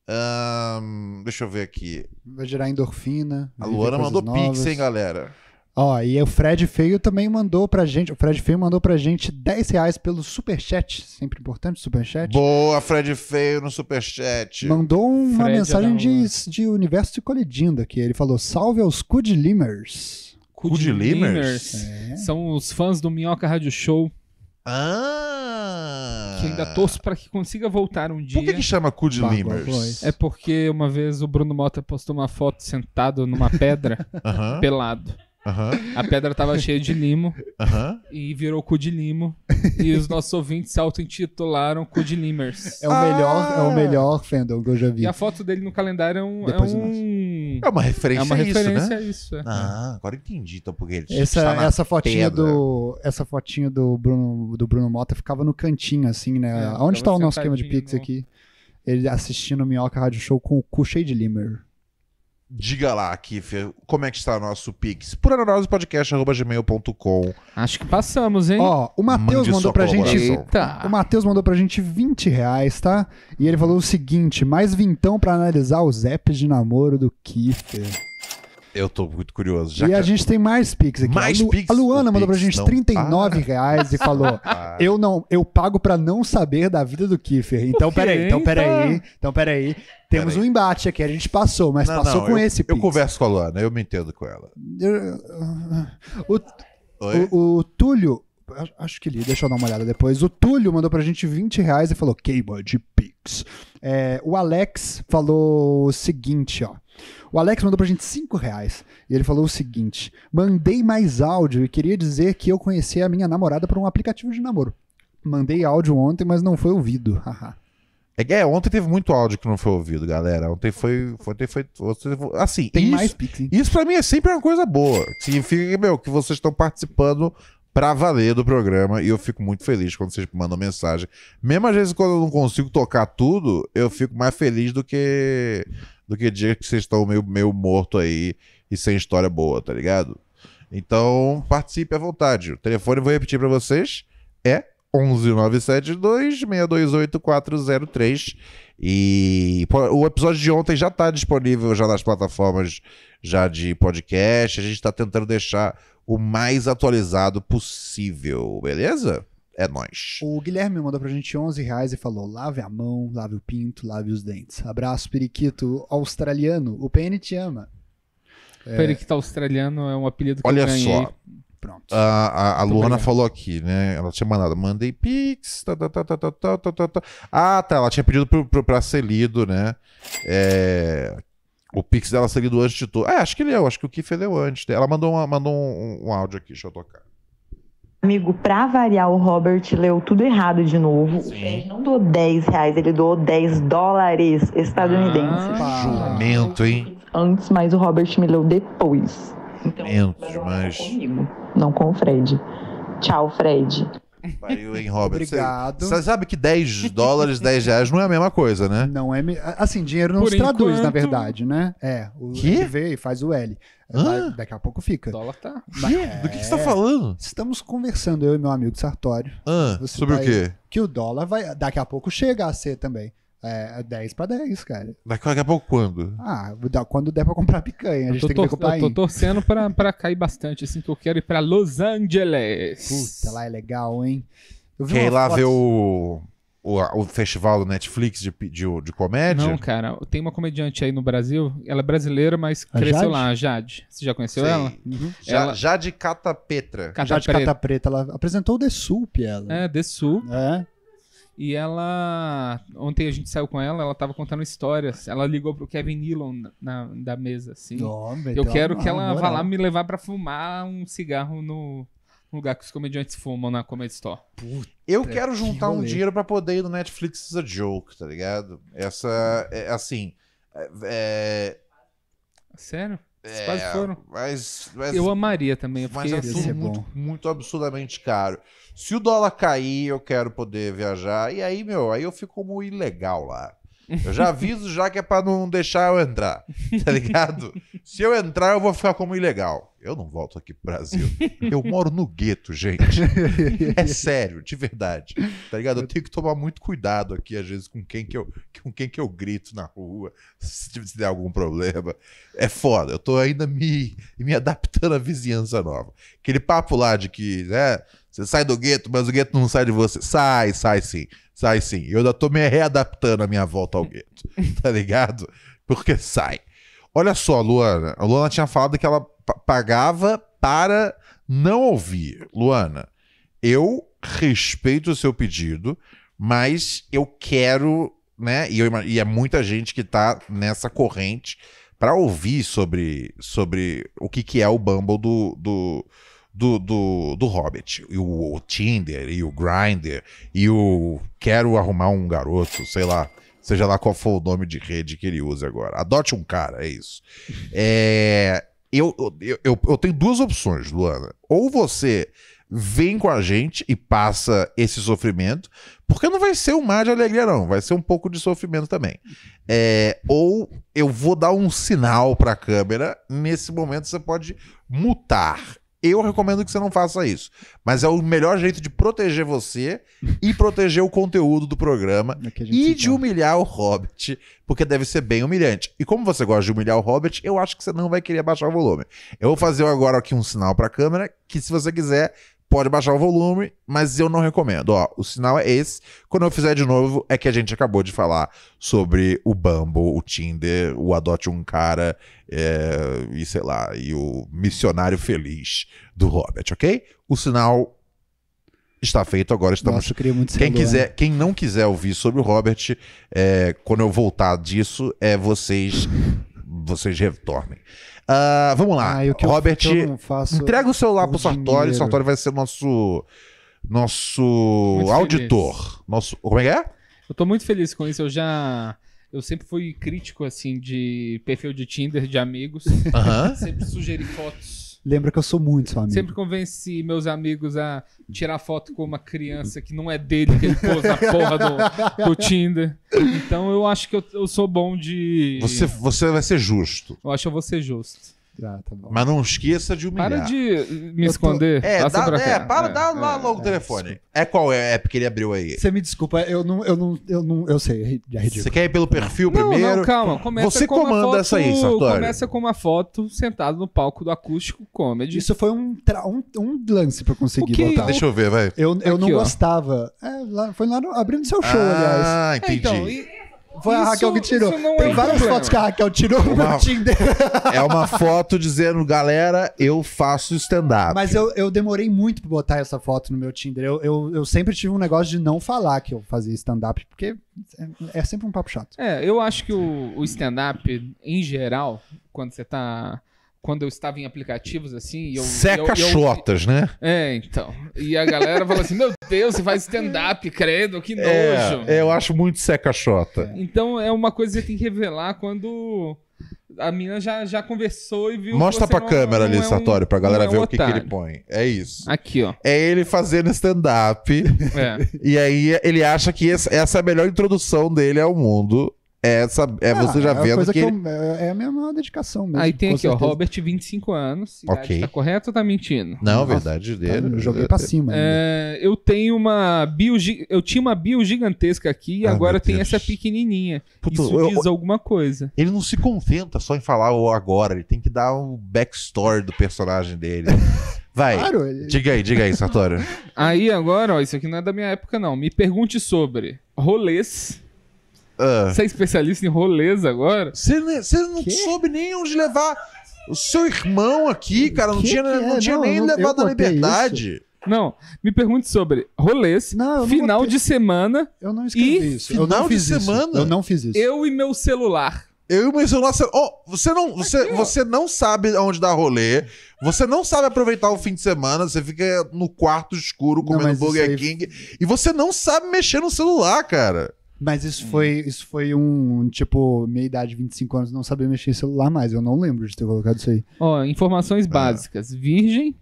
Speaker 1: Ahn, deixa eu ver aqui.
Speaker 2: Vai gerar endorfina.
Speaker 1: A
Speaker 2: vai
Speaker 1: Luana
Speaker 2: viver coisas
Speaker 1: mandou pix,
Speaker 2: novas.
Speaker 1: hein, galera?
Speaker 2: Ó, e o Fred Feio também mandou pra gente. O Fred Feio mandou pra gente 10 reais pelo superchat. Sempre importante, superchat.
Speaker 1: Boa, Fred Feio no superchat.
Speaker 2: Mandou uma
Speaker 3: Fred
Speaker 2: mensagem
Speaker 3: Adão, né?
Speaker 2: de, de universo se colidindo aqui. Ele falou: salve aos Cudlimers.
Speaker 1: Cu de limers?
Speaker 2: É.
Speaker 3: São os fãs do Minhoca Rádio Show,
Speaker 1: Ah!
Speaker 3: que ainda torço para que consiga voltar um dia.
Speaker 1: Por que, que chama cu de
Speaker 2: Barba
Speaker 1: limers?
Speaker 2: Voice.
Speaker 3: É porque uma vez o Bruno Mota postou uma foto sentado numa pedra,
Speaker 1: Aham,
Speaker 3: pelado.
Speaker 1: aham,
Speaker 3: A pedra tava cheia de limo
Speaker 1: ahã.
Speaker 3: e virou cu de limo. E os nossos ouvintes auto-intitularam cu de limers.
Speaker 2: É o
Speaker 1: Ah!
Speaker 2: melhor, é o melhor fandom que eu já vi.
Speaker 3: E a foto dele no calendário é um. É,
Speaker 2: Depois
Speaker 3: um...
Speaker 1: É uma referência
Speaker 3: é uma
Speaker 1: a isso,
Speaker 3: referência
Speaker 1: né?
Speaker 3: a isso. é.
Speaker 1: Ah, agora entendi então porque ele está
Speaker 2: Essa,
Speaker 1: na
Speaker 2: essa fotinha
Speaker 1: pedra.
Speaker 2: do essa fotinha do Bruno do Bruno Mota ficava no cantinho assim, né?
Speaker 3: É,
Speaker 2: Onde
Speaker 3: ficava
Speaker 2: tá o nosso esquema de
Speaker 3: sentadinho né?
Speaker 2: pix
Speaker 3: no-
Speaker 2: aqui? Ele assistindo o Minhoca Rádio Show com o cu cheio de limer.
Speaker 1: Diga lá, Kiffer, como é que está o nosso pix? Por anorosepodcast.gmail.com
Speaker 3: Acho que passamos, hein?
Speaker 2: Ó, o Matheus
Speaker 1: Mande
Speaker 2: mandou
Speaker 1: sua
Speaker 2: pra gente
Speaker 1: colaboração.
Speaker 3: Eita!
Speaker 2: O Matheus mandou pra gente 20 reais, tá? E ele falou o seguinte: mais vintão pra analisar os apps de namoro do Kiffer.
Speaker 1: Eu tô muito curioso. Já
Speaker 2: E
Speaker 1: que... é
Speaker 2: a gente tem mais Pix aqui.
Speaker 1: Mais
Speaker 2: a, Lu-
Speaker 1: Pix?
Speaker 2: a Luana
Speaker 1: O
Speaker 2: mandou pra
Speaker 1: Pix
Speaker 2: gente
Speaker 1: não
Speaker 2: 39 reais e falou:
Speaker 1: Ah,
Speaker 2: Eu não, eu pago pra não saber da vida do Kiffer. Então
Speaker 3: quê,
Speaker 2: peraí, então
Speaker 3: hein? Tá.
Speaker 2: peraí, então peraí. Temos um
Speaker 1: Peraí.
Speaker 2: embate aqui, a gente passou, mas
Speaker 1: não,
Speaker 2: passou
Speaker 1: não,
Speaker 2: com
Speaker 1: eu,
Speaker 2: esse
Speaker 1: Eu
Speaker 2: Pix.
Speaker 1: converso com a Luana, eu me entendo com ela.
Speaker 2: O,
Speaker 1: Oi?
Speaker 2: o- o Túlio, a- acho que li, deixa eu dar uma olhada depois. O Túlio mandou pra gente 20 reais e falou: queima de Pix. É, o Alex falou o seguinte, ó. O Alex mandou pra gente 5 reais e ele falou o seguinte: mandei mais áudio e queria dizer que eu conheci a minha namorada por um aplicativo de namoro. Mandei áudio ontem, mas não foi ouvido. Haha.
Speaker 1: É, que, é, ontem teve muito áudio que não foi ouvido, galera. Ontem foi. Ontem foi. ontem foi- assim,
Speaker 2: Tem
Speaker 1: isso,
Speaker 2: mais Pix, hein?
Speaker 1: Isso pra mim é sempre uma coisa boa. Significa que, meu, que vocês estão participando pra valer do programa e eu fico muito feliz quando vocês mandam mensagem. Mesmo às vezes quando eu não consigo tocar tudo, eu fico mais feliz do que do que dia que vocês estão meio, meio morto aí e sem história boa, tá ligado? Então, participe à vontade. O telefone, eu vou repetir pra vocês, é 11972-628-403. E pô, o episódio de ontem já tá disponível já nas plataformas já de podcast. A gente tá tentando deixar o mais atualizado possível, beleza? É nóis.
Speaker 2: O Guilherme mandou pra gente 11 reais e falou: lave a mão, lave o pinto, lave os dentes. Abraço, periquito australiano. O PN te ama. É,
Speaker 3: Periquita australiano é um apelido que
Speaker 1: Olha
Speaker 3: eu ganhei.
Speaker 1: só.
Speaker 2: Pronto.
Speaker 1: A, a- a Luana
Speaker 3: obrigado.
Speaker 1: falou aqui, né? Ela tinha mandado, mandei pix, tá, tá, tá, tá, tá, tá, tá, tá, tá. Ah, tá, ela tinha pedido pro, pro, pra ser lido, né? É, o pix dela ser lido antes de um tudo. É, acho que leu, acho que o Kiff leu antes. Ela mandou, uma- mandou um, um áudio aqui, deixa eu tocar.
Speaker 9: Amigo, pra variar, o Robert leu tudo errado de novo. Ele não doou 10 reais, ele doou 10 dólares estadunidenses.
Speaker 1: Jumento, hein?
Speaker 9: Antes, mas o Robert me leu depois. Então,
Speaker 1: Jumento demais.
Speaker 9: comigo, não com o Fred. Tchau, Fred.
Speaker 1: Pariu, hein, Robert? Você-
Speaker 2: Obrigado.
Speaker 1: Você sabe que 10 dólares, 10 reais não é a mesma coisa, né?
Speaker 2: Não é. me- Assim, dinheiro não
Speaker 3: Por
Speaker 2: se traduz,
Speaker 3: enquanto-
Speaker 2: na verdade, né? É. O
Speaker 1: Quê?
Speaker 2: V e faz o L.
Speaker 1: Hã?
Speaker 2: Vai- Daqui a pouco fica. é,
Speaker 3: dólar tá.
Speaker 1: Quê? Do que, que você tá falando?
Speaker 2: Estamos conversando, eu e meu amigo Sartório,
Speaker 1: Ah,
Speaker 2: Você
Speaker 1: sobre
Speaker 2: tá
Speaker 1: o quê?
Speaker 2: que o dólar vai. Daqui a pouco chega a ser também. É 10 pra 10, cara.
Speaker 1: Daqui a pouco quando?
Speaker 2: Ah, dá- quando der pra comprar picanha, a
Speaker 3: Eu
Speaker 2: gente
Speaker 3: tô,
Speaker 2: tem que ver tá
Speaker 3: tor-
Speaker 2: com o pai.
Speaker 3: eu tô torcendo pra, pra cair bastante, assim, que eu quero ir pra Los Angeles.
Speaker 2: Puta, lá é legal, hein? Eu vi
Speaker 1: Quer ir
Speaker 2: uma
Speaker 1: lá
Speaker 2: foto-
Speaker 1: ver o, o, o festival do Netflix de, pi- de, de comédia?
Speaker 3: Não, cara, tem uma comediante aí no Brasil, ela é brasileira, mas
Speaker 2: A
Speaker 3: cresceu
Speaker 2: Jade?
Speaker 3: lá, a Jade. Você já conheceu
Speaker 1: Sei.
Speaker 3: ela?
Speaker 2: Uhum.
Speaker 1: Já,
Speaker 3: Ela-
Speaker 1: já de Catapetra.
Speaker 3: Cata
Speaker 2: Jade
Speaker 3: Preta.
Speaker 2: Cata Preta, ela apresentou o The Soup, ela.
Speaker 3: É, The Sul.
Speaker 2: É.
Speaker 3: E ela. Ontem a gente saiu com ela, ela tava contando histórias. Ela ligou pro Kevin Nealon na, na- da mesa, assim.
Speaker 2: Ó, meteu
Speaker 3: Eu quero
Speaker 2: uma
Speaker 3: que ela vá
Speaker 2: moral.
Speaker 3: lá me levar pra fumar um cigarro no no lugar que os comediantes fumam na Comedy Store.
Speaker 1: Eu
Speaker 2: Puta,
Speaker 1: quero
Speaker 2: que
Speaker 1: juntar um
Speaker 2: rolê.
Speaker 1: dinheiro pra poder ir no Netflix is a joke, tá ligado? Essa, é, assim, é- é,
Speaker 3: Sério? Vocês
Speaker 1: É,
Speaker 3: quase foram.
Speaker 1: mas, mas,
Speaker 3: Eu amaria também. Eu
Speaker 1: mas
Speaker 3: fiquei
Speaker 1: é
Speaker 2: ia
Speaker 3: assim.
Speaker 2: ser
Speaker 1: tudo muito,
Speaker 2: bom.
Speaker 1: muito absurdamente caro. Se o dólar cair, eu quero poder viajar. E aí, meu, aí eu fico como ilegal lá. Eu já aviso já que é pra não deixar eu entrar, tá ligado? Se eu entrar, eu vou ficar como ilegal. Eu não volto aqui pro Brasil. Eu moro no gueto, gente. É sério, de verdade. Tá ligado? Eu tenho que tomar muito cuidado aqui, às vezes, com quem que eu, com quem que eu grito na rua, se, se der algum problema. É foda. Eu tô ainda me, me adaptando à vizinhança nova. Aquele papo lá de que, né? Você sai do gueto, mas o gueto não sai de você. Sai, sai sim. Sai sim. Eu ainda tô me readaptando à minha volta ao gueto. Tá ligado? Porque sai. Olha só, Luana. A Luana tinha falado que ela pa- pagava para não ouvir. Luana, eu respeito o seu pedido, mas eu quero, né? E, eu ima- e é muita gente que tá nessa corrente para ouvir sobre, sobre o que, que é o Bumble do, do, do, do, do Hobbit. E o, o Tinder, e o Grindr, e o Quero Arrumar um Garoto, sei lá. Seja lá qual for o nome de rede que ele usa agora. Adote um cara, é isso. É, eu, eu, eu, eu tenho duas opções, Luana. Ou você vem com a gente e passa esse sofrimento, porque não vai ser um mar de alegria, não. Vai ser um pouco de sofrimento também. É, ou eu vou dar um sinal pra câmera. Nesse momento você pode mutar. Eu recomendo que você não faça isso. Mas é o melhor jeito de proteger você e proteger o conteúdo do programa
Speaker 2: É que a gente
Speaker 1: e
Speaker 2: se
Speaker 1: de humilhar o Hobbit, porque deve ser bem humilhante. E como você gosta de humilhar o Hobbit, eu acho que você não vai querer baixar o volume. Eu vou fazer agora aqui um sinal para a câmera, que se você quiser, pode baixar o volume, mas eu não recomendo. Ó, o sinal é esse. Quando eu fizer de novo, é que a gente acabou de falar sobre o Bumble, o Tinder, o Adote um Cara é, e sei lá, e o Missionário Feliz do Hobbit, ok? O sinal está feito, agora estamos
Speaker 2: Nossa, eu queria muito né? ser
Speaker 1: quem,
Speaker 2: Luan.
Speaker 1: quiser, quem não quiser ouvir sobre o Robert, é, quando eu voltar disso, é vocês vocês retornem. Ah, vamos lá.
Speaker 2: Ah, e o que eu-
Speaker 1: Robert,
Speaker 2: que eu não faço-
Speaker 1: entrega o celular
Speaker 2: o
Speaker 1: pro Sartori.
Speaker 2: dinheiro.
Speaker 1: O Sartori vai ser nosso nosso
Speaker 3: feliz.
Speaker 1: auditor. Nosso, como é que é?
Speaker 3: Eu tô muito feliz com isso. Eu já. Eu sempre fui crítico, assim, de perfil de Tinder, de amigos.
Speaker 1: Aham.
Speaker 3: sempre sugeri fotos.
Speaker 2: Lembra que eu sou muito seu amigo.
Speaker 3: Sempre convenci meus amigos a tirar foto com uma criança que não é dele, que ele pôs na porra do, do Tinder. Então eu acho que eu, eu sou bom de.
Speaker 1: Você, você vai ser justo.
Speaker 3: Eu acho que eu vou ser justo.
Speaker 2: Ah, tá bom.
Speaker 1: Mas não esqueça de humilhar.
Speaker 3: Para de me
Speaker 2: Eu tô-
Speaker 3: esconder.
Speaker 1: É,
Speaker 3: passa
Speaker 1: dá,
Speaker 3: pra
Speaker 1: é,
Speaker 3: cá.
Speaker 1: para,
Speaker 3: É.
Speaker 1: dá lá logo o telefone. É qual é a app que ele abriu aí?
Speaker 2: Você me desculpa, eu não, eu não, eu não, eu sei, é ri- é ridículo.
Speaker 1: Você quer ir pelo perfil
Speaker 3: Não,
Speaker 1: primeiro?
Speaker 3: não, calma. Começa
Speaker 1: Você
Speaker 3: com uma
Speaker 1: comanda
Speaker 3: foto-
Speaker 1: essa aí, Sartori.
Speaker 3: Começa com uma foto sentado no palco do acústico comedy.
Speaker 2: Isso foi um, tra- um, um lance pra eu conseguir
Speaker 3: O que-
Speaker 2: botar.
Speaker 1: Deixa eu ver, vai.
Speaker 2: Eu, eu não
Speaker 3: Aqui, ó.
Speaker 2: gostava. É, lá- foi lá no, abrindo seu show, aliás.
Speaker 1: ah,
Speaker 3: É,
Speaker 1: entendi.
Speaker 3: então, e-
Speaker 2: Foi a
Speaker 3: isso-
Speaker 2: Raquel que tirou.
Speaker 3: isso não
Speaker 2: Tem
Speaker 3: é um
Speaker 2: várias
Speaker 3: problema.
Speaker 2: fotos que a Raquel tirou no
Speaker 1: Uma-
Speaker 2: meu Tinder.
Speaker 1: É uma foto dizendo, galera, eu faço stand-up.
Speaker 2: Mas eu, eu demorei muito pra botar essa foto no meu Tinder. Eu, eu, eu sempre tive um negócio de não falar que eu fazia stand-up, porque é, é sempre um papo chato.
Speaker 3: É, eu acho que o, o stand-up, em geral, quando você tá quando eu estava em aplicativos assim. E eu, eu-
Speaker 1: Seca
Speaker 3: eu-
Speaker 1: chotas, É né?
Speaker 3: É, então. E a galera fala assim: Meu Deus, você faz stand-up, credo, que nojo.
Speaker 1: É, eu acho muito seca chota.
Speaker 3: Então é uma coisa que você tem que revelar quando a mina já, já conversou e viu.
Speaker 1: Mostra
Speaker 3: que
Speaker 1: pra
Speaker 3: você não-
Speaker 1: câmera
Speaker 3: não
Speaker 1: ali,
Speaker 3: é um-
Speaker 1: Sartório, pra galera
Speaker 3: não é um
Speaker 1: ver o que, que ele
Speaker 3: otário.
Speaker 1: põe. É isso.
Speaker 3: Aqui, ó.
Speaker 1: É ele fazendo stand-up.
Speaker 3: É.
Speaker 1: E aí ele acha que essa essa é a melhor introdução dele ao mundo. É Essa, é você já
Speaker 2: é uma
Speaker 1: vendo
Speaker 2: coisa
Speaker 1: que, ele...
Speaker 2: eu- é é a mesma dedicação mesmo.
Speaker 3: Aí tem
Speaker 2: com
Speaker 3: aqui, ó,
Speaker 2: certeza.
Speaker 3: Robert, 25 anos. Idade
Speaker 1: Ok.
Speaker 3: Tá correto ou tá mentindo?
Speaker 1: Não, é verdade
Speaker 2: Tá,
Speaker 1: dele. é.
Speaker 2: joguei pra cima. ainda.
Speaker 3: É, eu tenho uma bio. gi- Eu tinha uma bio gigantesca aqui e
Speaker 1: Ah,
Speaker 3: agora
Speaker 1: meu
Speaker 3: tem
Speaker 1: Deus.
Speaker 3: essa pequenininha.
Speaker 1: Puta,
Speaker 3: Isso
Speaker 1: eu-
Speaker 3: diz alguma coisa.
Speaker 1: Ele não se contenta só em falar o agora, ele tem que dar o backstory do personagem dele. Vai,
Speaker 2: Claro, ele-
Speaker 1: diga aí, diga aí, Sartório.
Speaker 3: Aí agora, ó, isso aqui não é da minha época, não. Me pergunte sobre rolês.
Speaker 1: Ah,
Speaker 3: Você é especialista em rolês agora?
Speaker 1: Você ne- você não
Speaker 2: Quê?
Speaker 1: soube nem onde levar o seu irmão aqui, cara. Não
Speaker 2: Que
Speaker 1: tinha,
Speaker 2: que é?
Speaker 1: não tinha
Speaker 2: Não,
Speaker 1: nem
Speaker 2: eu não- eu
Speaker 1: levado a
Speaker 2: botei
Speaker 1: liberdade.
Speaker 3: Não, me pergunte sobre rolês,
Speaker 2: Não, eu não
Speaker 3: final
Speaker 2: botei-
Speaker 3: de semana,
Speaker 2: eu não escrevi
Speaker 3: E
Speaker 2: isso. Eu
Speaker 1: final
Speaker 2: não
Speaker 1: de
Speaker 2: fiz isso.
Speaker 1: semana?
Speaker 2: Eu não fiz isso.
Speaker 3: eu e meu celular.
Speaker 1: Eu e o meu celular. você- ó, você, não, você, você não sabe onde dar rolê. Você não sabe aproveitar o fim de semana. Você fica no quarto escuro comendo
Speaker 2: mas isso
Speaker 1: Burger
Speaker 2: aí-
Speaker 1: King. E você não sabe mexer no celular, cara.
Speaker 2: Mas
Speaker 1: Hum.
Speaker 2: isso foi, isso foi um, tipo, meia idade, 25 anos, não saber mexer em celular mais. Eu não lembro de ter colocado isso aí.
Speaker 3: Ó,
Speaker 2: Ah.
Speaker 3: informações básicas. Virgem,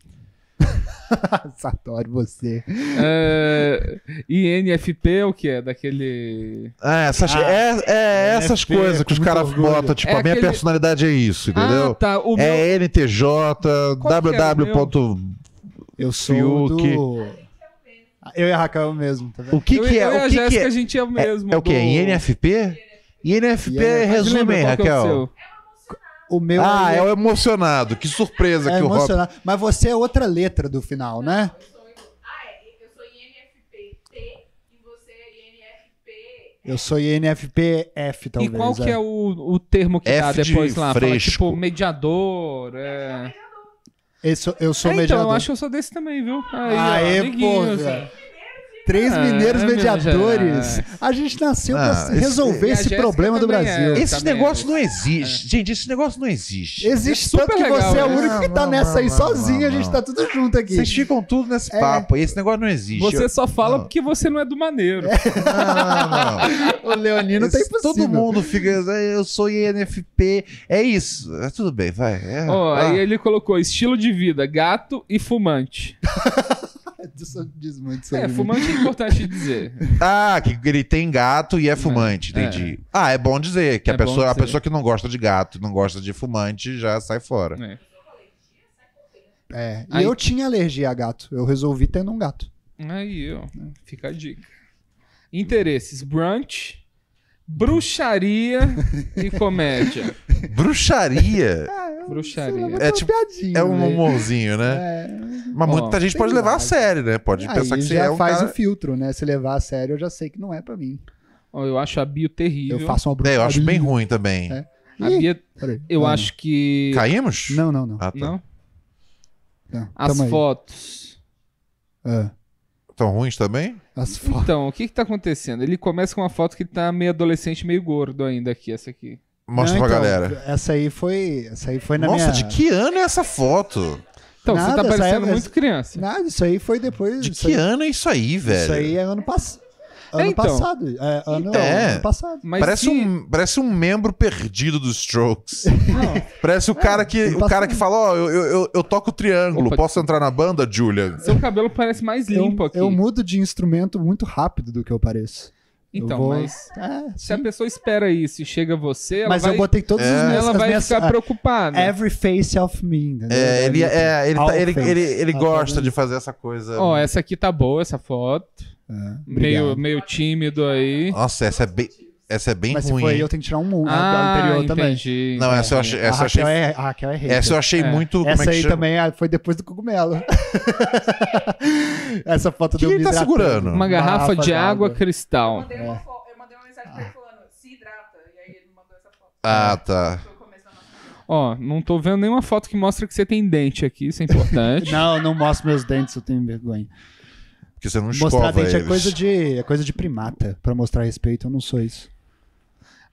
Speaker 2: Sartori, você.
Speaker 3: é, INFP é o que é? Daquele...
Speaker 1: É, essas,
Speaker 2: Ah,
Speaker 1: é, é
Speaker 2: é,
Speaker 1: essas
Speaker 2: é,
Speaker 1: coisas que os
Speaker 2: com muito
Speaker 1: caras
Speaker 2: orgulho.
Speaker 1: botam. Tipo,
Speaker 3: É
Speaker 1: a minha
Speaker 3: aquele-
Speaker 1: personalidade é isso, entendeu?
Speaker 3: Ah, tá. O meu...
Speaker 1: É NTJ,
Speaker 3: Qual que é o
Speaker 1: www.
Speaker 2: Eu sou
Speaker 1: Fiuk.
Speaker 2: do... Ah, Eu e a Raquel mesmo, tá vendo?
Speaker 1: O que
Speaker 3: eu,
Speaker 1: que é?
Speaker 3: eu e a
Speaker 1: O que que
Speaker 3: Jéssica,
Speaker 1: é?
Speaker 3: a gente é o mesmo.
Speaker 1: É o quê?
Speaker 3: do-
Speaker 1: INFP? INFP
Speaker 2: INFP.
Speaker 3: Mas lembra
Speaker 1: resume, aí,
Speaker 3: qual que é o
Speaker 1: Raquel.
Speaker 3: seu?
Speaker 2: O meu
Speaker 1: Ah,
Speaker 2: é,
Speaker 1: é o emocionado. Que surpresa
Speaker 2: é
Speaker 1: que o Rob
Speaker 2: emocionante. Mas você é outra letra do final, né?
Speaker 4: Ah, é. Eu sou INFPT e você é INFP.
Speaker 2: Eu sou INFPF,
Speaker 3: E
Speaker 2: talvez.
Speaker 3: qual que é o, o termo que dá
Speaker 1: F de
Speaker 3: depois lá? Fala,
Speaker 1: fresco.
Speaker 3: tipo, mediador, é...
Speaker 2: Eu sou, eu sou
Speaker 3: É,
Speaker 2: mediador.
Speaker 3: Então, eu acho que eu sou desse também, viu? Aí, ó, assim.
Speaker 2: Aê,
Speaker 3: amiguinhos.
Speaker 2: porra. Três
Speaker 3: Ah,
Speaker 2: mineiros
Speaker 3: meu
Speaker 2: mediadores.
Speaker 3: Jesus.
Speaker 2: A gente nasceu
Speaker 1: Ah,
Speaker 2: pra
Speaker 1: esse-
Speaker 2: resolver
Speaker 3: E a
Speaker 2: esse
Speaker 3: Jéssica
Speaker 2: problema do
Speaker 3: também é.
Speaker 2: Brasil.
Speaker 3: Esse-
Speaker 1: Esse
Speaker 3: também,
Speaker 1: negócio
Speaker 3: né?
Speaker 1: não existe. Gente, esse negócio não existe.
Speaker 2: Existe
Speaker 3: É super
Speaker 2: tanto que
Speaker 3: legal
Speaker 2: você é o
Speaker 3: isso.
Speaker 2: único que tá
Speaker 1: né? Não,
Speaker 2: nessa aí
Speaker 1: não,
Speaker 2: sozinho,
Speaker 1: não,
Speaker 2: a gente
Speaker 1: não.
Speaker 2: tá tudo junto aqui.
Speaker 1: Vocês ficam tudo nesse
Speaker 2: É.
Speaker 1: papo. Esse negócio não existe.
Speaker 3: Você
Speaker 1: Eu-
Speaker 3: só fala porque você não é do maneiro.
Speaker 1: Não, não, não.
Speaker 2: O Leonino tá
Speaker 1: Esse-
Speaker 2: impossível.
Speaker 1: Todo mundo fica. "Ah, Eu sou INFP. É isso. É, tudo bem, vai. É,
Speaker 3: Ó,
Speaker 1: tá.
Speaker 3: aí ele colocou estilo de vida, gato e fumante.
Speaker 2: Isso diz muito sobre
Speaker 3: É,
Speaker 2: mim.
Speaker 3: fumante é importante dizer.
Speaker 1: Ah, que ele tem gato e é fumante, entendi. Ah, é bom dizer que a,
Speaker 3: Né? É bom
Speaker 1: pessoa, a
Speaker 3: dizer.
Speaker 1: pessoa que não gosta de gato, não gosta de fumante, já sai fora.
Speaker 3: É.
Speaker 2: É, e
Speaker 3: Aí-
Speaker 2: eu tinha alergia a gato. Eu resolvi tendo um gato.
Speaker 3: Aí,
Speaker 2: É.
Speaker 3: ó, fica a dica. Interesses, brunch, bruxaria e comédia.
Speaker 1: Bruxaria
Speaker 3: Ah, Bruxaria.
Speaker 1: É tipo- é um humorzinho, né? Mas
Speaker 3: É. Ó,
Speaker 1: muita gente
Speaker 2: sei
Speaker 1: pode
Speaker 2: lá.
Speaker 1: levar a sério, né? Pode
Speaker 2: Aí
Speaker 1: pensar que você
Speaker 2: já
Speaker 1: é um
Speaker 2: faz
Speaker 1: cara...
Speaker 2: o filtro, né? Se levar a sério, eu já sei que não é pra mim.
Speaker 3: Ó, eu acho a bio terrível.
Speaker 2: Eu faço uma
Speaker 1: É,
Speaker 2: bruxaria.
Speaker 1: eu acho bem ruim também.
Speaker 2: É.
Speaker 3: A Bia,
Speaker 2: Peraí.
Speaker 3: eu
Speaker 2: Não,
Speaker 3: acho que.
Speaker 1: Caímos?
Speaker 2: Não, não, não.
Speaker 1: Ah, tá.
Speaker 3: Não?
Speaker 2: não.
Speaker 3: As
Speaker 2: Tamo aí.
Speaker 3: fotos.
Speaker 2: Ah,
Speaker 1: Tão ruins também?
Speaker 2: as fotos.
Speaker 3: Então, o que que tá acontecendo? Ele começa com uma foto que tá meio adolescente, meio gordo ainda aqui, essa aqui.
Speaker 1: Mostra
Speaker 2: Não,
Speaker 1: pra
Speaker 2: então,
Speaker 1: galera.
Speaker 2: Essa aí foi. Essa aí foi na
Speaker 1: É. Nossa,
Speaker 2: minha.
Speaker 1: de que ano é essa foto?
Speaker 3: Então, você
Speaker 2: Nada,
Speaker 3: tá
Speaker 2: essa
Speaker 3: parecendo
Speaker 2: é-
Speaker 3: muito criança.
Speaker 2: Nada, isso aí foi depois.
Speaker 1: De
Speaker 2: isso
Speaker 1: que
Speaker 2: aí-
Speaker 1: ano é isso aí, velho?
Speaker 2: Isso aí é ano, pass...
Speaker 3: É,
Speaker 2: ano
Speaker 3: então.
Speaker 2: passado. É, ano,
Speaker 1: Então.
Speaker 2: ano passado.
Speaker 3: Mas
Speaker 1: parece,
Speaker 3: se-
Speaker 1: um, parece um membro perdido dos Strokes. parece o cara que,
Speaker 2: ele
Speaker 1: o
Speaker 2: passa-
Speaker 1: cara que fala, ó, eu, eu, eu- eu toco triângulo,
Speaker 3: Opa.
Speaker 1: posso entrar na banda, Julia?
Speaker 3: Seu cabelo parece mais limpo
Speaker 2: Eu,
Speaker 3: aqui.
Speaker 2: eu mudo de instrumento muito rápido do que eu pareço. Eu
Speaker 3: então,
Speaker 2: vou-
Speaker 3: mas
Speaker 2: É,
Speaker 3: se a
Speaker 2: sim.
Speaker 3: pessoa espera isso e chega você, ela
Speaker 2: Mas
Speaker 3: vai,
Speaker 2: eu botei todas
Speaker 1: É.
Speaker 2: as minhas.
Speaker 3: ela
Speaker 2: as
Speaker 3: vai
Speaker 2: minhas-
Speaker 3: ficar
Speaker 2: ah,
Speaker 3: preocupada.
Speaker 2: Every face of me. entendeu?
Speaker 1: É, ele, é, ele, tá-
Speaker 2: All
Speaker 1: ele,
Speaker 2: face.
Speaker 1: ele, ele
Speaker 2: Ah, tá
Speaker 1: gosta
Speaker 2: vendo?
Speaker 1: de fazer essa coisa.
Speaker 3: Ó, essa aqui tá boa, essa foto.
Speaker 2: É,
Speaker 3: Meio,
Speaker 2: obrigado.
Speaker 3: meio tímido aí.
Speaker 1: Nossa, essa é bem, essa é bem
Speaker 2: Mas se
Speaker 1: ruim.
Speaker 2: for aí,
Speaker 1: hein?
Speaker 2: eu tenho que tirar um mundo
Speaker 3: ah,
Speaker 2: anterior também.
Speaker 3: entendi.
Speaker 1: Não, essa eu
Speaker 3: entendi.
Speaker 1: achei. Essa
Speaker 2: a
Speaker 1: eu achei,
Speaker 2: Raquel é, a Raquel é hater.
Speaker 1: essa eu achei
Speaker 3: É.
Speaker 1: muito. como é
Speaker 2: Essa
Speaker 1: que
Speaker 2: aí
Speaker 1: chama?
Speaker 2: também ah, foi depois do cogumelo. Essa foto
Speaker 1: O que
Speaker 2: deu
Speaker 1: ele tá segurando?
Speaker 3: Uma garrafa de água
Speaker 4: Eu
Speaker 3: cristal.
Speaker 4: mandei, uma
Speaker 2: É.
Speaker 4: fo- eu mandei uma mensagem pra ele falando, se hidrata. E aí ele me mandou essa foto.
Speaker 2: É.
Speaker 1: Ah, tá.
Speaker 4: Tô começando a-
Speaker 3: Ó, não tô vendo nenhuma foto que mostra que você tem dente aqui, isso é importante.
Speaker 2: Não, não mostro meus dentes, eu tenho vergonha.
Speaker 1: Porque você não
Speaker 2: mostrar
Speaker 1: escova
Speaker 2: dente
Speaker 1: eles.
Speaker 2: é coisa, de, é coisa de primata. Pra mostrar respeito, eu não sou isso.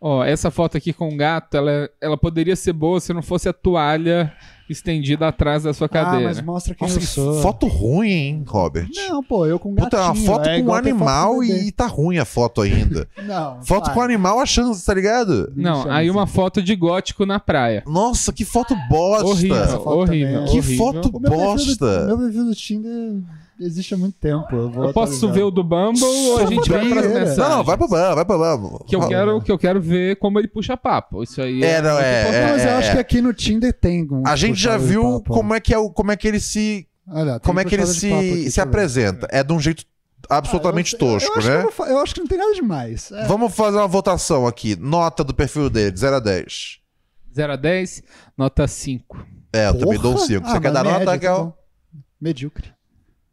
Speaker 3: Ó, essa foto aqui com o gato, ela, ela poderia ser boa se não fosse a toalha estendido atrás da sua
Speaker 2: Ah,
Speaker 3: cadeira.
Speaker 2: mas mostra quem
Speaker 1: Nossa,
Speaker 2: eu
Speaker 1: que
Speaker 2: sou.
Speaker 1: foto ruim, hein, Robert?
Speaker 2: Não, pô, eu com gatinho.
Speaker 1: Puta, uma foto
Speaker 2: é
Speaker 1: com um
Speaker 2: igual ter foto
Speaker 1: animal
Speaker 2: bebê.
Speaker 1: e tá ruim a foto ainda.
Speaker 2: Não,
Speaker 1: foto
Speaker 2: vai.
Speaker 1: com animal a chance, tá ligado?
Speaker 3: Não,
Speaker 2: Chama
Speaker 3: aí
Speaker 2: assim.
Speaker 3: uma foto de gótico na praia.
Speaker 1: Nossa, que foto bosta.
Speaker 3: Horrível,
Speaker 2: Essa foto
Speaker 3: horrível.
Speaker 2: também é-
Speaker 1: Que
Speaker 3: horrível.
Speaker 1: foto
Speaker 2: O meu perfil do-
Speaker 1: bosta.
Speaker 2: o meu perfil do Tinder existe há muito tempo. Eu, vou
Speaker 3: Eu posso
Speaker 2: atualizar.
Speaker 3: ver o do Bumble ou a gente vai pras
Speaker 2: bobeira.
Speaker 3: mensagens?
Speaker 1: Não, não, vai pro ban, vai pro ban.
Speaker 3: Que eu, quero, que eu quero ver como ele puxa papo. Isso aí
Speaker 1: É, não, é,
Speaker 3: muito
Speaker 1: é,
Speaker 2: Não, mas eu
Speaker 1: é,
Speaker 2: acho
Speaker 1: é.
Speaker 2: que aqui no Tinder tem. um
Speaker 1: A gente já
Speaker 2: puxado de
Speaker 1: viu
Speaker 2: papo, ó.
Speaker 1: como é que é o, como é que ele se
Speaker 2: Olha, tem
Speaker 1: como é que ele
Speaker 2: puxado de papo aqui,
Speaker 1: se, se
Speaker 2: deixa eu ver.
Speaker 1: apresenta. É de um jeito absolutamente
Speaker 2: Ah, eu- eu- eu
Speaker 1: tosco,
Speaker 2: acho que eu
Speaker 1: né?
Speaker 2: vou fa- Eu acho que não tem nada demais. É,
Speaker 1: Vamos fazer uma votação aqui. Nota do perfil dele, de 0 a 10.
Speaker 3: 0 a 10, nota 5.
Speaker 1: É, eu também dou um
Speaker 2: porra.
Speaker 1: 5.
Speaker 2: Ah,
Speaker 1: Você quer
Speaker 2: mas
Speaker 1: dar nota,
Speaker 2: média, tá
Speaker 1: Raquel?
Speaker 2: bom. Medíocre.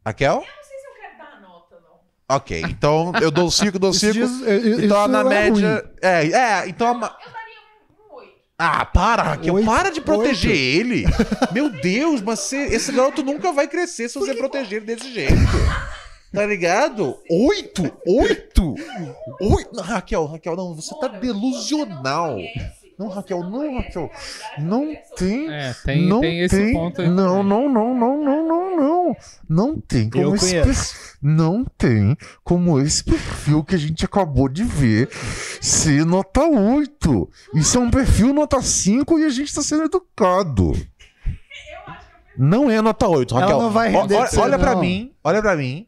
Speaker 1: Raquel?
Speaker 4: Não sei se eu quero dar nota, não.
Speaker 1: Ok, então eu dou 5, dou 5.
Speaker 2: Esses dias, eu- eu-
Speaker 1: Então
Speaker 2: é, isso
Speaker 1: na
Speaker 2: era
Speaker 1: média.
Speaker 2: ruim.
Speaker 1: É, é, então. a ma-
Speaker 4: Eu daria um, um 8.
Speaker 1: Ah, para, Raquel,
Speaker 2: Oito,
Speaker 1: para de proteger
Speaker 2: oito.
Speaker 1: ele. Meu Deus, mas você- esse garoto nunca vai crescer se você proteger ele desse jeito. Tá ligado? Oito! Oito! Oito! Não, Raquel, Raquel, não, você tá delusional. Não, Raquel, não, Raquel. Não tem.
Speaker 3: É, tem,
Speaker 1: não
Speaker 3: tem esse ponto aí.
Speaker 1: Não,
Speaker 3: também.
Speaker 1: não, não, não, não, não, não. Não tem como esse
Speaker 2: conheço.
Speaker 1: perfil- Não tem como esse perfil que a gente acabou de ver ser nota 8. Isso é um perfil nota 5 e a gente tá sendo educado. Não é nota 8,
Speaker 2: Ela
Speaker 1: Raquel.
Speaker 2: não vai
Speaker 1: Ó,
Speaker 2: render
Speaker 1: olha
Speaker 2: pra você,
Speaker 1: olha pra
Speaker 2: não.
Speaker 1: mim, olha pra mim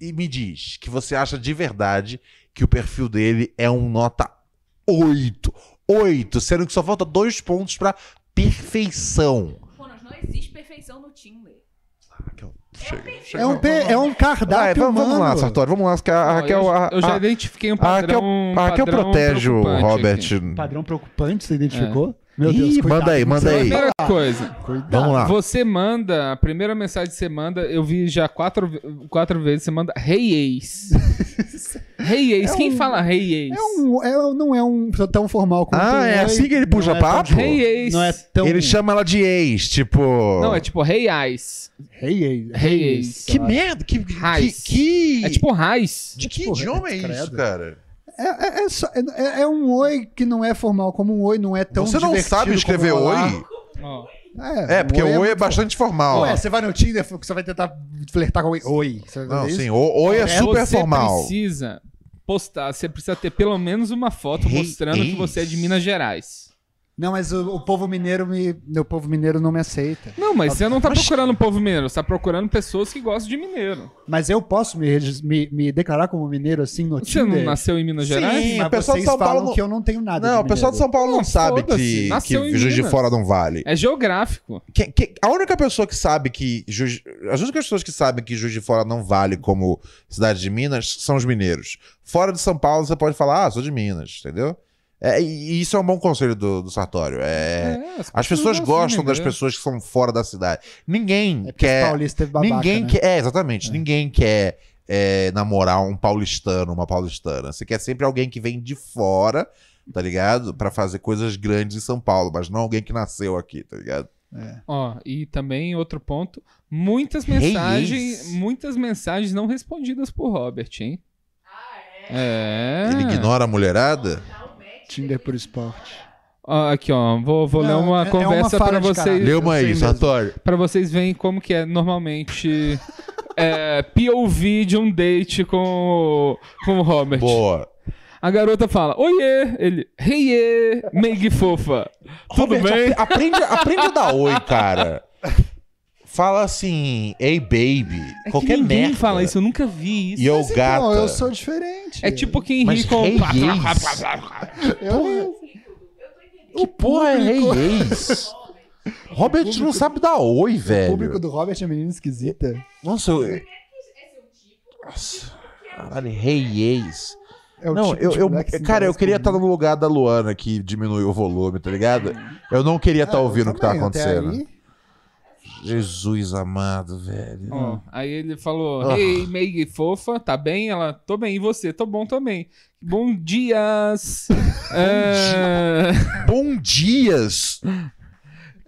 Speaker 1: e, e me diz que você acha de verdade que o perfil dele é um nota 8. 8, sendo que só falta dois pontos pra perfeição. Ah,
Speaker 4: Ronas, não existe perfeição no Tinder.
Speaker 1: Raquel, chega. chega.
Speaker 2: É um, pe- é um
Speaker 1: Vai,
Speaker 2: cardápio,
Speaker 1: vamos, vamos lá,
Speaker 2: humano.
Speaker 1: Sartori, vamos lá, que a, a
Speaker 3: Não,
Speaker 1: Raquel.
Speaker 3: eu,
Speaker 1: a-
Speaker 3: eu já
Speaker 1: a- é
Speaker 3: identifiquei
Speaker 1: a
Speaker 3: um
Speaker 1: Raquel-
Speaker 3: padrão. um
Speaker 1: a Raquel
Speaker 3: padrão
Speaker 1: protege o
Speaker 3: preocupante
Speaker 1: Robert.
Speaker 3: aqui.
Speaker 2: Padrão
Speaker 3: um
Speaker 2: preocupante, você identificou? É. Meu
Speaker 1: Ih,
Speaker 2: Deus, cuidado
Speaker 1: manda
Speaker 2: com o
Speaker 1: aí,
Speaker 2: que
Speaker 1: manda
Speaker 2: você
Speaker 1: aí.
Speaker 2: vai
Speaker 3: Primeira
Speaker 2: falar.
Speaker 3: coisa.
Speaker 2: Cuidado.
Speaker 1: Vamos lá.
Speaker 3: Você manda, a primeira mensagem que você manda, eu vi já quatro, ve- quatro vezes, você manda Rei hey, Ace. Rei Ace,
Speaker 2: É
Speaker 3: quem
Speaker 2: um-
Speaker 3: fala Rei hey, Ace?
Speaker 2: É um, é, não é um tão formal como um
Speaker 1: Ah, é assim que ele puxa papo?
Speaker 3: Rei hey, Ace.
Speaker 2: Não é tão.
Speaker 1: Ele chama ela de ex, tipo.
Speaker 3: Não, é tipo Rei hey, Ice.
Speaker 2: Reis.
Speaker 3: Rei
Speaker 2: Reis.
Speaker 3: Ace.
Speaker 1: Que merda, que. que-
Speaker 3: Raiz.
Speaker 1: que-
Speaker 3: É tipo Raiz.
Speaker 1: De que
Speaker 2: Porra,
Speaker 1: idioma é isso,
Speaker 2: credo.
Speaker 1: cara?
Speaker 2: É, é- é só- é- é um oi que não é formal, como um oi não é tão
Speaker 1: você não
Speaker 2: divertido
Speaker 1: sabe
Speaker 2: como
Speaker 1: escrever
Speaker 2: um olá.
Speaker 1: oi?
Speaker 3: Ó,
Speaker 1: É, porque
Speaker 2: um
Speaker 1: o oi é
Speaker 2: muito- é
Speaker 1: bastante formal.
Speaker 2: Ué, você vai no Tinder, você vai tentar flertar com alguém. Oi. Você vai
Speaker 1: Não,
Speaker 2: fazer
Speaker 1: sim,
Speaker 2: isso?
Speaker 1: o- oi é super
Speaker 3: você
Speaker 1: formal.
Speaker 3: precisa postar, você precisa ter pelo menos uma foto
Speaker 1: Hey,
Speaker 3: mostrando
Speaker 1: Ace.
Speaker 3: que você é de Minas Gerais.
Speaker 2: Não, mas o, o povo mineiro me. Meu povo mineiro não me aceita.
Speaker 3: Não, mas você não tá
Speaker 2: Mas-
Speaker 3: procurando o povo mineiro, você tá procurando pessoas que gostam de mineiro.
Speaker 2: Mas eu posso me, regis- me, me declarar como mineiro assim no
Speaker 3: Você
Speaker 2: Tinder?
Speaker 3: não nasceu em Minas
Speaker 1: Sim,
Speaker 3: Gerais?
Speaker 2: Mas
Speaker 1: o pessoal de
Speaker 2: vocês
Speaker 1: São Paulo
Speaker 2: falam
Speaker 1: não-
Speaker 2: que eu não tenho nada.
Speaker 1: Não,
Speaker 2: de
Speaker 1: o pessoal de
Speaker 2: mineiro.
Speaker 1: São Paulo não
Speaker 3: Não,
Speaker 1: sabe
Speaker 3: foda-se,
Speaker 1: que,
Speaker 3: nasceu
Speaker 1: que
Speaker 3: em
Speaker 1: Juiz de
Speaker 3: Minas.
Speaker 1: Fora não vale.
Speaker 3: É geográfico.
Speaker 1: Quem- quem- a única pessoa que sabe que. Juiz- as únicas pessoas que sabem que Juiz de Fora não vale como cidade de Minas são os mineiros. Fora de São Paulo, você pode falar, ah, sou de Minas, entendeu? É, e e isso é um bom conselho do, do Sartório. É, as pessoas gostam
Speaker 3: de
Speaker 1: das
Speaker 3: mineiro.
Speaker 1: pessoas que são fora da cidade. Ninguém
Speaker 2: É porque os
Speaker 1: quer.
Speaker 2: paulistas é babaca,
Speaker 1: ninguém
Speaker 2: né?
Speaker 1: quer. É, exatamente. Ninguém quer é, namorar um paulistano, uma paulistana. Você quer sempre alguém que vem de fora, tá ligado? Pra fazer coisas grandes em São Paulo, mas não alguém que nasceu aqui, tá ligado?
Speaker 3: Ó, e também outro ponto, muitas
Speaker 1: Hey,
Speaker 3: mensagens,
Speaker 1: Ace.
Speaker 3: muitas mensagens não respondidas por Robert, hein?
Speaker 4: Ah, é?
Speaker 3: É.
Speaker 2: Hum.
Speaker 1: Ele ignora a mulherada?
Speaker 4: Dá um match.
Speaker 2: Tinder por esporte.
Speaker 3: Ó, aqui, ó, vou, vou ler
Speaker 2: Não,
Speaker 3: uma
Speaker 2: é- é
Speaker 3: conversa
Speaker 2: uma fala
Speaker 3: pra
Speaker 2: de
Speaker 3: vocês.
Speaker 2: caralho.
Speaker 1: Leu uma
Speaker 2: Eu sei
Speaker 1: aí,
Speaker 2: mesmo.
Speaker 1: Sartori.
Speaker 3: Pra vocês verem como que é normalmente é, POV de um date com, o- com o Robert.
Speaker 1: Boa.
Speaker 3: A garota fala, oiê, ele, heiê, meig fofa, tudo
Speaker 1: Robert,
Speaker 3: bem?
Speaker 1: apre- Aprende, aprende a dar Ah, oi, cara. Fala assim, ei, baby.
Speaker 3: É que
Speaker 1: qualquer
Speaker 3: ninguém
Speaker 1: merda.
Speaker 3: fala isso, eu nunca vi isso.
Speaker 1: E eu,
Speaker 2: Mas então,
Speaker 1: gata.
Speaker 2: eu sou diferente.
Speaker 3: É tipo quem
Speaker 1: Mas
Speaker 3: ri com...
Speaker 1: hey,
Speaker 2: Eu,
Speaker 1: Que porra é rei ex? Robert não sabe dar oi,
Speaker 2: o público
Speaker 1: velho.
Speaker 2: do Robert é menina esquisita.
Speaker 1: Nossa, eu...
Speaker 4: É seu tipo?
Speaker 1: Nossa. Caralho, rei ex.
Speaker 2: É o
Speaker 1: não,
Speaker 2: tipo
Speaker 1: eu,
Speaker 2: de
Speaker 1: eu-
Speaker 2: mulher que se
Speaker 1: cara, eu
Speaker 2: interessa
Speaker 1: queria
Speaker 2: por
Speaker 1: estar
Speaker 2: mim.
Speaker 1: no lugar da Luana que diminuiu o volume, tá ligado? Eu não queria estar
Speaker 2: Ah, eu
Speaker 1: ouvindo o que tá
Speaker 2: também, até
Speaker 1: acontecendo.
Speaker 2: aí.
Speaker 1: Jesus amado, velho.
Speaker 3: Ó, aí ele falou,
Speaker 1: Hum. Ah.
Speaker 3: ei, meig fofa, tá bem? Ela, tô bem, e você? Tô bom também. Bom dias. É,
Speaker 1: Bom dias.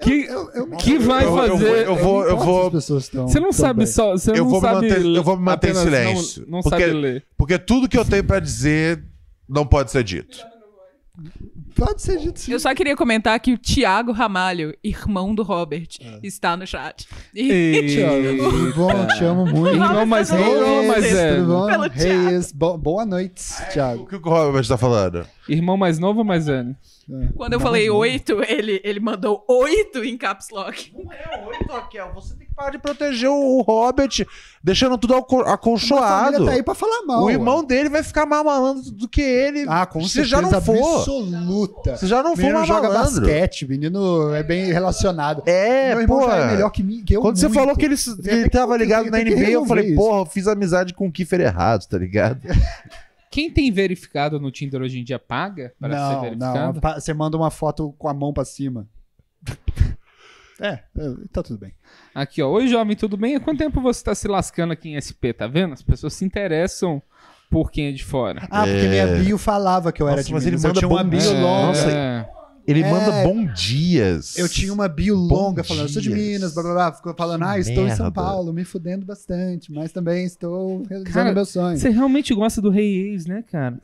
Speaker 3: que,
Speaker 2: Eu- eu-
Speaker 3: que vai
Speaker 1: eu- eu
Speaker 3: fazer...
Speaker 1: vou- eu vou-
Speaker 2: Todas
Speaker 1: eu vou,
Speaker 2: as pessoas estão-
Speaker 3: Você não
Speaker 2: estão
Speaker 3: sabe
Speaker 2: então, bem.
Speaker 3: só. Você
Speaker 1: Eu
Speaker 3: não
Speaker 1: vou me
Speaker 3: sabe
Speaker 1: manter-
Speaker 3: ler-
Speaker 1: eu vou me manter em
Speaker 3: apenas
Speaker 1: silêncio,
Speaker 3: Não, não
Speaker 1: porque-
Speaker 3: sabe ler.
Speaker 1: Porque tudo que eu tenho pra dizer não pode ser dito.
Speaker 2: Pode ser dito sim.
Speaker 10: Eu só queria comentar que o Tiago Ramalho, irmão do Robert,
Speaker 2: É.
Speaker 10: está no chat. E
Speaker 2: Tudo bom, te amo muito.
Speaker 3: Irmão mais
Speaker 10: Robert
Speaker 3: novo,
Speaker 10: falou
Speaker 3: irmão mais
Speaker 10: isso.
Speaker 3: velho.
Speaker 2: Tudo bom?
Speaker 10: Pelo Thiago.
Speaker 2: Reis, bo- boa noite, Thiago.
Speaker 1: é. O que o Robert tá falando?
Speaker 3: Irmão mais novo ou mais velho?
Speaker 10: Quando eu falei oito, ele, ele mandou oito em caps lock.
Speaker 1: Não é oito, Raquel. Você tem que parar de proteger o Robert, deixando tudo aco-
Speaker 2: A família
Speaker 1: acolchoado.
Speaker 2: tá aí pra falar mal.
Speaker 1: o
Speaker 2: ué.
Speaker 1: irmão dele vai ficar mais malandro do que ele.
Speaker 2: Ah, com
Speaker 1: se
Speaker 2: certeza
Speaker 1: já não for.
Speaker 2: absoluta.
Speaker 1: Se já não for
Speaker 2: É. menino
Speaker 1: mais
Speaker 2: joga
Speaker 1: malandro.
Speaker 2: basquete, menino é bem relacionado.
Speaker 1: É,
Speaker 2: Meu irmão
Speaker 1: pô.
Speaker 2: já é melhor que, mim, que eu
Speaker 1: Quando você
Speaker 2: muito.
Speaker 1: falou que ele, que ele
Speaker 2: que-
Speaker 1: tava
Speaker 2: eu tenho
Speaker 1: ligado
Speaker 2: que- um
Speaker 1: na
Speaker 2: eu tenho que
Speaker 1: NBA, eu
Speaker 2: resolver
Speaker 1: falei,
Speaker 2: isso.
Speaker 1: porra, eu fiz amizade com o Kiefer errado, tá ligado?
Speaker 3: Quem tem verificado no Tinder hoje em dia paga para ser
Speaker 2: Não, não.
Speaker 3: verificado?
Speaker 2: pa- Você manda uma foto com a mão pra cima. É, é, tá tudo bem.
Speaker 3: Aqui, ó. Oi, jovem, tudo bem? Há quanto tempo você tá se lascando aqui em SP, tá vendo? As pessoas se interessam por quem é de fora.
Speaker 2: Ah, porque minha bio falava que eu era
Speaker 1: É. Nossa,
Speaker 2: de
Speaker 1: mas ele
Speaker 2: Minas. Eu
Speaker 1: manda
Speaker 2: tinha um uma
Speaker 1: bom
Speaker 2: bio
Speaker 1: dia.
Speaker 2: longa.
Speaker 1: Nossa,
Speaker 3: É.
Speaker 1: Ele
Speaker 2: É.
Speaker 1: manda bom dias.
Speaker 2: Eu tinha uma bio
Speaker 1: Bom
Speaker 2: longa falando, sou de
Speaker 1: dias.
Speaker 2: Minas, blá blá blá. Ficou falando, ah, estou em São
Speaker 1: Merda.
Speaker 2: Paulo, me fudendo bastante, mas também estou realizando
Speaker 3: Cara,
Speaker 2: meu sonho.
Speaker 3: Você realmente gosta do Rei Ex, né, cara?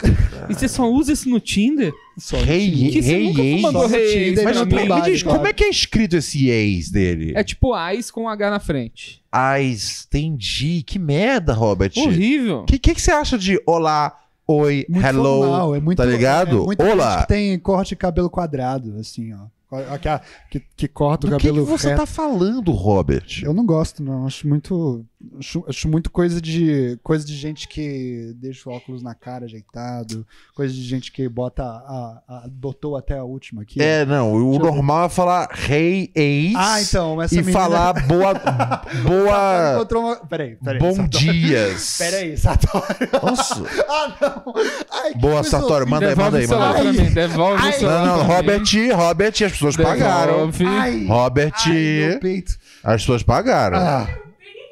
Speaker 3: E você só usa isso no Tinder?
Speaker 2: Só
Speaker 1: Rei
Speaker 2: no Tinder.
Speaker 3: Que você
Speaker 1: Rei
Speaker 3: nunca
Speaker 1: Ex.
Speaker 3: mandou
Speaker 2: Só no
Speaker 3: Rei Ex
Speaker 2: Tinder,
Speaker 3: pra
Speaker 1: Mas
Speaker 2: no
Speaker 1: eu
Speaker 3: mim.
Speaker 1: tenho- me diz,
Speaker 2: claro.
Speaker 1: como é que é escrito esse ex dele?
Speaker 3: É tipo AIS com H na frente.
Speaker 1: Ais, entendi. Que merda, Robert. O
Speaker 3: Horrível.
Speaker 1: que, que, que você acha de olá, oi,
Speaker 2: Muito
Speaker 1: hello?
Speaker 2: formal, é muito,
Speaker 1: tá ligado?
Speaker 2: É muita
Speaker 1: Olá.
Speaker 2: gente que tem corte de cabelo quadrado, assim, ó. Aquela que, que corta
Speaker 1: Do
Speaker 2: o
Speaker 1: que, que
Speaker 2: cabelo
Speaker 1: você
Speaker 2: reto.
Speaker 1: tá falando, Robert?
Speaker 2: Eu não gosto, não. Acho muito. Acho, acho muito coisa de. Coisa de gente que deixa o óculos na cara ajeitado. Coisa de gente que bota a. a- botou até a última aqui.
Speaker 1: É, não. O
Speaker 2: Deixa eu
Speaker 1: normal é falar rei, ex.
Speaker 2: Ah, então, essa
Speaker 1: e
Speaker 2: menina-
Speaker 1: falar boa.
Speaker 2: Ela
Speaker 1: boa.
Speaker 2: Encontrou uma... Peraí, peraí.
Speaker 1: ah, bom
Speaker 2: Sartori.
Speaker 1: dias.
Speaker 2: Peraí, Satório.
Speaker 1: Nossa.
Speaker 2: Ah, não. Ai, que
Speaker 1: Boa,
Speaker 2: coisa
Speaker 1: Sartori. Manda aí,
Speaker 3: Devolve
Speaker 1: manda
Speaker 3: o
Speaker 1: aí, manda aí.
Speaker 3: celular
Speaker 2: manda
Speaker 3: pra
Speaker 2: aí.
Speaker 3: mim. Devolve o
Speaker 2: Ai.
Speaker 1: Não,
Speaker 3: celular
Speaker 1: não,
Speaker 3: pra mim.
Speaker 1: Robert, Robert, as pessoas pagaram.
Speaker 3: Devolve.
Speaker 2: Ai,
Speaker 1: Robert,
Speaker 2: ai, meu peito.
Speaker 1: as pessoas pagaram.
Speaker 2: Ah,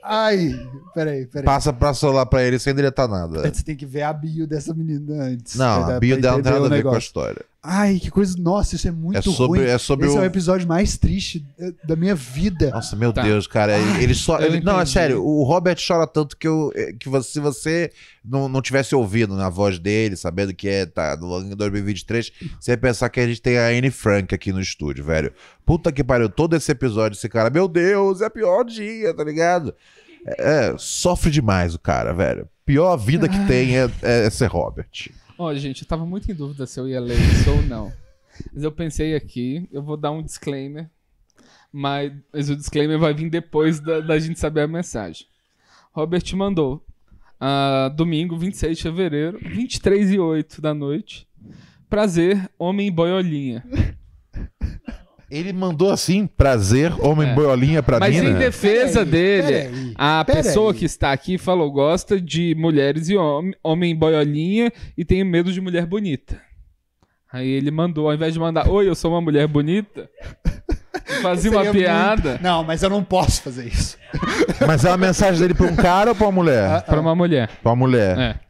Speaker 2: ai, peraí, peraí. É
Speaker 1: Passa pra celular pra ele sem deletar nada.
Speaker 2: Você tem que ver a bio dessa menina antes.
Speaker 1: Não,
Speaker 2: pra-
Speaker 1: a bio
Speaker 2: pra
Speaker 1: dela não tem
Speaker 2: entender
Speaker 1: nada a
Speaker 2: o
Speaker 1: ver com a
Speaker 2: negócio.
Speaker 1: história.
Speaker 2: Ai, que coisa. Nossa, isso é muito
Speaker 1: É sobre,
Speaker 2: ruim.
Speaker 1: é sobre
Speaker 2: Esse é o
Speaker 1: o.
Speaker 2: episódio mais triste eh, da minha vida.
Speaker 1: Nossa, meu
Speaker 3: Tá.
Speaker 1: Deus, cara. ele- Ele só.
Speaker 3: eu
Speaker 1: ele- não, é
Speaker 3: entendi.
Speaker 1: sério. O Robert chora tanto que, eu, é, que você, se você não, não tivesse ouvido na voz dele, sabendo que é, tá, no ano de 2023, você ia pensar que a gente tem a Anne Frank aqui no estúdio, velho. Puta que pariu, todo esse episódio, esse cara, meu Deus, é pior dia, tá ligado? É, é, sofre demais o cara, velho. Pior vida que tem é, é- é ser Robert.
Speaker 3: Ó, gente, eu tava muito em dúvida se eu ia ler isso ou não. Mas eu pensei aqui, eu vou dar um disclaimer. Mas, mas o disclaimer vai vir depois da, da gente saber a mensagem. Robert mandou. ah, domingo, 26 de fevereiro, 23 e 8 da noite. Prazer, homem boiolinha.
Speaker 1: Ele mandou assim, prazer, homem
Speaker 3: É.
Speaker 1: boiolinha pra né?
Speaker 3: Mas em
Speaker 1: mina.
Speaker 3: defesa
Speaker 2: Peraí,
Speaker 3: dele,
Speaker 2: peraí.
Speaker 3: a
Speaker 2: peraí.
Speaker 3: pessoa que está aqui falou gosta de mulheres e homem, homem boiolinha e tem medo de mulher bonita. Aí ele mandou, ao invés de mandar, oi, eu sou uma mulher bonita, fazia uma
Speaker 2: Seria muito-
Speaker 3: piada
Speaker 2: Não, mas eu não posso fazer isso.
Speaker 1: Mas é uma mensagem dele pra um cara ou pra uma mulher?
Speaker 3: Ah, pra uma mulher.
Speaker 1: Pra uma mulher.
Speaker 3: É,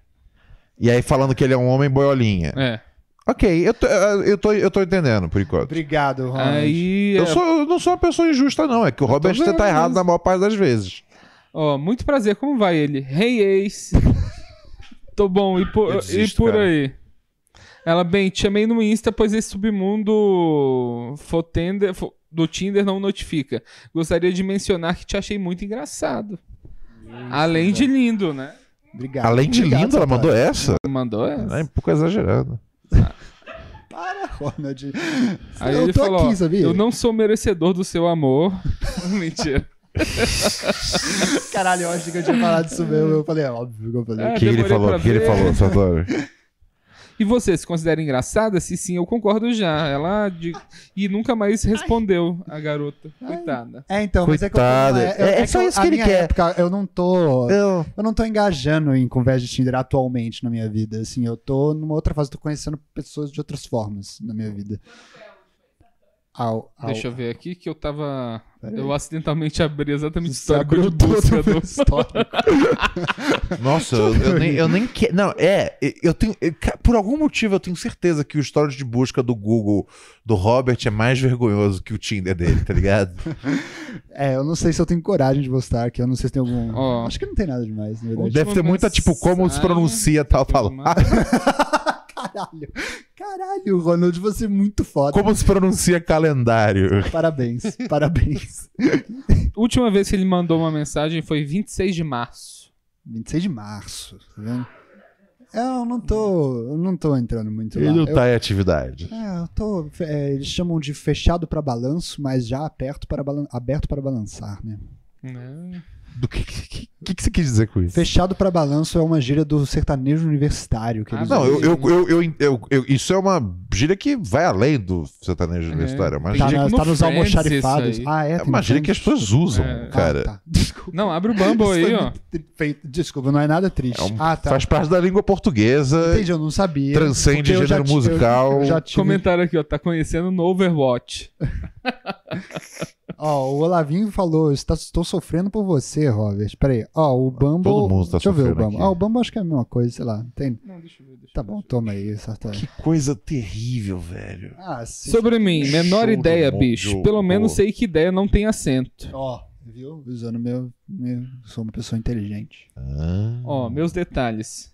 Speaker 1: E aí falando que ele é um homem boiolinha.
Speaker 3: é.
Speaker 1: Ok, eu tô, eu tô, eu tô entendendo, por enquanto.
Speaker 2: Obrigado, Ronald.
Speaker 3: Aí,
Speaker 1: Eu,
Speaker 3: é,
Speaker 1: sou, eu não sou uma pessoa injusta, não. É que o Robert
Speaker 3: vendo
Speaker 1: tá errado
Speaker 3: isso.
Speaker 1: na maior parte das vezes.
Speaker 3: ó, muito prazer, como vai ele? Hey, ex. Tô bom, e por,
Speaker 1: Eu desisto,
Speaker 3: e por
Speaker 1: cara.
Speaker 3: aí? Ela, bem, te chamei no Insta, pois esse submundo fotender, fo- do Tinder não notifica. Gostaria de mencionar que te achei muito engraçado. Além de lindo, né?
Speaker 2: Obrigado.
Speaker 1: Além de
Speaker 2: Obrigado,
Speaker 1: linda, ela
Speaker 2: Satório.
Speaker 1: mandou essa?
Speaker 3: Mandou essa.
Speaker 1: É um pouco exagerado.
Speaker 2: Para, Ronald.
Speaker 3: Aí
Speaker 2: eu
Speaker 3: ele
Speaker 2: tô
Speaker 3: falou, ó,
Speaker 2: aqui, sabia?
Speaker 3: eu não sou merecedor do seu amor. Mentira.
Speaker 2: Caralho, eu achei que eu tinha falado isso mesmo. Eu falei, é óbvio que eu falei.
Speaker 3: É,
Speaker 1: O que ele
Speaker 3: demorei
Speaker 1: falou?
Speaker 3: pra
Speaker 1: O que ele
Speaker 3: ver.
Speaker 1: falou, Sartori?
Speaker 3: E você se considera engraçada? Se sim, eu concordo já. Ela de- e nunca mais respondeu a garota. Coitada.
Speaker 2: É, então,
Speaker 1: Coitado.
Speaker 2: mas é que eu,
Speaker 1: É- é
Speaker 2: que
Speaker 1: só
Speaker 2: eu-
Speaker 1: isso
Speaker 2: a
Speaker 1: que ele
Speaker 2: minha
Speaker 1: quer.
Speaker 2: época, eu não tô.
Speaker 1: Eu...
Speaker 2: Eu não tô engajando em conversa de Tinder atualmente na minha vida. Assim, eu tô numa outra fase, tô conhecendo pessoas de outras formas na minha vida. Ao, ao,
Speaker 3: Deixa eu ver aqui que eu tava.
Speaker 2: Peraí.
Speaker 3: Eu acidentalmente abri exatamente o
Speaker 2: Você
Speaker 3: histórico de
Speaker 2: abriu todo
Speaker 3: busca
Speaker 2: o meu
Speaker 3: do.
Speaker 2: histórico.
Speaker 1: Nossa, eu, eu nem, eu nem quero. Não, é, eu tenho. eu- ca- por algum motivo, eu tenho certeza que o histórico de busca do Google do Robert é mais vergonhoso que o Tinder dele, tá ligado?
Speaker 2: É, eu não sei se eu tenho coragem de postar aqui. Eu não sei se tem algum.
Speaker 3: Ó.
Speaker 2: Acho que não tem nada demais, na verdade.
Speaker 1: Deve ter muita, tipo, como tipo, se
Speaker 3: mensagem-
Speaker 1: pronuncia tal palavra.
Speaker 2: Caralho. Caralho, Ronald, você é muito foda.
Speaker 1: Como se pronuncia calendário?
Speaker 2: Parabéns, parabéns.
Speaker 3: Última vez que ele mandou uma mensagem foi 26 de março.
Speaker 2: 26 de março, tá vendo? Eu não tô, eu não tô entrando muito
Speaker 1: Ele
Speaker 2: lá.
Speaker 1: não
Speaker 2: Eu-
Speaker 1: tá em atividade.
Speaker 2: É, eu tô. é, eles chamam de fechado para balanço, mas já aberto para, balan- aberto para balançar, né?
Speaker 3: Né?
Speaker 2: É.
Speaker 1: Do que, que, que, que você quis dizer com isso?
Speaker 2: Fechado para balanço é uma gíria do sertanejo universitário. Que
Speaker 3: Ah,
Speaker 2: eles
Speaker 1: Não,
Speaker 2: usam.
Speaker 1: eu, eu, eu, eu- eu- eu- isso é uma gíria que vai além do sertanejo
Speaker 3: É.
Speaker 1: universitário. É uma
Speaker 2: tá,
Speaker 3: Tem
Speaker 1: gíria,
Speaker 2: na-
Speaker 3: gente
Speaker 2: tá
Speaker 3: no
Speaker 2: nos
Speaker 3: Friends
Speaker 2: almoxarifados.
Speaker 3: isso aí.
Speaker 2: Ah, é?
Speaker 1: é
Speaker 2: tem
Speaker 1: uma gíria que as
Speaker 2: Friends?
Speaker 1: pessoas usam,
Speaker 3: É.
Speaker 2: Ah,
Speaker 1: cara.
Speaker 2: tá. Desculpa.
Speaker 3: Não, abre o Bumble
Speaker 2: Isso
Speaker 3: aí,
Speaker 2: foi
Speaker 3: ó.
Speaker 2: muito tri- feito. Desculpa, não é nada triste.
Speaker 1: É um-
Speaker 2: ah, tá.
Speaker 1: Faz parte da língua portuguesa,
Speaker 2: Entendi, eu não sabia. Porque
Speaker 1: transcende
Speaker 2: eu já
Speaker 1: gênero
Speaker 2: ti- eu-
Speaker 1: musical.
Speaker 2: eu já tive-
Speaker 3: Comentário aqui, ó. Tá conhecendo no Overwatch.
Speaker 2: Ó, o Olavinho falou, "Está- estou sofrendo por você, Robert. Peraí, ó, o Bumble...
Speaker 1: Todo mundo tá
Speaker 2: Deixa eu ver o
Speaker 1: sofrendo
Speaker 2: Bumble.
Speaker 1: aqui.
Speaker 2: Ó, o Bumble acho que é a mesma coisa, sei lá. Tem...
Speaker 3: Não, deixa eu ver.
Speaker 2: Tá bom, toma aí, Sartori.
Speaker 1: Que coisa terrível, velho.
Speaker 2: Ah, sim.
Speaker 3: Sobre mim, menor
Speaker 1: Show
Speaker 3: ideia,
Speaker 1: do bom
Speaker 3: bicho.
Speaker 1: jogo.
Speaker 3: Pelo menos sei que ideia não tem acento.
Speaker 2: Ó, viu? Usando meu... meu... Sou uma pessoa inteligente.
Speaker 1: Ah.
Speaker 3: Ó, meus detalhes.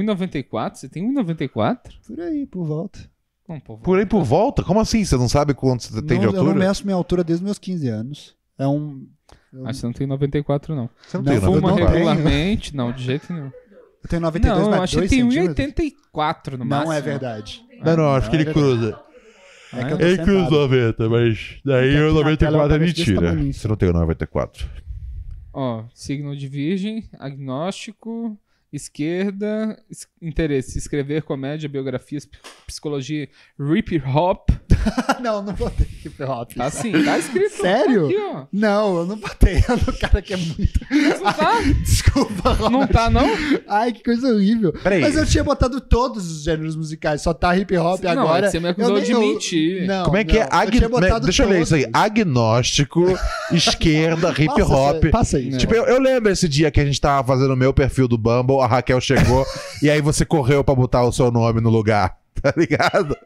Speaker 3: 1,94? Você tem 1,94?
Speaker 2: Por aí, por volta.
Speaker 3: Não, pô.
Speaker 1: Por aí por volta? Como assim? Você não sabe quanto você tem
Speaker 2: não, Eu
Speaker 1: de
Speaker 2: não
Speaker 1: altura?
Speaker 2: meço minha altura desde meus 15 anos. É um... eu-
Speaker 3: Ah, você não tem 94, não.
Speaker 1: Você não,
Speaker 2: Não,
Speaker 1: tem,
Speaker 2: foi
Speaker 1: não,
Speaker 3: Fuma
Speaker 2: uma
Speaker 1: não,
Speaker 2: tenho.
Speaker 3: regularmente? Não, de jeito nenhum.
Speaker 2: Eu tenho 92,
Speaker 3: Não, eu
Speaker 2: mas
Speaker 3: acho que
Speaker 2: 2
Speaker 3: tem
Speaker 2: centímetros?
Speaker 3: 1,84 no máximo.
Speaker 2: Não é verdade.
Speaker 1: não, não, acho que
Speaker 2: Não, é
Speaker 1: ele cruza.
Speaker 2: É que eu tô
Speaker 1: Ele cruza os
Speaker 2: sentado.
Speaker 1: 90, mas daí
Speaker 2: Aqui
Speaker 1: o
Speaker 2: na tela
Speaker 1: 94 é
Speaker 2: aparece desse
Speaker 1: mentira.
Speaker 2: tamanho.
Speaker 1: Você não tem o 94.
Speaker 3: Ó, signo de virgem, agnóstico, esquerda, es- interesse, escrever comédia, biografias, p- psicologia, rip hop.
Speaker 2: não, não botei hip hop.
Speaker 3: Tá assim, tá escrito.
Speaker 2: Sério?
Speaker 3: Aqui, ó.
Speaker 2: Não, eu não botei. É do cara que é muito.
Speaker 3: Não tá?
Speaker 2: Desculpa,
Speaker 3: Não
Speaker 2: Robert.
Speaker 3: tá, não?
Speaker 2: Ai, que coisa horrível.
Speaker 1: Peraí.
Speaker 2: Mas eu tinha botado todos os gêneros musicais, só tá hip hop
Speaker 3: Não, é
Speaker 2: agora.
Speaker 3: você me acusou
Speaker 2: nem-
Speaker 3: de mentir.
Speaker 2: Não,
Speaker 1: Como é que
Speaker 2: não,
Speaker 1: é? Agn...
Speaker 2: tinha botado
Speaker 1: Deixa eu ler isso aí.
Speaker 2: todos.
Speaker 1: Agnóstico, esquerda, hip
Speaker 2: Passa,
Speaker 1: hop.
Speaker 2: Passa aí. né?
Speaker 1: Tipo, eu, eu lembro esse dia que a gente tava fazendo o meu perfil do Bumble, a Raquel chegou e aí você correu pra botar o seu nome no lugar, tá ligado?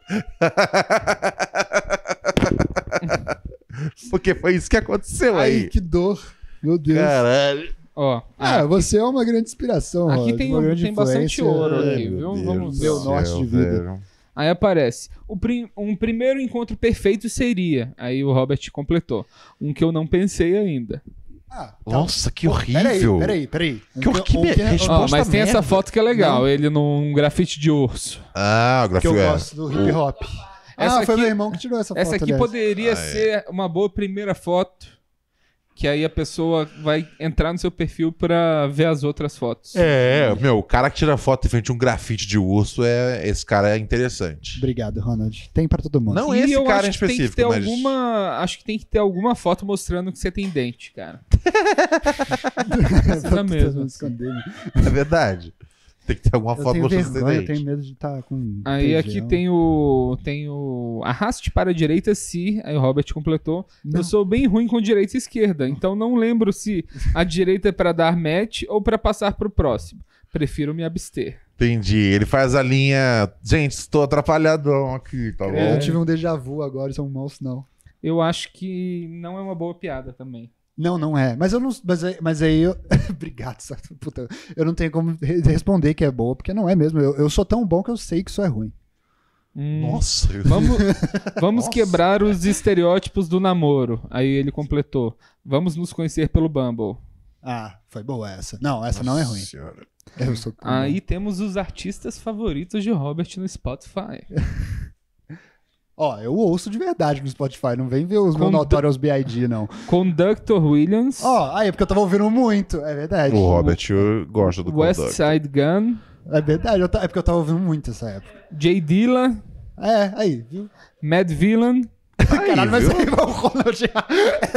Speaker 1: Porque foi isso que aconteceu
Speaker 2: Ai,
Speaker 1: aí.
Speaker 2: que dor. Meu Deus.
Speaker 1: Caralho.
Speaker 3: Ó,
Speaker 2: Ah,
Speaker 3: ah,
Speaker 2: você é uma grande inspiração,
Speaker 3: Aqui
Speaker 2: Robert,
Speaker 3: tem- um-
Speaker 2: uma grande
Speaker 3: tem bastante
Speaker 2: influência.
Speaker 3: ouro
Speaker 1: Ai,
Speaker 3: aqui,
Speaker 1: meu
Speaker 3: viu?
Speaker 1: Deus
Speaker 3: Vamos
Speaker 1: do
Speaker 2: ver o
Speaker 1: céu,
Speaker 2: norte de vida.
Speaker 1: velho.
Speaker 3: aí aparece. O prim- Um primeiro encontro perfeito seria. Aí o Robert completou. Um que eu não pensei ainda.
Speaker 2: Ah, tá.
Speaker 1: Nossa, que
Speaker 2: Peraí,
Speaker 1: horrível.
Speaker 2: peraí, peraí. Um
Speaker 1: Que
Speaker 2: eu- um
Speaker 1: horrível.
Speaker 2: eu-
Speaker 1: Resposta
Speaker 3: Ó, mas tem
Speaker 1: merda.
Speaker 3: essa foto que é legal. Ele num grafite de urso.
Speaker 1: Ah, o
Speaker 2: que eu
Speaker 1: grafio é.
Speaker 2: gosto do hip hop.
Speaker 3: Essa
Speaker 2: ah, foi
Speaker 3: aqui-
Speaker 2: meu irmão que tirou essa foto.
Speaker 3: Essa aqui
Speaker 2: aliás.
Speaker 3: poderia
Speaker 1: Ah, é.
Speaker 3: ser uma boa primeira foto. Que aí a pessoa vai entrar no seu perfil pra ver as outras fotos.
Speaker 1: É, meu, o cara que tira foto em frente a um grafite de urso é. Esse cara é interessante.
Speaker 2: Obrigado, Ronald. Tem pra todo mundo.
Speaker 1: Não
Speaker 3: E
Speaker 1: esse
Speaker 3: eu
Speaker 1: cara em
Speaker 3: acho que tem que
Speaker 1: específico,
Speaker 3: ter
Speaker 1: mas.
Speaker 3: alguma, acho que tem que ter alguma foto mostrando que você tem dente, cara. Precisa
Speaker 2: Tô
Speaker 3: mesmo.
Speaker 2: tentando esconder, né?
Speaker 1: É verdade. Tem que ter alguma
Speaker 2: Eu
Speaker 1: foto
Speaker 2: tenho
Speaker 1: mostrando
Speaker 2: vergonha, eu
Speaker 1: dente.
Speaker 2: tenho medo de estar com.
Speaker 3: Aí
Speaker 2: PG,
Speaker 3: aqui
Speaker 2: ó.
Speaker 3: tem o tem o arraste para a direita se, aí o Robert completou.
Speaker 2: Não.
Speaker 3: Eu sou bem ruim com direita e esquerda, então não lembro se a direita é pra dar match ou pra passar pro próximo. Prefiro me abster.
Speaker 1: Entendi. Ele faz a linha. Gente, estou atrapalhadão aqui, tá bom?
Speaker 2: Eu tive um déjà vu agora, isso é um mau sinal.
Speaker 3: Eu acho que não é uma boa piada também.
Speaker 2: Não, não é. Mas eu não. Mas aí, mas aí eu. Obrigado, Sarto. Puta, eu não tenho como re- responder que é boa, porque não é mesmo. Eu, eu sou tão bom que eu sei que isso é ruim.
Speaker 3: Hum.
Speaker 1: Nossa, eu...
Speaker 3: Vamos, vamos
Speaker 1: Nossa.
Speaker 3: quebrar os estereótipos do namoro. Aí ele completou. Vamos nos conhecer pelo Bumble.
Speaker 2: Ah, foi boa essa. Não, essa não é ruim.
Speaker 1: Senhora.
Speaker 2: Eu sou tão bom.
Speaker 3: Aí temos os artistas favoritos de Robert no Spotify.
Speaker 2: Ó, eu ouço de verdade no Spotify, não vem ver os
Speaker 3: Com-
Speaker 2: meus Notorious B.I.D., não.
Speaker 3: Conductor Williams,
Speaker 2: Ó, aí é porque eu tava ouvindo muito, é verdade.
Speaker 1: O Robert eu gosto do
Speaker 3: West
Speaker 1: conduct.
Speaker 3: Side Gun,
Speaker 2: É verdade, eu ta- é porque eu tava ouvindo muito essa época.
Speaker 3: Jay Dilla,
Speaker 2: É, aí, viu?
Speaker 3: Mad Villain,
Speaker 2: Caralho, mas
Speaker 1: viu?
Speaker 2: aí vai o Ronald.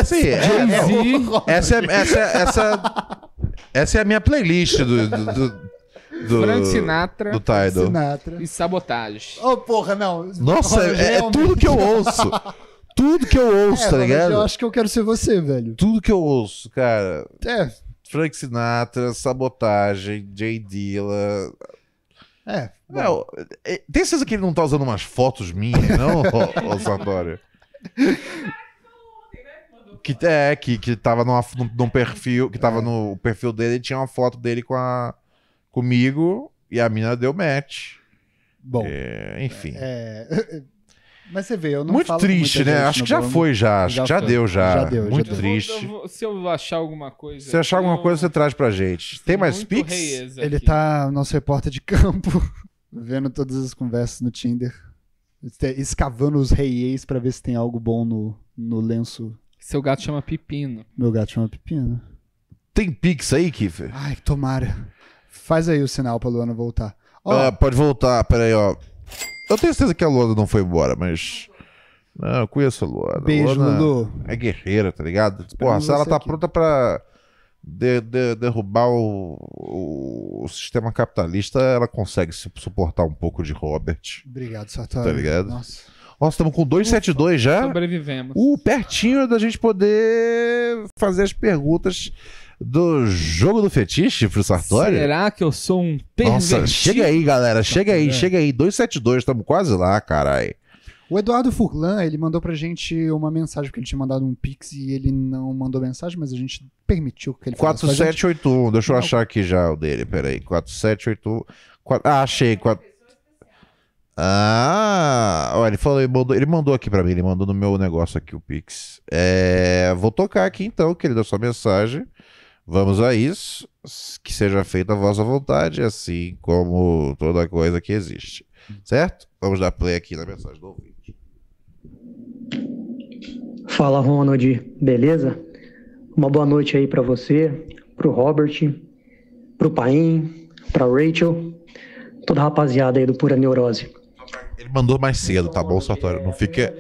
Speaker 1: Sim, é- é-
Speaker 3: Jay-Z,
Speaker 1: essa, é, essa, é- essa, essa é a minha playlist do. do, do, do
Speaker 3: Frank Sinatra
Speaker 1: Do Tidal.
Speaker 2: Sinatra.
Speaker 3: e Sabotage.
Speaker 2: Ô, porra, não.
Speaker 1: Nossa,
Speaker 2: Ronald,
Speaker 1: é, é
Speaker 2: realmente-
Speaker 1: tudo que eu ouço. Tudo que eu ouço,
Speaker 2: É,
Speaker 1: tá
Speaker 2: Ronald,
Speaker 1: ligado?
Speaker 2: Eu acho que eu quero ser você, velho.
Speaker 1: Tudo que eu ouço, cara.
Speaker 2: É,
Speaker 1: Frank Sinatra, Sabotagem, Jay Dilla.
Speaker 2: é. bom.
Speaker 1: Não, é, tem certeza que ele não tá usando umas fotos minhas, não, ô, ô Sartório? Que, é, que, que tava numa, num, num perfil, que
Speaker 2: É.
Speaker 1: tava no perfil dele, tinha uma foto dele com a, comigo e a mina deu match.
Speaker 2: Bom,
Speaker 1: É, enfim.
Speaker 2: é, mas você vê, eu não
Speaker 1: muito
Speaker 2: falo com
Speaker 1: triste,
Speaker 2: muita
Speaker 1: né?
Speaker 2: gente
Speaker 1: Acho
Speaker 2: no
Speaker 1: que já
Speaker 2: Bumble.
Speaker 1: foi, já. Acho
Speaker 2: Já
Speaker 1: que já
Speaker 2: foi.
Speaker 1: deu, já.
Speaker 2: Já deu, já
Speaker 1: muito
Speaker 2: deu.
Speaker 1: triste.
Speaker 3: se eu achar alguma coisa.
Speaker 1: Se achar alguma
Speaker 3: eu-
Speaker 1: coisa, você traz pra gente. Tem mais
Speaker 3: muito
Speaker 1: Pix?
Speaker 3: reis
Speaker 2: Ele
Speaker 3: aqui.
Speaker 2: tá, nosso repórter de campo, vendo todas as conversas no Tinder, este- escavando os reis pra ver se tem algo bom no, no lenço.
Speaker 3: Seu gato chama Pepino.
Speaker 2: Meu gato chama Ah, Pepino.
Speaker 1: Tem Pix aí, Kiffer?
Speaker 2: Ai, tomara. Faz aí o sinal pra Luana voltar. Ó,
Speaker 1: Ah, pode voltar, peraí, ó. Eu tenho certeza que a Luana não foi embora, mas. Não, eu conheço a Luana.
Speaker 2: beijo,
Speaker 1: Luana
Speaker 2: Lulu.
Speaker 1: É guerreira, tá ligado? Porra, se
Speaker 2: você
Speaker 1: ela tá
Speaker 2: aqui.
Speaker 1: pronta pra de- de- derrubar o, o- o sistema capitalista, ela consegue se suportar um pouco de Robert.
Speaker 2: Obrigado, Sartori.
Speaker 1: Tá ligado?
Speaker 2: Nossa.
Speaker 1: Nossa, estamos com 272 já.
Speaker 3: Sobrevivemos.
Speaker 1: O pertinho da gente poder fazer as perguntas do jogo do fetiche pro Sartori.
Speaker 3: Será que eu sou um pervertido? é.
Speaker 1: Nossa, chega aí, galera. Chega aí, chega aí. 272, estamos quase lá, carai.
Speaker 2: O Eduardo Furlan, ele mandou pra gente uma mensagem, porque ele tinha mandado um pix e ele não mandou mensagem, mas a gente permitiu que ele falasse com a gente.
Speaker 1: 4781, deixa eu achar aqui já o dele, peraí. 4781. Qua- Ah, achei. Qua- Ah, ó, ele falou, ele mandou, ele mandou aqui pra mim, ele mandou no meu negócio aqui o Pix. É, vou tocar aqui então, que ele deu sua mensagem. Vamos a isso. Que seja feita a vossa vontade, assim como toda coisa que existe. Certo? Vamos dar play aqui na mensagem do ouvinte.
Speaker 11: Fala Ronald, beleza? Uma boa noite aí pra você, pro Robert, pro Paim, pra Rachel, toda a rapaziada aí do Pura Neurose.
Speaker 1: Ele mandou mais cedo, tá bom, Sartori? Não fica.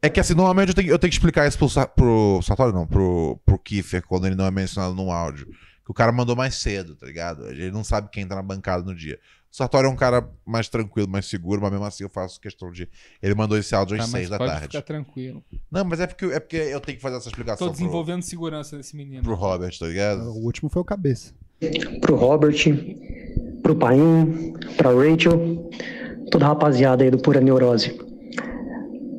Speaker 1: É que assim, normalmente eu tenho, eu tenho que explicar isso pro, Sa- pro Sartori, não, pro, pro Kiefer, quando ele não é mencionado no áudio. Que o cara mandou mais cedo, tá ligado? Ele não sabe quem tá na bancada no dia. O Sartori é um cara mais tranquilo, mais seguro, mas mesmo assim eu faço questão de. Ele mandou esse áudio
Speaker 3: Tá,
Speaker 1: às
Speaker 3: mas
Speaker 1: seis da
Speaker 3: pode
Speaker 1: tarde.
Speaker 3: ficar tranquilo.
Speaker 1: Não, mas é porque, é porque eu tenho que fazer essa
Speaker 3: Tô
Speaker 1: explicação pro,
Speaker 3: desenvolvendo segurança nesse menino.
Speaker 1: pro Robert, tá ligado?
Speaker 2: É, O último foi o cabeça.
Speaker 11: Pro Robert, pro Paim, pra Rachel, toda a rapaziada aí do Pura Neurose.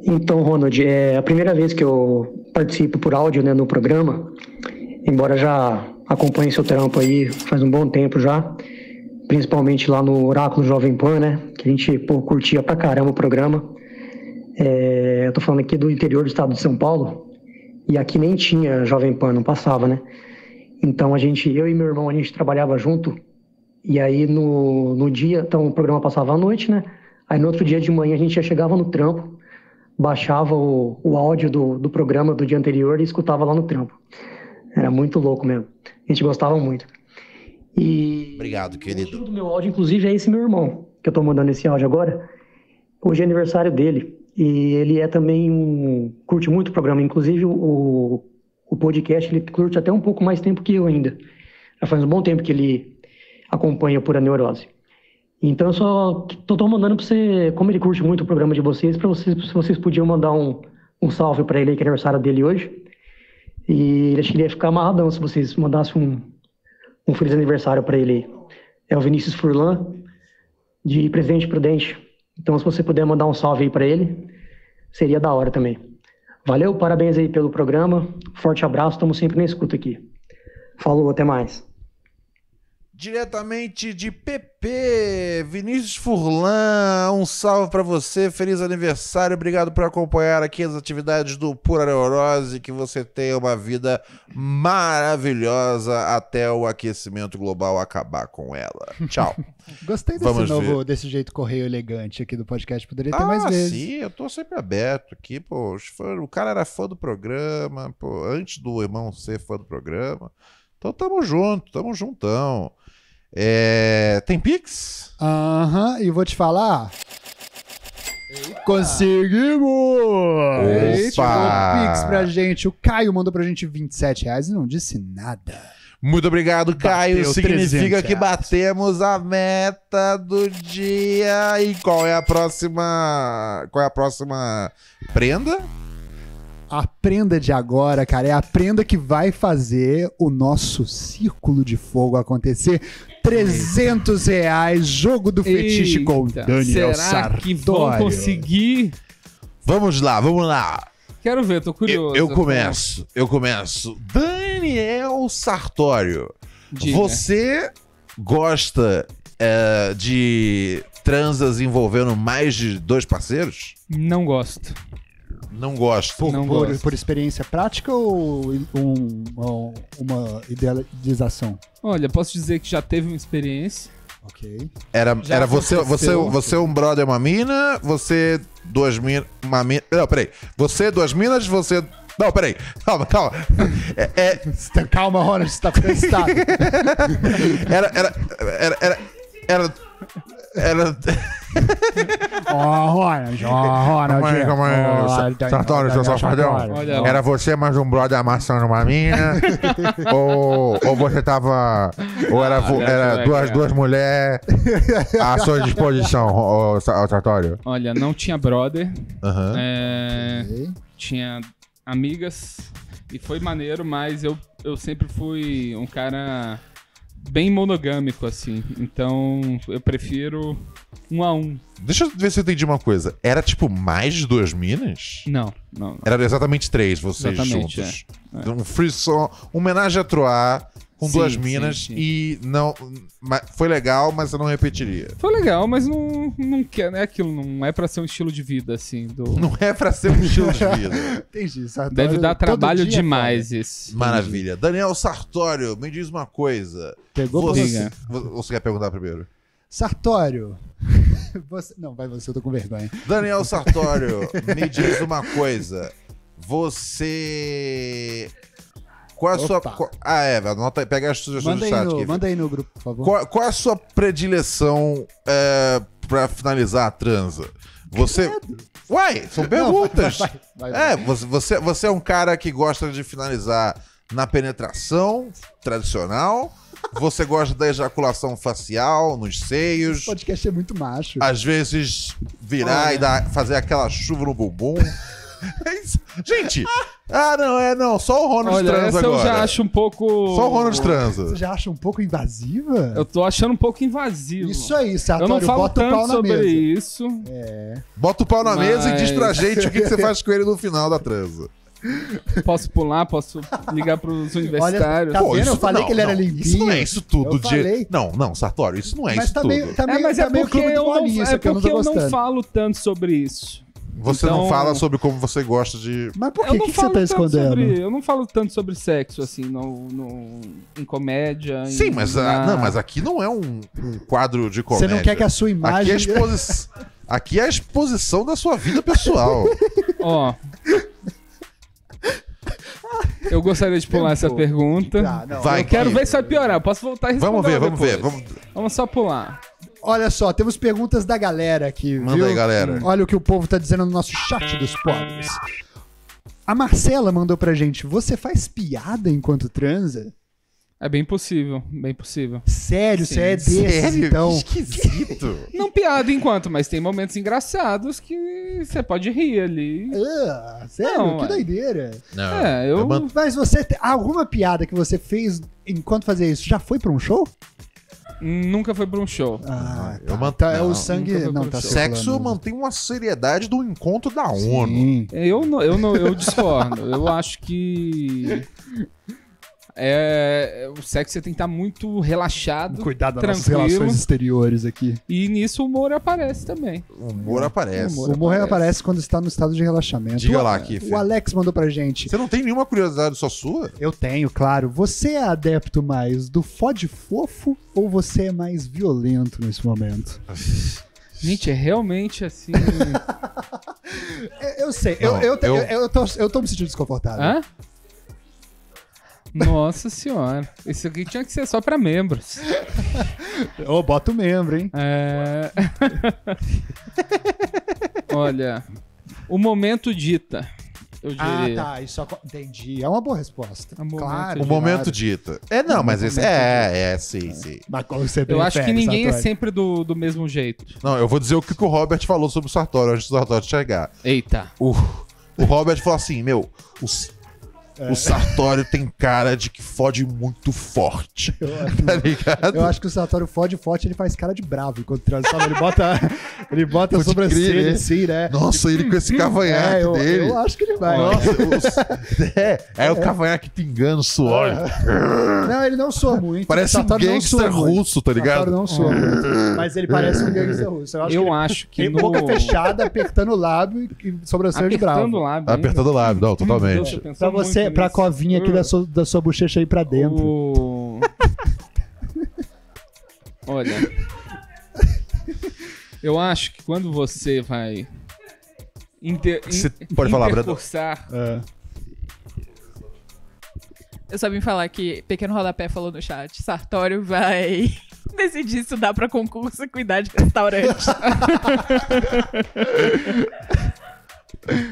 Speaker 11: Então, Ronald, é a primeira vez que eu participo por áudio né, no programa, embora já acompanhe seu trampo aí faz um bom tempo já, principalmente lá no Oráculo Jovem Pan, né? Que a gente pô, curtia pra caramba o programa. É, eu tô falando aqui do interior do estado de São Paulo, e aqui nem tinha Jovem Pan, não passava, né? Então a gente, eu e meu irmão, a gente trabalhava junto. E aí no, no dia, então o programa passava à noite, né? Aí no outro dia de manhã a gente já chegava no trampo, baixava o, o áudio do, do programa do dia anterior e escutava lá no trampo. Era muito louco mesmo. A gente gostava muito. E
Speaker 1: Obrigado,
Speaker 11: o motivo
Speaker 1: querido.
Speaker 11: do meu áudio, inclusive, é esse meu irmão, que eu tô mandando esse áudio agora. Hoje é aniversário dele. E ele é também um. curte muito o programa. Inclusive, o, o podcast ele curte até um pouco mais tempo que eu ainda. Já faz um bom tempo que ele acompanha por a neurose. Então, eu só tô, tô mandando pra você, como ele curte muito o programa de vocês, para vocês, se vocês podiam mandar um, um salve para ele, aí, que é aniversário dele hoje. E ele acho que ele ia ficar amarradão se vocês mandassem um, um feliz aniversário para ele. aí. É o Vinícius Furlan, de Presidente Prudente. Então, se você puder mandar um salve aí para ele, seria da hora também. Valeu, parabéns aí pelo programa. Forte abraço, estamos sempre na escuta aqui. Falou, até mais.
Speaker 1: Diretamente de PP, Vinícius Furlan, um salve pra você, feliz aniversário, obrigado por acompanhar aqui as atividades do Pura Neurose, que você tenha uma vida maravilhosa até o aquecimento global acabar com ela. Tchau.
Speaker 2: Gostei desse
Speaker 1: Vamos Ah,
Speaker 2: novo, desse jeito correio elegante aqui do podcast. Poderia ter mais vezes.
Speaker 1: sim, eu tô sempre aberto aqui, pô, os fã- o cara era fã do programa, pô, antes do irmão ser fã do programa, então tamo junto, tamo juntão. É, tem Pix?
Speaker 2: Aham, e vou te falar. Conseguimos! Eita, mandou um Pix pra gente. O Caio mandou pra gente 27 reais e não disse nada.
Speaker 1: Muito obrigado, Caio.
Speaker 2: Bateu
Speaker 1: Significa
Speaker 2: 300
Speaker 1: que
Speaker 2: reais.
Speaker 1: batemos a meta do dia. E qual é a próxima. Qual é a próxima prenda?
Speaker 2: Aprenda de agora, cara. É a prenda que vai fazer o nosso círculo de fogo acontecer. 300 reais, jogo do fetiche com
Speaker 3: Eita,
Speaker 2: Daniel
Speaker 3: Será
Speaker 2: Sartori.
Speaker 3: que vão conseguir?
Speaker 1: Vamos lá, vamos lá.
Speaker 3: Quero ver, tô curioso.
Speaker 1: Eu, eu começo, eu começo. Daniel Sartório,
Speaker 3: Diga.
Speaker 1: você gosta é, eh, de transas envolvendo mais de dois parceiros?
Speaker 3: Não gosto.
Speaker 1: Não gosto.
Speaker 2: Por, por- por experiência prática ou um- um- uma idealização?
Speaker 3: Olha, posso dizer que já teve uma experiência.
Speaker 2: Ok.
Speaker 1: Era,
Speaker 3: Já
Speaker 1: era você, você,
Speaker 3: aconteceu.
Speaker 1: você um brother, uma mina, você duas minas, uma mina. Não, peraí. Você duas minas, você. Não, peraí. Calma, calma. É, é-
Speaker 2: Calma, Ronald, você tá ficando excitado.
Speaker 1: era, era, era, era, era, era-
Speaker 2: Ó, Ronald, ó, Ronald.
Speaker 1: Calma aí, calma aí,
Speaker 3: tá
Speaker 1: Sa- Sartório, seu safadão.
Speaker 2: Olha
Speaker 1: Era você mais um brother amassando uma mina? ou, ou você tava. Ou era, vo-
Speaker 3: Olha,
Speaker 1: era
Speaker 3: Ah, moleque,
Speaker 1: duas,
Speaker 3: cara.
Speaker 1: duas mulheres à sua disposição, ô, ô, Sa- ô, Sartório?
Speaker 3: Olha, não tinha brother.
Speaker 1: Aham.
Speaker 3: É, Tinha amigas. E foi maneiro, mas eu, eu sempre fui um cara bem monogâmico, assim. Então eu prefiro um a um.
Speaker 1: Deixa eu ver se eu entendi uma coisa. Era tipo mais de duas minas?
Speaker 3: Não, não. não.
Speaker 1: Era exatamente três, vocês
Speaker 3: Exatamente,
Speaker 1: juntos.
Speaker 3: é. É.
Speaker 1: Então, Um free song, homenagem a Troá com
Speaker 3: Sim,
Speaker 1: duas
Speaker 3: sim,
Speaker 1: minas
Speaker 3: sim.
Speaker 1: e não. ma- Foi legal, mas eu não repetiria.
Speaker 3: Foi legal, mas não, não quer, né? Aquilo não é pra ser um estilo de vida, assim. Do...
Speaker 1: Não é pra ser um estilo de vida.
Speaker 2: Entendi, Sartório.
Speaker 3: Deve dar
Speaker 2: todo
Speaker 3: trabalho
Speaker 2: dia é
Speaker 3: demais isso.
Speaker 1: Maravilha. Daniel Sartório, me diz uma coisa.
Speaker 2: foda. Pegou
Speaker 1: você,
Speaker 3: diga.
Speaker 1: vo- você quer perguntar primeiro?
Speaker 2: Sartório. Você... Não, vai você, eu tô com vergonha.
Speaker 1: Daniel Sartório, me diz uma coisa. Você. Qual a sua.
Speaker 2: Opa.
Speaker 1: qual- Ah, é, anota, aí, pega as sugestões
Speaker 2: Manda
Speaker 1: do
Speaker 2: aí,
Speaker 1: chat
Speaker 2: no,
Speaker 1: aqui.
Speaker 2: manda aí no grupo, por favor.
Speaker 1: Qual, qual é a sua predileção é, pra finalizar a transa? Você. Uai, são perguntas.
Speaker 2: É, Não, vai, vai, vai, vai.
Speaker 1: É, você, você, você é um cara que gosta de finalizar na penetração tradicional. Você gosta da ejaculação facial, nos seios.
Speaker 2: Esse podcast é muito macho.
Speaker 1: Às vezes virar e dar, fazer aquela chuva no bumbum. É isso. Gente! Ah, não, é não. Só o Ronald
Speaker 3: Olha,
Speaker 1: transa
Speaker 3: essa eu
Speaker 1: agora.
Speaker 3: já acho um pouco.
Speaker 1: Só o Ronald
Speaker 2: Você
Speaker 1: transa.
Speaker 2: já acha um pouco invasiva?
Speaker 3: Eu tô achando um pouco invasivo.
Speaker 2: Isso aí,
Speaker 3: Eu
Speaker 2: Sartório,
Speaker 3: não falo
Speaker 2: bota o
Speaker 3: tanto
Speaker 2: pau na
Speaker 3: sobre
Speaker 2: mesa. É.
Speaker 3: isso.
Speaker 1: Bota o pau na
Speaker 3: Mas-
Speaker 1: mesa e diz pra gente o que, que você faz com ele no final da transa.
Speaker 3: Posso pular, posso ligar pros
Speaker 2: Olha,
Speaker 3: universitários.
Speaker 2: tá- vendo? Eu falei que ele era limpinho.
Speaker 1: Isso não é isso tudo,
Speaker 2: Eu
Speaker 1: de...
Speaker 2: falei.
Speaker 1: Não, não, Sartório, isso não é
Speaker 2: Mas
Speaker 1: isso
Speaker 2: tá
Speaker 1: tudo.
Speaker 2: meio, tá
Speaker 3: É,
Speaker 2: meio,
Speaker 3: mas
Speaker 2: tá
Speaker 3: é
Speaker 2: meio
Speaker 3: porque,
Speaker 2: clube
Speaker 3: eu
Speaker 2: do
Speaker 3: não,
Speaker 2: bolinha, isso
Speaker 3: é
Speaker 2: aqui, eu não
Speaker 3: porque
Speaker 2: tô
Speaker 3: eu
Speaker 2: gostando.
Speaker 3: não falo tanto sobre isso.
Speaker 1: Você não
Speaker 3: Então-
Speaker 1: fala sobre como você gosta de.
Speaker 2: Mas por
Speaker 3: eu
Speaker 2: quê? O
Speaker 3: não
Speaker 2: que, que
Speaker 3: falo
Speaker 2: você tá
Speaker 3: tanto
Speaker 2: escondendo?
Speaker 3: Sobre, eu não falo tanto sobre sexo, assim, no, no- em comédia. em-
Speaker 1: Sim, mas, a-
Speaker 3: na-
Speaker 1: não, mas aqui não é um, um quadro de
Speaker 2: Você
Speaker 1: comédia.
Speaker 2: não quer que a sua
Speaker 1: Aqui é,
Speaker 2: imagem...
Speaker 1: a exposi- aqui é a exposição da sua vida pessoal.
Speaker 3: Ó. Eu gostaria de pular essa pergunta.
Speaker 2: Ah, não.
Speaker 1: Vai,
Speaker 3: eu quero
Speaker 1: que-
Speaker 3: ver se vai piorar. Eu posso voltar e responder.
Speaker 1: Vamos ver,
Speaker 3: lá
Speaker 1: vamos ver.
Speaker 3: depois.
Speaker 1: Vamos...
Speaker 3: Vamos só pular.
Speaker 2: Olha só, temos perguntas da galera aqui,
Speaker 1: Manda
Speaker 2: viu?
Speaker 1: aí, galera.
Speaker 2: Olha o que o povo tá dizendo no nosso chat dos pobres. A Marcela mandou pra gente, você faz piada enquanto transa?
Speaker 3: É bem possível, bem possível.
Speaker 2: Sério,
Speaker 3: Sim.
Speaker 2: você é desses,
Speaker 1: Sério?
Speaker 2: então.
Speaker 1: Que esquisito.
Speaker 3: Não piada enquanto, mas tem momentos engraçados que você pode rir ali.
Speaker 2: Ah, sério?
Speaker 3: Não,
Speaker 2: que
Speaker 3: é.
Speaker 2: doideira.
Speaker 1: Não.
Speaker 3: É, eu.
Speaker 1: man-
Speaker 2: Mas você tem alguma piada que você fez enquanto fazia isso? Já foi pra um show?
Speaker 3: Nunca foi pra um show.
Speaker 2: Ah,
Speaker 1: eu man-
Speaker 2: tá, é
Speaker 1: não,
Speaker 2: o sangue.
Speaker 3: nunca foi
Speaker 2: Não,
Speaker 3: pra
Speaker 2: tá
Speaker 3: um show.
Speaker 1: Sexo
Speaker 2: circulando.
Speaker 1: mantém uma seriedade do encontro da ONU.
Speaker 2: Sim.
Speaker 3: É, Eu não, eu não, eu discordo. eu acho que é, o sexo você tem que estar muito relaxado
Speaker 2: Cuidado das nossas
Speaker 3: Tranquilo.
Speaker 2: relações exteriores aqui.
Speaker 3: e nisso o humor aparece também.
Speaker 1: O humor aparece.
Speaker 2: O É. humor aparece quando está no estado de relaxamento.
Speaker 1: Diga
Speaker 2: O-
Speaker 1: lá, Kiff.
Speaker 2: O Alex mandou pra gente.
Speaker 1: Você não tem nenhuma curiosidade só sua?
Speaker 2: Eu tenho, claro. Você é adepto mais do fode fofo ou você é mais violento nesse momento?
Speaker 3: Gente, é realmente assim.
Speaker 2: É, Eu, eu sei,
Speaker 1: Não,
Speaker 2: eu, eu,
Speaker 1: eu-
Speaker 2: eu, eu tô, eu tô me sentindo desconfortável.
Speaker 3: Hã? Nossa senhora, isso aqui tinha que ser só pra membros.
Speaker 2: Ô, bota o membro, hein?
Speaker 3: É... Olha, o momento dita, eu
Speaker 2: Ah,
Speaker 3: diria.
Speaker 2: tá. Isso aco- entendi. É uma boa resposta.
Speaker 3: É um momento
Speaker 2: claro.
Speaker 1: O momento dita. É, não, mas esse. É, é, sim, sim.
Speaker 2: Mas qual você
Speaker 3: Eu acho que
Speaker 2: prefere,
Speaker 3: ninguém é
Speaker 2: Sartori?
Speaker 3: sempre do, do mesmo jeito.
Speaker 1: Não, eu vou dizer o que, que o Robert falou sobre o Sartório antes do Sartório chegar.
Speaker 3: Eita.
Speaker 1: O, o Robert falou assim: meu, o, s-
Speaker 2: É.
Speaker 1: O Sartório tem cara de que fode muito forte. tá ligado?
Speaker 2: Eu acho que o Sartório fode forte, ele faz cara de bravo enquanto transa. sabe? Ele bota, ele bota a
Speaker 1: Pode crer,
Speaker 2: sobrancelha
Speaker 1: né?
Speaker 2: assim, né?
Speaker 1: Nossa, ele com esse cavanhaque
Speaker 2: É, eu,
Speaker 1: dele.
Speaker 2: eu acho que ele vai.
Speaker 1: Nossa, os- é, é o cavanhaque pingando suor. Ah.
Speaker 2: Não, ele não soa muito.
Speaker 1: Parece
Speaker 2: O
Speaker 1: um
Speaker 2: Sartório É. não soa
Speaker 1: gangster
Speaker 2: muito.
Speaker 1: russo, tá ligado?
Speaker 2: Sartório não soa muito. Mas ele parece um gangster russo. Eu acho que,
Speaker 3: Eu
Speaker 2: ele-
Speaker 3: acho que
Speaker 2: Tem
Speaker 3: no-
Speaker 2: boca fechada, apertando o lábio e e sobrancelha é de
Speaker 3: Apertando
Speaker 2: bravo.
Speaker 3: o lábio. ainda.
Speaker 1: Apertando o lábio, não,
Speaker 3: Deus, eu
Speaker 1: totalmente.
Speaker 3: pensei
Speaker 2: Pra
Speaker 3: muito
Speaker 2: você, pra
Speaker 3: nisso.
Speaker 2: covinha aqui
Speaker 3: Uh.
Speaker 2: da sua, da sua bochecha aí pra dentro.
Speaker 3: O- Olha. Eu acho que quando você vai. Inter...
Speaker 1: Você
Speaker 3: in-
Speaker 1: pode falar, É. Brandon.
Speaker 3: intercursar-
Speaker 10: Eu só vim falar que Pequeno Rodapé falou no chat. Sartório vai decidir se dá pra concurso e cuidar de restaurante.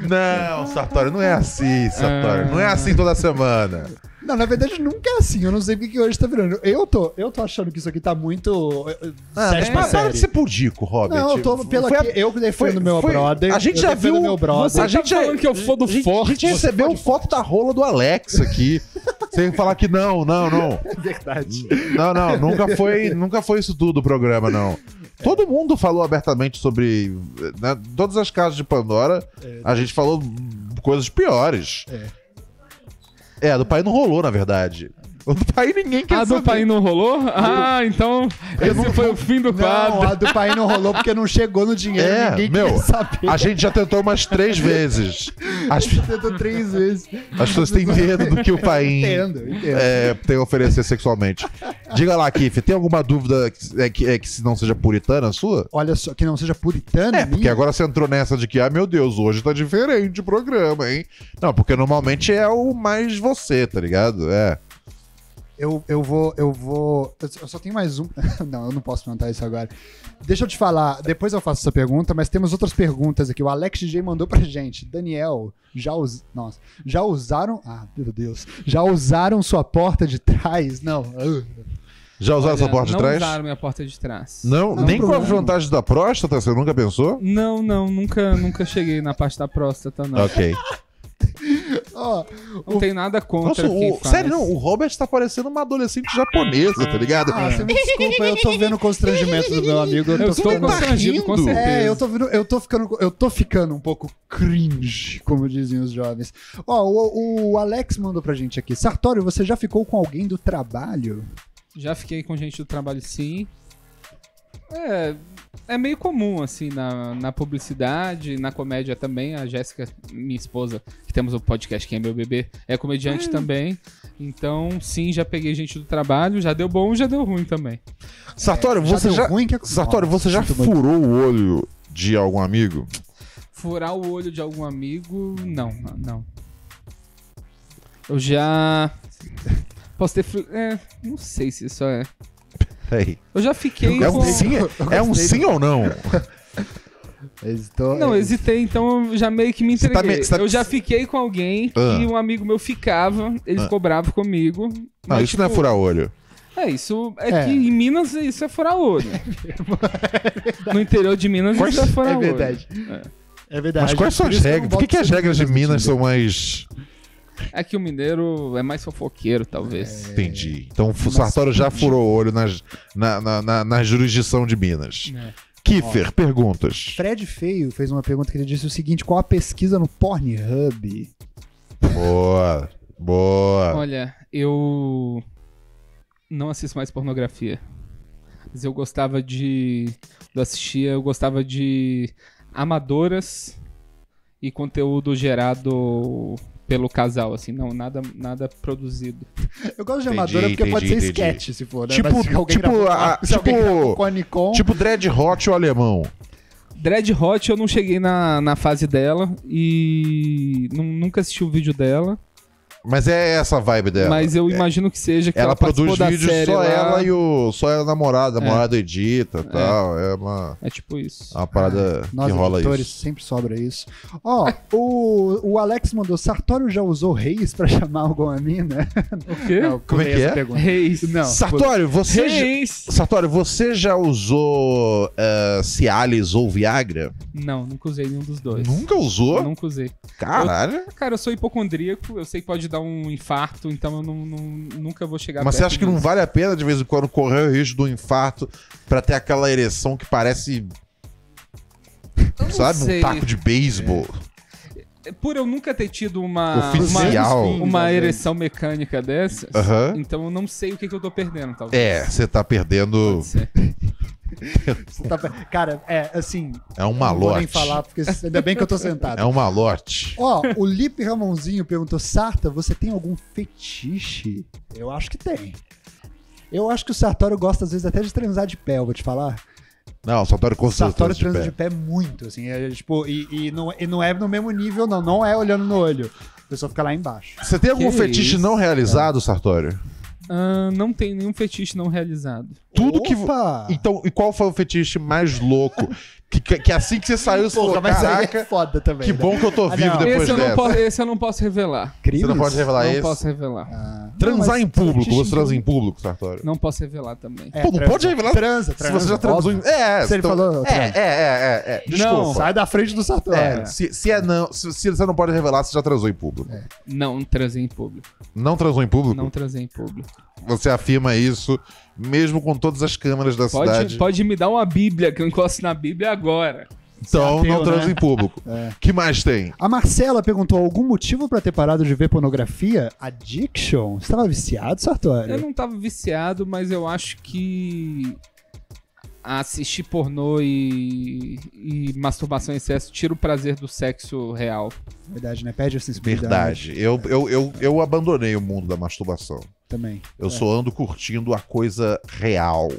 Speaker 1: Não, Sartório, não é assim,
Speaker 3: Ah.
Speaker 1: Sartório. Não é assim toda semana.
Speaker 2: Não, na verdade nunca é assim. Eu não sei o que, que hoje tá virando. Eu tô, eu tô achando que isso aqui tá muito. eh, eh,
Speaker 1: Ah, mas
Speaker 2: sétima
Speaker 1: para para de
Speaker 2: série.
Speaker 1: ser pudico, Robert.
Speaker 2: Não, eu tô pelo
Speaker 1: Foi a-
Speaker 2: que eu que defendo
Speaker 1: foi-
Speaker 2: meu
Speaker 1: foi-
Speaker 2: brother.
Speaker 1: a gente
Speaker 2: eu
Speaker 1: já
Speaker 2: defendo
Speaker 1: viu-
Speaker 2: meu brother.
Speaker 3: Você
Speaker 1: A
Speaker 3: a
Speaker 1: gente
Speaker 3: gente
Speaker 1: é-
Speaker 3: tá falando que eu fodo
Speaker 1: A gente, a
Speaker 3: forte.
Speaker 1: gente recebeu o foto da rola do Alex aqui. Sem falar que não, não, não.
Speaker 2: Verdade.
Speaker 1: Não, não, nunca foi, nunca foi isso tudo o programa, não. Todo mundo falou abertamente sobre. né, todas as casas de Pandora, a gente falou coisas piores. É. a do pai não rolou, na verdade. O do pai ninguém quer
Speaker 3: A do
Speaker 1: saber.
Speaker 3: pai não rolou? Ah, então esse foi o fim do
Speaker 2: Não,
Speaker 3: quadro.
Speaker 2: a do pai não rolou porque não chegou no dinheiro.
Speaker 1: É,
Speaker 2: ninguém
Speaker 1: meu,
Speaker 2: quer saber.
Speaker 1: A gente já tentou umas três vezes. As,
Speaker 2: tentou três vezes.
Speaker 1: as pessoas têm medo do que o pai
Speaker 2: Entendo, entendo.
Speaker 1: é, tem a oferecer sexualmente. Diga lá, Kiff, tem alguma dúvida que, é, que, é que se não seja puritana a sua?
Speaker 2: Olha só, que não seja puritana,
Speaker 1: É, porque agora você entrou nessa de que, ah, meu Deus, hoje tá diferente o programa, hein? Não, porque normalmente é o mais você, tá ligado? É.
Speaker 2: Eu, eu vou, eu vou. eu só- Eu só tenho mais um. não, eu não posso perguntar isso agora. Deixa eu te falar, depois eu faço essa pergunta, mas temos outras perguntas aqui. O Alex DJ mandou pra gente. Daniel, já us... Nossa, já usaram. Ah, meu Deus. Já usaram sua porta de trás? Não. ah,
Speaker 1: Já usaram
Speaker 3: Olha,
Speaker 1: essa porta de
Speaker 3: não
Speaker 1: trás?
Speaker 3: usaram minha porta de trás.
Speaker 1: Não,
Speaker 2: Não,
Speaker 1: nem com as
Speaker 2: problema.
Speaker 1: vantagens da próstata, você nunca pensou?
Speaker 3: Não, não, nunca, nunca cheguei na parte da próstata, não.
Speaker 1: Ok.
Speaker 2: Ó,
Speaker 3: Não tem nada
Speaker 1: Nossa,
Speaker 3: contra quem
Speaker 1: o,
Speaker 2: né?
Speaker 3: faz.
Speaker 1: sério, não, o Robert tá parecendo uma adolescente japonesa, tá ligado?
Speaker 2: ah, você me desculpa, eu tô vendo o constrangimento do meu amigo. Eu,
Speaker 3: Eu
Speaker 2: tô
Speaker 3: estou
Speaker 2: ficando.
Speaker 3: constrangido, com
Speaker 1: rindo?
Speaker 3: certeza.
Speaker 2: É, eu tô, vendo- eu tô ficando, eu tô ficando um pouco cringe, como dizem os jovens. Ó, o, o Alex mandou pra gente aqui. Sartório, você já ficou com alguém do trabalho?
Speaker 3: Já fiquei com gente do trabalho, sim. É, é meio comum, assim, na, na publicidade, na comédia também. A Jéssica, minha esposa, que temos o podcast Quem é Meu Bebê, é
Speaker 2: Hum.
Speaker 3: comediante também. Então, sim, já peguei gente do trabalho. Já deu bom, já deu ruim também.
Speaker 1: Sartório, você
Speaker 2: deu
Speaker 1: já.
Speaker 2: ruim que é-
Speaker 1: Sartório, você já
Speaker 2: Sinto muito.
Speaker 1: furou o olho de algum amigo?
Speaker 3: Furar o olho de algum amigo, não, não. Eu já... Posso ter... fru- É, não sei se isso é...
Speaker 1: Peraí.
Speaker 3: Eu já fiquei
Speaker 1: É
Speaker 3: com...
Speaker 1: um sim, é um sim ou não?
Speaker 2: Hesitou,
Speaker 3: Não, eu hesitei, então eu já meio que me
Speaker 1: Você tá
Speaker 3: entreguei.
Speaker 1: me- você tá-
Speaker 3: Eu já fiquei com alguém que
Speaker 1: Ah.
Speaker 3: um amigo meu ficava, ele
Speaker 1: Ah.
Speaker 3: ficou bravo comigo.
Speaker 1: Não,
Speaker 3: mas,
Speaker 1: isso não é
Speaker 3: tipo,
Speaker 1: furar olho.
Speaker 3: É, isso é,
Speaker 2: É.
Speaker 3: que em Minas isso é furar olho. no interior de Minas isso é furar
Speaker 2: É
Speaker 3: olho.
Speaker 2: verdade. É verdade.
Speaker 1: Mas quais são
Speaker 2: Por
Speaker 1: as
Speaker 2: isso eu não
Speaker 1: regras? Por
Speaker 2: boto
Speaker 1: que, que as
Speaker 2: isso
Speaker 1: regras de
Speaker 2: no
Speaker 1: Minas
Speaker 2: Tinder.
Speaker 1: são mais.
Speaker 3: É que o mineiro é mais fofoqueiro,
Speaker 2: É.
Speaker 3: talvez.
Speaker 1: Entendi. Então o Sartório já furou o olho nas, na, na, na- na jurisdição de Minas.
Speaker 3: É.
Speaker 1: Kiefer, perguntas.
Speaker 2: Fred Feio fez uma pergunta que ele disse o seguinte: qual a pesquisa no Pornhub?
Speaker 1: Boa. Boa.
Speaker 3: Olha, eu não assisto mais pornografia. Mas eu gostava de. Eu assistia, eu gostava de amadoras e conteúdo gerado pelo casal, assim, não, nada, nada produzido.
Speaker 2: Eu gosto de
Speaker 1: Entendi,
Speaker 2: amadora porque pode ser
Speaker 1: entendi, entendi.
Speaker 2: sketch, se for, né?
Speaker 1: Tipo-
Speaker 2: Mas se alguém
Speaker 1: tipo
Speaker 2: gravou,
Speaker 1: a-
Speaker 2: se alguém
Speaker 1: tipo-
Speaker 2: gravou com a Nikon.
Speaker 1: Tipo Dread Hot o alemão.
Speaker 3: Dread Hot eu não cheguei na, na fase dela e nu- nunca assisti o vídeo dela,
Speaker 1: Mas é essa a vibe dela.
Speaker 3: mas eu imagino que seja que
Speaker 1: É. ela,
Speaker 3: ela,
Speaker 1: produz
Speaker 3: participou da
Speaker 1: vídeos
Speaker 3: série
Speaker 1: só
Speaker 3: lá.
Speaker 1: ela e o. Só ela namorada, a namorada edita e tal. É uma,
Speaker 3: É tipo isso. Ah,
Speaker 1: uma parada
Speaker 2: Nós,
Speaker 1: que rola
Speaker 2: editores,
Speaker 1: isso.
Speaker 2: sempre sobra isso. Ó, o, o Alex mandou: Sartório já usou reis pra chamar alguma mina?
Speaker 3: O quê?
Speaker 2: Não,
Speaker 1: Como é
Speaker 2: pulei
Speaker 1: que
Speaker 2: essa
Speaker 1: é?
Speaker 2: pergunta.
Speaker 3: Reis.
Speaker 2: Não,
Speaker 1: Sartório, você. já-
Speaker 3: Reis!
Speaker 1: Sartório, você já usou eh, Cialis ou Viagra?
Speaker 3: Não, nunca usei nenhum dos dois.
Speaker 1: Nunca usou?
Speaker 3: Nunca usei.
Speaker 1: Caralho.
Speaker 3: Cara, eu sou hipocondríaco, eu sei que pode dar dar um infarto, então eu não- não- nunca vou chegar
Speaker 1: Mas você
Speaker 3: perto
Speaker 1: acha que não
Speaker 3: disso.
Speaker 1: vale a pena de vez em quando correr o risco do infarto pra ter aquela ereção que parece. Sabe,
Speaker 3: sei.
Speaker 1: um taco de beisebol?
Speaker 3: Por eu nunca ter tido uma,
Speaker 1: Oficial.
Speaker 3: uma, uma
Speaker 1: Às vezes.
Speaker 3: ereção mecânica dessas,
Speaker 1: Aham.
Speaker 3: então eu não sei o que, que eu tô perdendo, talvez.
Speaker 1: É, você tá perdendo.
Speaker 2: Você tá- Cara, é assim.
Speaker 1: É um
Speaker 2: não vou nem
Speaker 1: malote.
Speaker 2: falar, porque ainda bem que eu tô sentado.
Speaker 1: É um malote.
Speaker 2: Ó, o Lipe Ramonzinho perguntou: Sarta, você tem algum fetiche? Eu acho que tem. Eu acho que o Sartório gosta, às vezes, até de transar de pé, eu vou te falar.
Speaker 1: Não, Sartório com
Speaker 2: O Sartório
Speaker 1: certeza
Speaker 2: transa
Speaker 1: de
Speaker 2: de pé muito, assim. é, tipo, e, e não, e não é no mesmo nível, não. Não é olhando no olho. A pessoa fica lá embaixo.
Speaker 1: Você tem algum fetiche não realizado, Sartório?
Speaker 3: Ah, não tem nenhum fetiche não realizado.
Speaker 1: Tudo que. vo- Então, e qual foi o fetiche mais louco? Que, que, que assim que você saiu, você falou,
Speaker 2: Porra, mas aí
Speaker 1: caraca,
Speaker 2: é foda também.
Speaker 1: que
Speaker 2: né?
Speaker 1: bom que eu tô
Speaker 2: Ah,
Speaker 1: vivo
Speaker 2: não.
Speaker 1: depois
Speaker 3: esse, eu
Speaker 1: dessa.
Speaker 3: não posso, esse eu não posso revelar.
Speaker 2: Crimes?
Speaker 1: Você não pode revelar
Speaker 3: não
Speaker 1: esse?
Speaker 3: posso revelar.
Speaker 1: Transar em público,
Speaker 3: fetiche
Speaker 1: você transa
Speaker 3: de-
Speaker 1: em público, Sartório?
Speaker 3: Não posso revelar também.
Speaker 1: Pô, não pode revelar.
Speaker 2: Transa, transa,
Speaker 1: Se você já transou em...
Speaker 2: óbvio.
Speaker 1: É,
Speaker 2: Se ele
Speaker 1: então-
Speaker 2: falou,
Speaker 1: É,
Speaker 2: transa.
Speaker 1: é, é, é, é. Desculpa.
Speaker 2: Sai da frente do Sartório.
Speaker 1: É, se, se é não, se, se você não pode revelar, você já transou em público.
Speaker 2: É.
Speaker 3: Não transei em público.
Speaker 1: Não transou em público?
Speaker 3: Não transei em público.
Speaker 1: Você afirma isso, mesmo com todas as câmeras da
Speaker 3: Pode,
Speaker 1: cidade.
Speaker 3: pode me dar uma bíblia, que eu encosto na bíblia agora.
Speaker 1: Então,
Speaker 2: Você é
Speaker 1: não
Speaker 2: ateu,
Speaker 1: transa
Speaker 2: né?
Speaker 1: em público. que mais tem?
Speaker 2: A Marcela perguntou algum motivo pra ter parado de ver pornografia? Addiction? Você tava viciado,
Speaker 3: Eu
Speaker 2: Sartório?
Speaker 3: não tava viciado, mas eu acho que assistir pornô e, e masturbação em excesso tira o prazer do sexo real.
Speaker 2: Verdade, né? Perde a sensibilidade.
Speaker 1: Verdade. Eu, eu, eu, eu abandonei o mundo da masturbação.
Speaker 2: Também.
Speaker 1: Eu
Speaker 2: É.
Speaker 1: só ando curtindo a coisa real.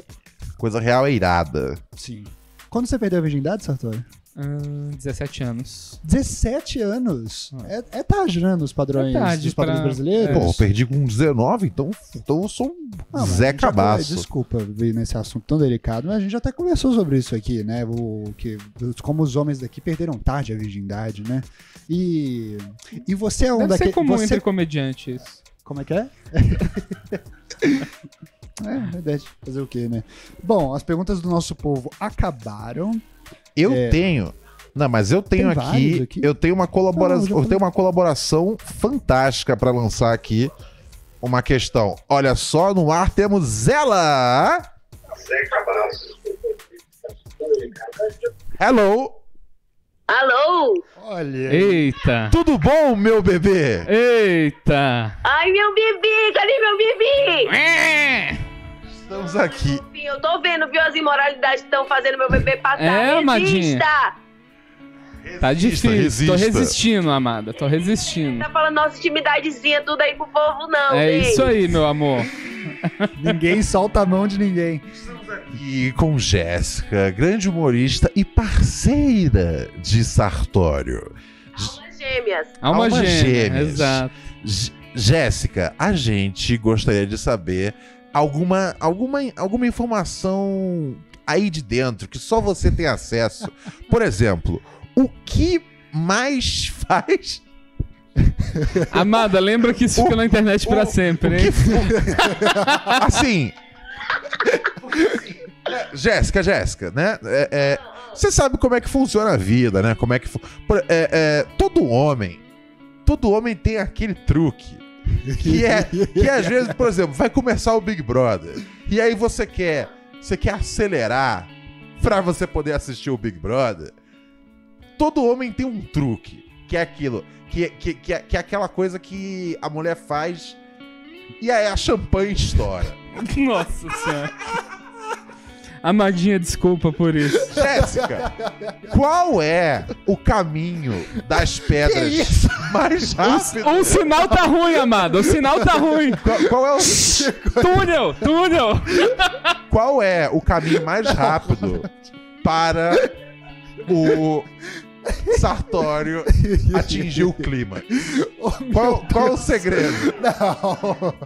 Speaker 1: Coisa real é irada.
Speaker 2: Sim. Quando você perdeu a virgindade, Sartório?
Speaker 3: Ahn, 17 anos. Ah.
Speaker 2: 17 anos. É, é tarde, né? Nos padrões,
Speaker 3: É tarde
Speaker 2: dos padrões
Speaker 3: pra- é.
Speaker 2: brasileiros.
Speaker 1: Pô, eu perdi com 19, então, então eu sou um
Speaker 2: Não, Ah, mas a
Speaker 1: Zé
Speaker 2: gente já-
Speaker 1: Cabaço.
Speaker 2: Desculpa vir nesse assunto tão delicado, mas a gente até conversou sobre isso aqui, né? O, que, como os homens daqui perderam tarde a virgindade, né? E, e você é um
Speaker 3: Deve
Speaker 2: daquele.
Speaker 3: ser comum
Speaker 2: você-
Speaker 3: entre comediantes.
Speaker 2: Como é que é? é, verdade. Fazer o quê, né? Bom, as perguntas do nosso povo acabaram.
Speaker 1: Eu
Speaker 2: É.
Speaker 1: tenho. Não, mas eu tenho
Speaker 2: Tem vários
Speaker 1: aqui,
Speaker 2: aqui?
Speaker 1: Eu tenho
Speaker 2: Não,
Speaker 1: uma
Speaker 2: eu já
Speaker 1: colaboração. Eu
Speaker 2: falei.
Speaker 1: tenho uma colaboração fantástica pra lançar aqui. Uma questão. Olha só, no ar temos ela! Hello!
Speaker 12: Alô?
Speaker 2: Olha.
Speaker 3: Eita!
Speaker 1: Tudo bom, meu bebê?
Speaker 3: Eita!
Speaker 12: Ai, meu bebê, cadê meu bebê?
Speaker 1: Estamos aqui.
Speaker 12: Eu tô vendo, viu? As imoralidades que estão fazendo meu bebê passar.
Speaker 3: É,
Speaker 12: Resista!
Speaker 3: Amadinha. Tá difícil.
Speaker 1: resista.
Speaker 3: Tô resistindo, amada. Tô resistindo.
Speaker 12: Tá falando nossa intimidadezinha tudo aí pro povo, não,
Speaker 3: É
Speaker 12: gente.
Speaker 3: isso aí, meu amor.
Speaker 2: Ninguém solta a mão de ninguém.
Speaker 1: E com Jéssica, grande humorista e parceira de Sartório.
Speaker 12: Almas gêmeas.
Speaker 3: Alma,
Speaker 1: Almas
Speaker 3: gêmea.
Speaker 1: gêmeas.
Speaker 3: Exato.
Speaker 1: J- Jéssica, a gente gostaria de saber alguma, alguma, alguma informação aí de dentro que só você tem acesso. Por exemplo, o que mais faz.
Speaker 3: Amada, lembra que isso fica na internet pra sempre, hein?
Speaker 1: Assim. Jéssica, Jéssica, né? É, é, você sabe como é que funciona a vida, né? Como é que. fu- Por- é, é, todo homem. Todo homem tem aquele truque. Que é. Que às vezes, por exemplo, vai começar o Big Brother. E aí você quer. Você quer acelerar pra você poder assistir o Big Brother. Todo homem tem um truque. Que é aquilo. Que, que, que, é- que é aquela coisa que a mulher faz. E aí a champanhe estoura.
Speaker 3: Nossa senhora. Amadinha, desculpa por isso.
Speaker 1: Jéssica, qual é o caminho das pedras mais rápido?
Speaker 3: O Um sinal tá ruim, amada. O sinal tá ruim.
Speaker 1: Qual, qual é o,
Speaker 3: Túnel, túnel.
Speaker 1: qual é o caminho mais rápido para o Sartório atingir o clima? Qual, qual é o segredo?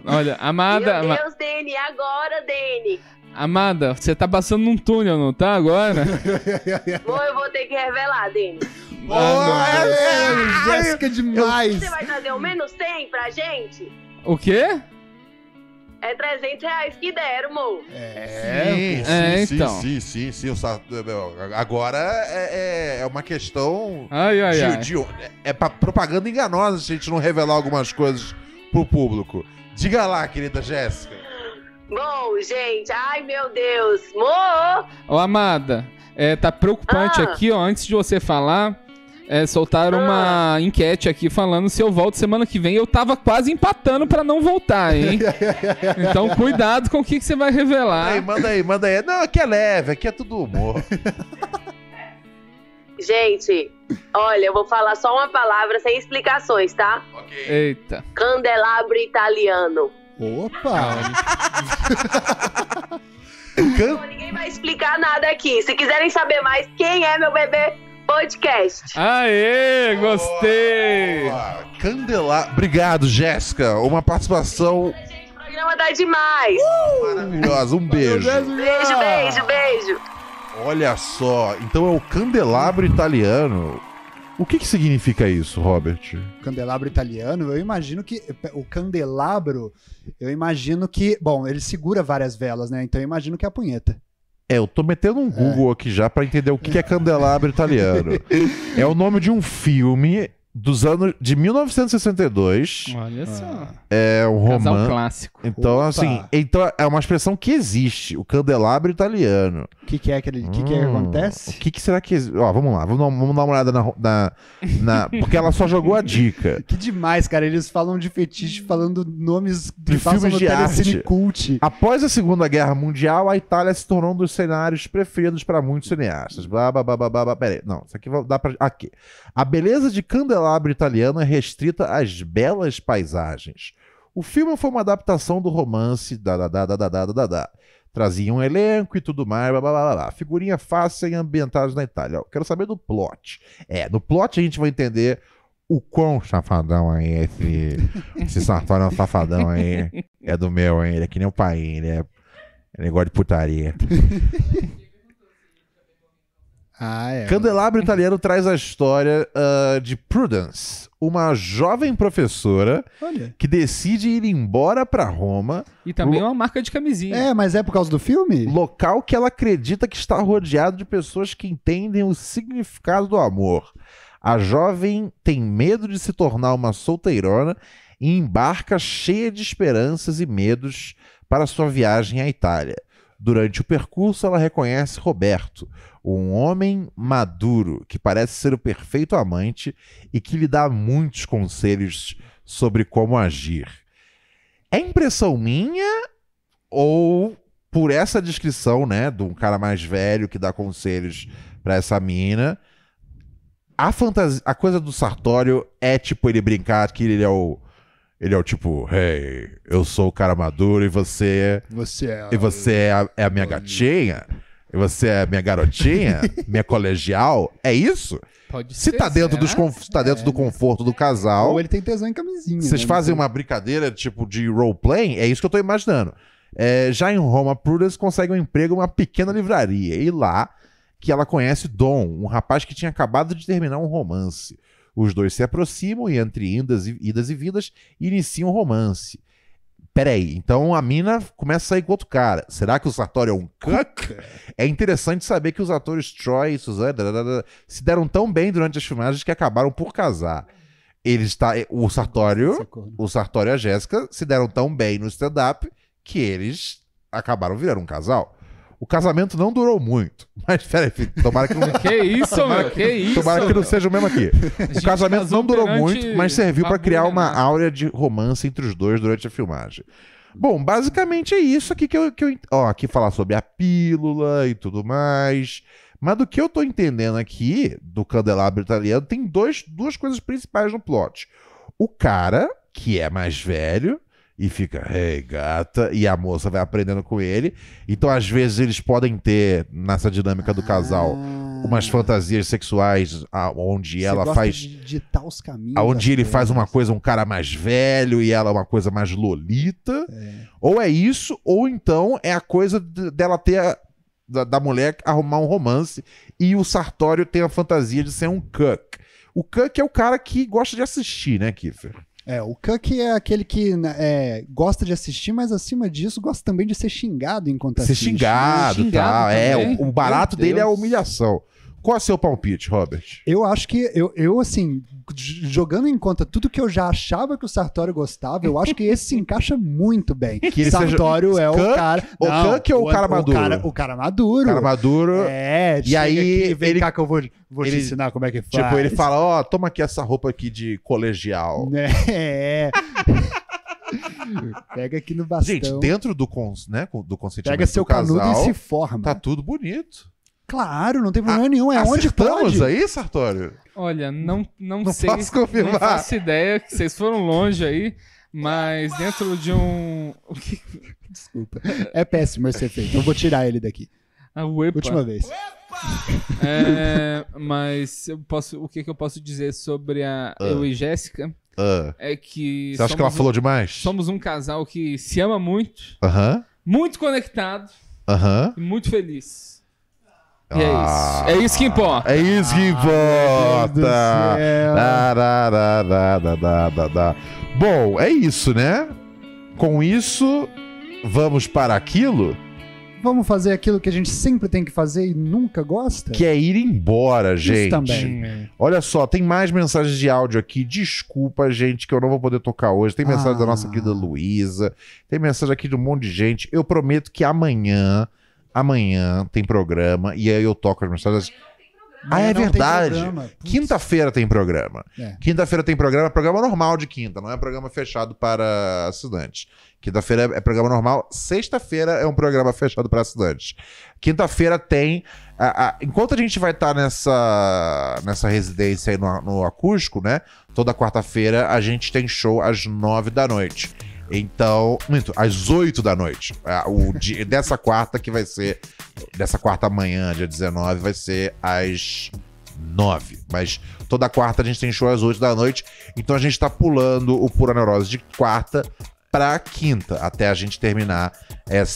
Speaker 3: Olha, amada,
Speaker 12: Meu
Speaker 3: ama-
Speaker 12: Deus, Dene, agora, Dene.
Speaker 3: amada, você tá passando num túnel, não tá agora? Ah,
Speaker 12: Ou eu vou ter que revelar, Dene.
Speaker 1: Oh, é-
Speaker 3: Ah,
Speaker 2: É, Jéssica demais.
Speaker 12: Você vai trazer o menos 100 pra gente?
Speaker 3: O quê?
Speaker 12: É 300 reais que deram, amor.
Speaker 1: Sim, sim,
Speaker 3: É,
Speaker 1: sim,
Speaker 3: então.
Speaker 1: sim, sim, sim, o Sartório- meu, Agora é, é- é uma questão
Speaker 3: Ai, ai,
Speaker 1: de-
Speaker 3: ai.
Speaker 1: de- é pra propaganda enganosa se a gente não revelar algumas coisas pro público. Diga lá, querida Jéssica.
Speaker 12: Bom, gente, ai meu Deus. Mo!
Speaker 3: Ô, Amada, é, tá preocupante aqui, ó. Antes de você falar, é, soltaram uma enquete aqui falando se eu volto semana que vem. Eu tava quase empatando pra não voltar, hein? então, cuidado com o que, que você vai revelar.
Speaker 1: Aí, manda aí, manda aí. Não, aqui é leve, aqui é tudo humor.
Speaker 12: Gente, olha, eu vou falar só uma palavra sem explicações, tá?
Speaker 3: Eita.
Speaker 12: Candelabro italiano.
Speaker 2: Opa!
Speaker 12: Pô, ninguém vai explicar nada aqui. Se quiserem saber mais quem é meu bebê podcast.
Speaker 3: Aê, gostei!
Speaker 1: Candelá. Obrigado, Jéssica. Uma participação
Speaker 12: O programa tá demais.
Speaker 1: maravilhosa. Um beijo.
Speaker 12: Beijo, beijo, beijo.
Speaker 1: Olha só, então é o candelabro italiano. O que, que significa isso, Robert?
Speaker 2: candelabro italiano, eu imagino que. O candelabro, eu imagino que. Bom, ele segura várias velas, né? Então eu imagino que é a punheta.
Speaker 1: É, eu tô metendo um Google aqui já pra entender o que, que é candelabro italiano. é o nome de um filme dos anos de 1962.
Speaker 3: Olha só.
Speaker 1: É um
Speaker 3: Casal
Speaker 1: romance.
Speaker 3: clássico.
Speaker 1: Então,
Speaker 2: Opa.
Speaker 1: assim, então é uma expressão que existe, o candelabro italiano.
Speaker 2: O que, que é que, ele, que, que, é que
Speaker 1: Hum,
Speaker 2: acontece?
Speaker 1: O que, que será que. Ó, vamos lá, vamos dar, um, vamos dar uma olhada na, ro- na- na- Porque ela só jogou a dica.
Speaker 2: Que demais, cara. Eles falam de fetiche falando nomes que
Speaker 1: De
Speaker 2: passam
Speaker 1: filmes
Speaker 2: no
Speaker 1: de
Speaker 2: Telecine
Speaker 1: arte.
Speaker 2: Cult.
Speaker 1: Após a Segunda Guerra Mundial, a Itália se tornou um dos cenários preferidos para muitos cineastas. Blá, blá, blá, blá, blá, blá. Pera aí, não, isso aqui vai- dá pra. Aqui. A beleza de Candelabro Italiano é restrita às belas paisagens. O filme foi uma adaptação do romance da da da da da da da da, da. Trazia um elenco e tudo mais, blá blá blá blá. Figurinha fácil e ambientados na Itália. Ó, Quero saber do plot. É, no plot a gente vai entender o quão safadão é esse. Esse Sartório é um safadão aí. É do meu, hein? Ele é que nem o pai, hein? ele é. Ele gosta de putaria.
Speaker 2: Ah, é.
Speaker 1: Candelabro Italiano traz a história ah, de Prudence, uma jovem professora
Speaker 2: Olha.
Speaker 1: que decide ir embora pra Roma,
Speaker 3: E também é uma marca de camisinha.
Speaker 2: É, mas é por causa do filme?
Speaker 1: local que ela acredita que está rodeado de pessoas que entendem o significado do amor. A jovem tem medo de se tornar uma solteirona e embarca cheia de esperanças e medos para sua viagem à Itália. Durante o percurso, ela reconhece Roberto, um homem maduro que parece ser o perfeito amante e que lhe dá muitos conselhos sobre como agir. É impressão minha ou por essa descrição, né, de um cara mais velho que dá conselhos pra essa mina, a fantasia, a coisa do Sartório é tipo ele brincar que ele é o ele é o tipo, hey, eu sou o cara maduro e você
Speaker 2: Você é.
Speaker 1: e você é a, é a minha gatinha? E você é a minha garotinha? minha colegial? É isso?
Speaker 3: Pode
Speaker 1: Se
Speaker 3: ser,
Speaker 1: tá dentro, dos
Speaker 2: é,
Speaker 3: será?
Speaker 1: conf- se tá dentro do conforto do casal,
Speaker 2: Ou ele tem tesão em camisinha.
Speaker 1: vocês
Speaker 2: né?
Speaker 1: fazem uma brincadeira tipo de role-playing, é isso que eu tô imaginando. É, já em Roma, Prudence consegue um emprego em uma pequena livraria. E lá que ela conhece Dom, um rapaz que tinha acabado de terminar um romance. Os dois se aproximam e, entre indas e, idas e vidas, iniciam um romance. Peraí, então a mina começa a sair com outro cara. Será que o Sartori é um cuck? É interessante saber que os atores Troy e Suzanne da, da, da, se deram tão bem durante as filmagens que acabaram por casar. Ele está, o Sartório, o Sartório e a Jéssica se deram tão bem no stand-up que eles acabaram virando um casal. O casamento não durou muito, mas peraí, filho, tomara que não,
Speaker 3: Que isso, meu? Que isso?
Speaker 1: tomara que não
Speaker 3: meu?
Speaker 1: seja o mesmo aqui. O
Speaker 3: gente
Speaker 1: casamento
Speaker 3: casou
Speaker 1: não durou
Speaker 3: perante
Speaker 1: muito, mas serviu pra
Speaker 3: bagulho,
Speaker 1: criar
Speaker 3: né,
Speaker 1: uma
Speaker 3: mano?
Speaker 1: áurea de romance entre os dois durante a filmagem. Bom, basicamente é isso aqui que eu, que eu en- ó, aqui falar sobre a pílula e tudo mais. Mas do que eu tô entendendo aqui do candelabro italiano, tem dois, duas coisas principais no plot. O cara, que é mais velho, e fica, hey, gata, e a moça vai aprendendo com ele. Então, às vezes, eles podem ter, nessa dinâmica do casal, umas fantasias sexuais a- onde
Speaker 2: Ah. Você
Speaker 1: ela
Speaker 2: gosta
Speaker 1: faz
Speaker 2: De né? ditar os caminhos.
Speaker 1: Onde
Speaker 2: das
Speaker 1: ele faz
Speaker 2: coisas.
Speaker 1: uma coisa, um cara mais velho e ela uma coisa mais lolita. Ou é isso, ou então é a coisa de- dela ter. a- da, da mulher arrumar um romance e o Sartório tem a fantasia de ser um cuck. O cuck é o cara que gosta de assistir, né, Kiffer?
Speaker 2: É, o Cuck é aquele que né, é, gosta de assistir, mas acima disso gosta também de ser xingado enquanto
Speaker 1: ser
Speaker 2: assiste. né?
Speaker 1: xingado e
Speaker 3: xingado
Speaker 1: tal. É,
Speaker 3: também.
Speaker 1: o, o barato
Speaker 3: Meu
Speaker 1: dele é a
Speaker 3: Deus.
Speaker 1: humilhação. Qual é o seu palpite, Robert?
Speaker 2: Eu acho que eu, eu assim, j- jogando em conta tudo que eu já achava que o Sartório gostava, eu acho que esse se encaixa muito bem.
Speaker 1: Que ele seja
Speaker 2: Sartório é
Speaker 1: skunk,
Speaker 2: o cara.
Speaker 1: ou skunk ou o cara maduro?
Speaker 2: O cara, o cara maduro.
Speaker 1: Cara maduro.
Speaker 2: É,
Speaker 1: E
Speaker 2: chega
Speaker 1: aí,
Speaker 2: aqui, vem
Speaker 1: ele-
Speaker 2: cá que eu vou, vou
Speaker 1: ele-
Speaker 2: te ensinar como é que faz.
Speaker 1: Tipo, ele fala, ó, toma aqui essa roupa aqui de colegial.
Speaker 2: É. Pega aqui no bastão.
Speaker 1: Gente, dentro do, cons, né, do consentimento
Speaker 2: Pega seu
Speaker 1: do casal,
Speaker 2: canudo e se forma.
Speaker 1: Tá tudo bonito. Ah,
Speaker 2: Claro, não tem problema nenhum. É onde
Speaker 1: Acertamos
Speaker 2: pode.
Speaker 1: aí, Sartório?
Speaker 3: Olha, não, não,
Speaker 1: Não
Speaker 3: sei.
Speaker 1: posso confirmar.
Speaker 3: Não faço ideia que vocês foram longe aí, mas dentro de um. O que?
Speaker 2: Desculpa. É péssimo esse efeito. Eu vou tirar ele daqui.
Speaker 3: Ah, uepa.
Speaker 2: Última vez.
Speaker 3: É, mas eu posso, o que, que eu posso dizer sobre a
Speaker 1: Ah.
Speaker 3: eu e Jéssica
Speaker 1: Ah.
Speaker 3: é que.
Speaker 1: Você acha que ela
Speaker 3: somos
Speaker 1: falou
Speaker 3: um-
Speaker 1: demais?
Speaker 3: Somos um casal que se ama muito,
Speaker 1: Aham,
Speaker 3: muito conectado
Speaker 1: aham.
Speaker 3: e muito feliz. E é isso. É isso que importa.
Speaker 1: Ah. É isso que importa. Dá, dá, dá, dá, dá, dá, dá, dá. Bom, é isso, né? Com isso, vamos para aquilo
Speaker 2: Vamos fazer aquilo que a gente sempre tem que fazer e nunca gosta?
Speaker 1: que é ir embora, gente.
Speaker 2: também.
Speaker 1: Olha só, tem mais mensagens de áudio aqui. Desculpa, gente, que eu não vou poder tocar hoje. Tem mensagem da
Speaker 2: Ah.
Speaker 1: nossa querida Luísa. Tem mensagem aqui de um monte de gente. Eu prometo que amanhã, amanhã tem programa e aí eu toco as mensagens. Ah, é
Speaker 2: Amanhã não tem
Speaker 1: verdade.
Speaker 2: programa, putz.
Speaker 1: Quinta-feira tem programa.
Speaker 2: É.
Speaker 1: Quinta-feira tem programa, programa normal de quinta, não é programa fechado para assinantes. Quinta-feira é programa normal, sexta-feira é um programa fechado para assinantes. Quinta-feira tem. a- a- enquanto a gente vai estar nessa, nessa residência aí no, no acústico, né? Toda quarta-feira a gente tem show às nove da noite. Então, minto, às oito da noite. Ah, O dia, dessa quarta que vai ser. Dessa quarta manhã, dia 19, vai ser às 9. Mas toda quarta a gente tem show às 8 da noite. Então a gente tá pulando o Pura Neurose de quarta pra quinta, até a gente terminar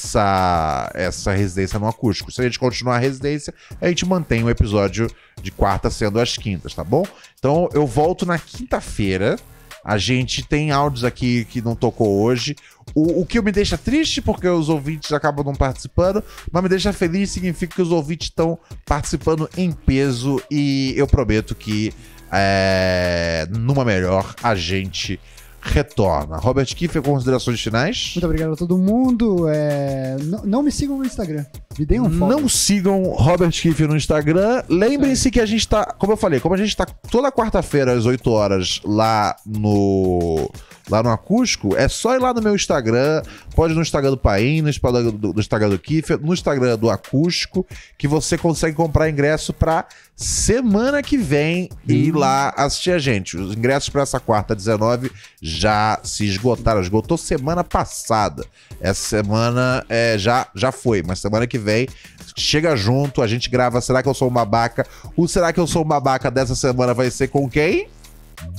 Speaker 1: essa, essa residência no acústico. Se a gente continuar a residência, a gente mantém o episódio de quarta sendo às quintas, tá bom? Então eu volto na quinta-feira. A gente tem áudios aqui que não tocou hoje. O, o que me deixa triste, porque os ouvintes acabam não participando, mas me deixa feliz, significa que os ouvintes estão participando em peso e eu prometo que é, numa melhor a gente retorna. Robert Kiefer, considerações finais?
Speaker 2: Muito obrigado a todo mundo. É, n- Não me sigam no Instagram. Me deem
Speaker 1: Hum,
Speaker 2: um follow.
Speaker 1: Não sigam Robert Kiff no Instagram. Lembrem-se que a gente tá, como eu falei, como a gente tá toda quarta-feira às 8 horas lá no lá no acústico, é só ir lá no meu Instagram, pode ir no Instagram do Paim, no Instagram do, no Instagram do Kiffer, no Instagram do Acústico, que você consegue comprar ingresso pra semana que vem ir
Speaker 3: Hum.
Speaker 1: lá assistir a gente. Os ingressos pra essa quarta 19 já se esgotaram, esgotou semana passada. Essa semana é, já, já foi, mas semana que vem chega junto, a gente grava Será que eu sou um babaca? O Será que eu sou um babaca dessa semana vai ser com quem?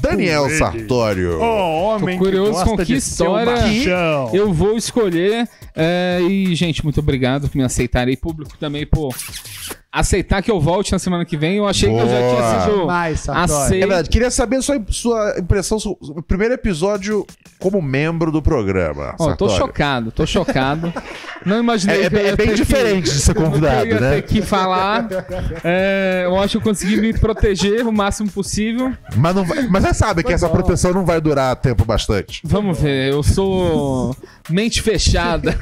Speaker 1: Daniel
Speaker 3: Com ele.
Speaker 1: Sartório.
Speaker 3: Tô curioso com que história eu vou escolher. É, e, gente, muito obrigado por me aceitarem. E público também por aceitar que eu volte na semana que vem. Eu achei que eu já tinha sido
Speaker 1: É
Speaker 3: aceito.
Speaker 1: verdade, queria saber sua, sua impressão sobre o primeiro episódio como membro do programa.
Speaker 3: Ó, tô
Speaker 1: Sartório.
Speaker 3: chocado, tô chocado. Não imaginei.
Speaker 1: É- é
Speaker 3: que eu
Speaker 1: bem-
Speaker 3: ia
Speaker 1: é bem
Speaker 3: ter que-
Speaker 1: diferente de ser convidado,
Speaker 3: eu ia
Speaker 1: né?
Speaker 3: ter que falar. É, eu acho que eu consegui me proteger o máximo possível.
Speaker 1: Mas, não vai- mas é assim. você sabe que essa proteção não vai durar tempo bastante.
Speaker 3: Vamos ver, eu sou mente fechada.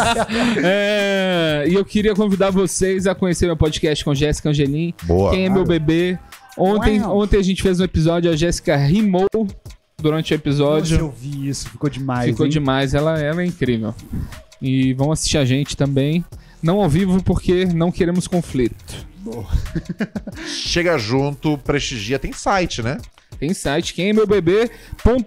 Speaker 3: É, e eu queria convidar vocês a conhecer meu podcast com Jéssica Angelim.
Speaker 1: Boa.
Speaker 3: Quem é meu bebê? Ontem,
Speaker 2: Uau.
Speaker 3: ontem a gente fez um episódio, a Jéssica rimou durante o
Speaker 2: Nossa,
Speaker 3: episódio.
Speaker 2: eu vi isso. Ficou demais.
Speaker 3: Ficou
Speaker 2: hein?
Speaker 3: demais, ela, ela é incrível. E vão assistir a gente também. Não ao vivo, porque não queremos conflito.
Speaker 1: Chega junto, prestigia, tem site, né?
Speaker 3: Tem site é quemmeubebê.com.br.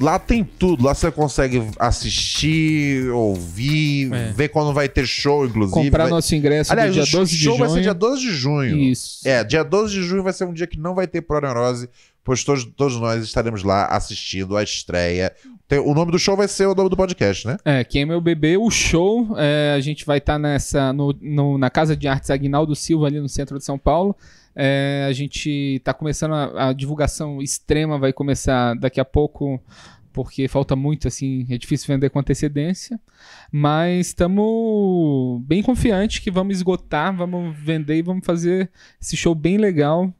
Speaker 1: Lá tem tudo, lá você consegue assistir, ouvir, ver quando vai ter show, inclusive.
Speaker 3: É. Comprar
Speaker 1: Vai-
Speaker 3: nosso ingresso
Speaker 1: Aliás,
Speaker 3: no
Speaker 1: o
Speaker 3: dia 12 de
Speaker 1: show
Speaker 3: junho.
Speaker 1: vai ser dia 12 de junho.
Speaker 3: Isso.
Speaker 1: É, dia 12 de junho vai ser um dia que não vai ter Proneurose, pois todos, todos nós estaremos lá assistindo a estreia. Tem- o nome do show vai ser o nome do podcast, né?
Speaker 3: É, quem é meu bebê, o show. é, a gente vai estar nessa no- no- na Casa de Artes Aguinaldo Silva, ali no centro de São Paulo. É, a gente tá começando a, a divulgação extrema, vai começar daqui a pouco, porque falta muito, assim, é difícil vender com antecedência. Mas estamos bem confiantes que vamos esgotar, vamos vender e vamos fazer esse show bem legal.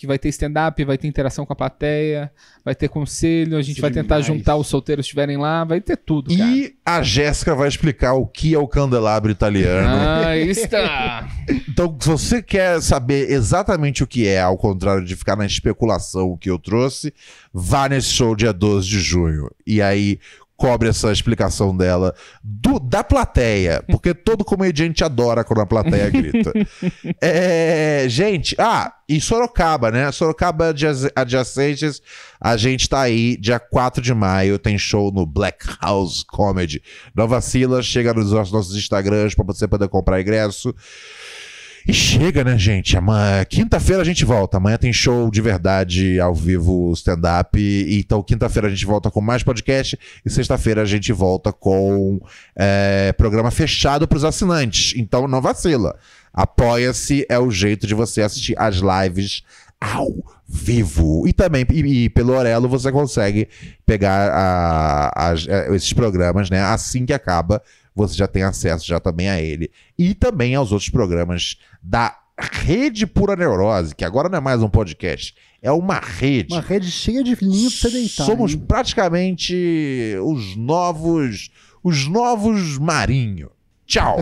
Speaker 3: que vai ter stand-up, vai ter interação com a plateia, vai ter conselho, a gente
Speaker 1: Isso
Speaker 3: vai tentar
Speaker 1: demais.
Speaker 3: juntar os solteiros que estiverem lá, vai ter tudo, cara.
Speaker 1: E a Jéssica vai explicar o que é o candelabro italiano.
Speaker 3: Ah, aí está.
Speaker 1: Então, se você quer saber exatamente o que é, ao contrário de ficar na especulação o que eu trouxe, vá nesse show dia 12 de junho. E aí cobre essa explicação dela do- da plateia, porque todo comediante adora quando a plateia grita. É, gente, ah, e Sorocaba, né? Sorocaba adjac- adjacentes, a gente tá aí, dia 4 de maio, tem show no Black House Comedy. Não vacila, chega nos nossos Instagrams pra você poder comprar ingresso. E chega, né, gente? Amanhã, quinta-feira a gente volta. Amanhã tem show de verdade ao vivo, stand-up. E Então, quinta-feira a gente volta com mais podcast. E sexta-feira a gente volta com é, programa fechado para os assinantes. Então, não vacila. Apoia-se é o jeito de você assistir as lives ao vivo. E também, e, e pelo Orelo, você consegue pegar a- as- eh, esses programas, né? Assim que acaba, você já tem acesso já também a ele. E também aos outros programas da Rede Pura Neurose, que agora não é mais um podcast, é uma rede.
Speaker 2: Uma rede cheia de linha pra você deitar. né?
Speaker 1: Somos
Speaker 2: hein?
Speaker 1: praticamente os novos, os novos Marinho. Tchau!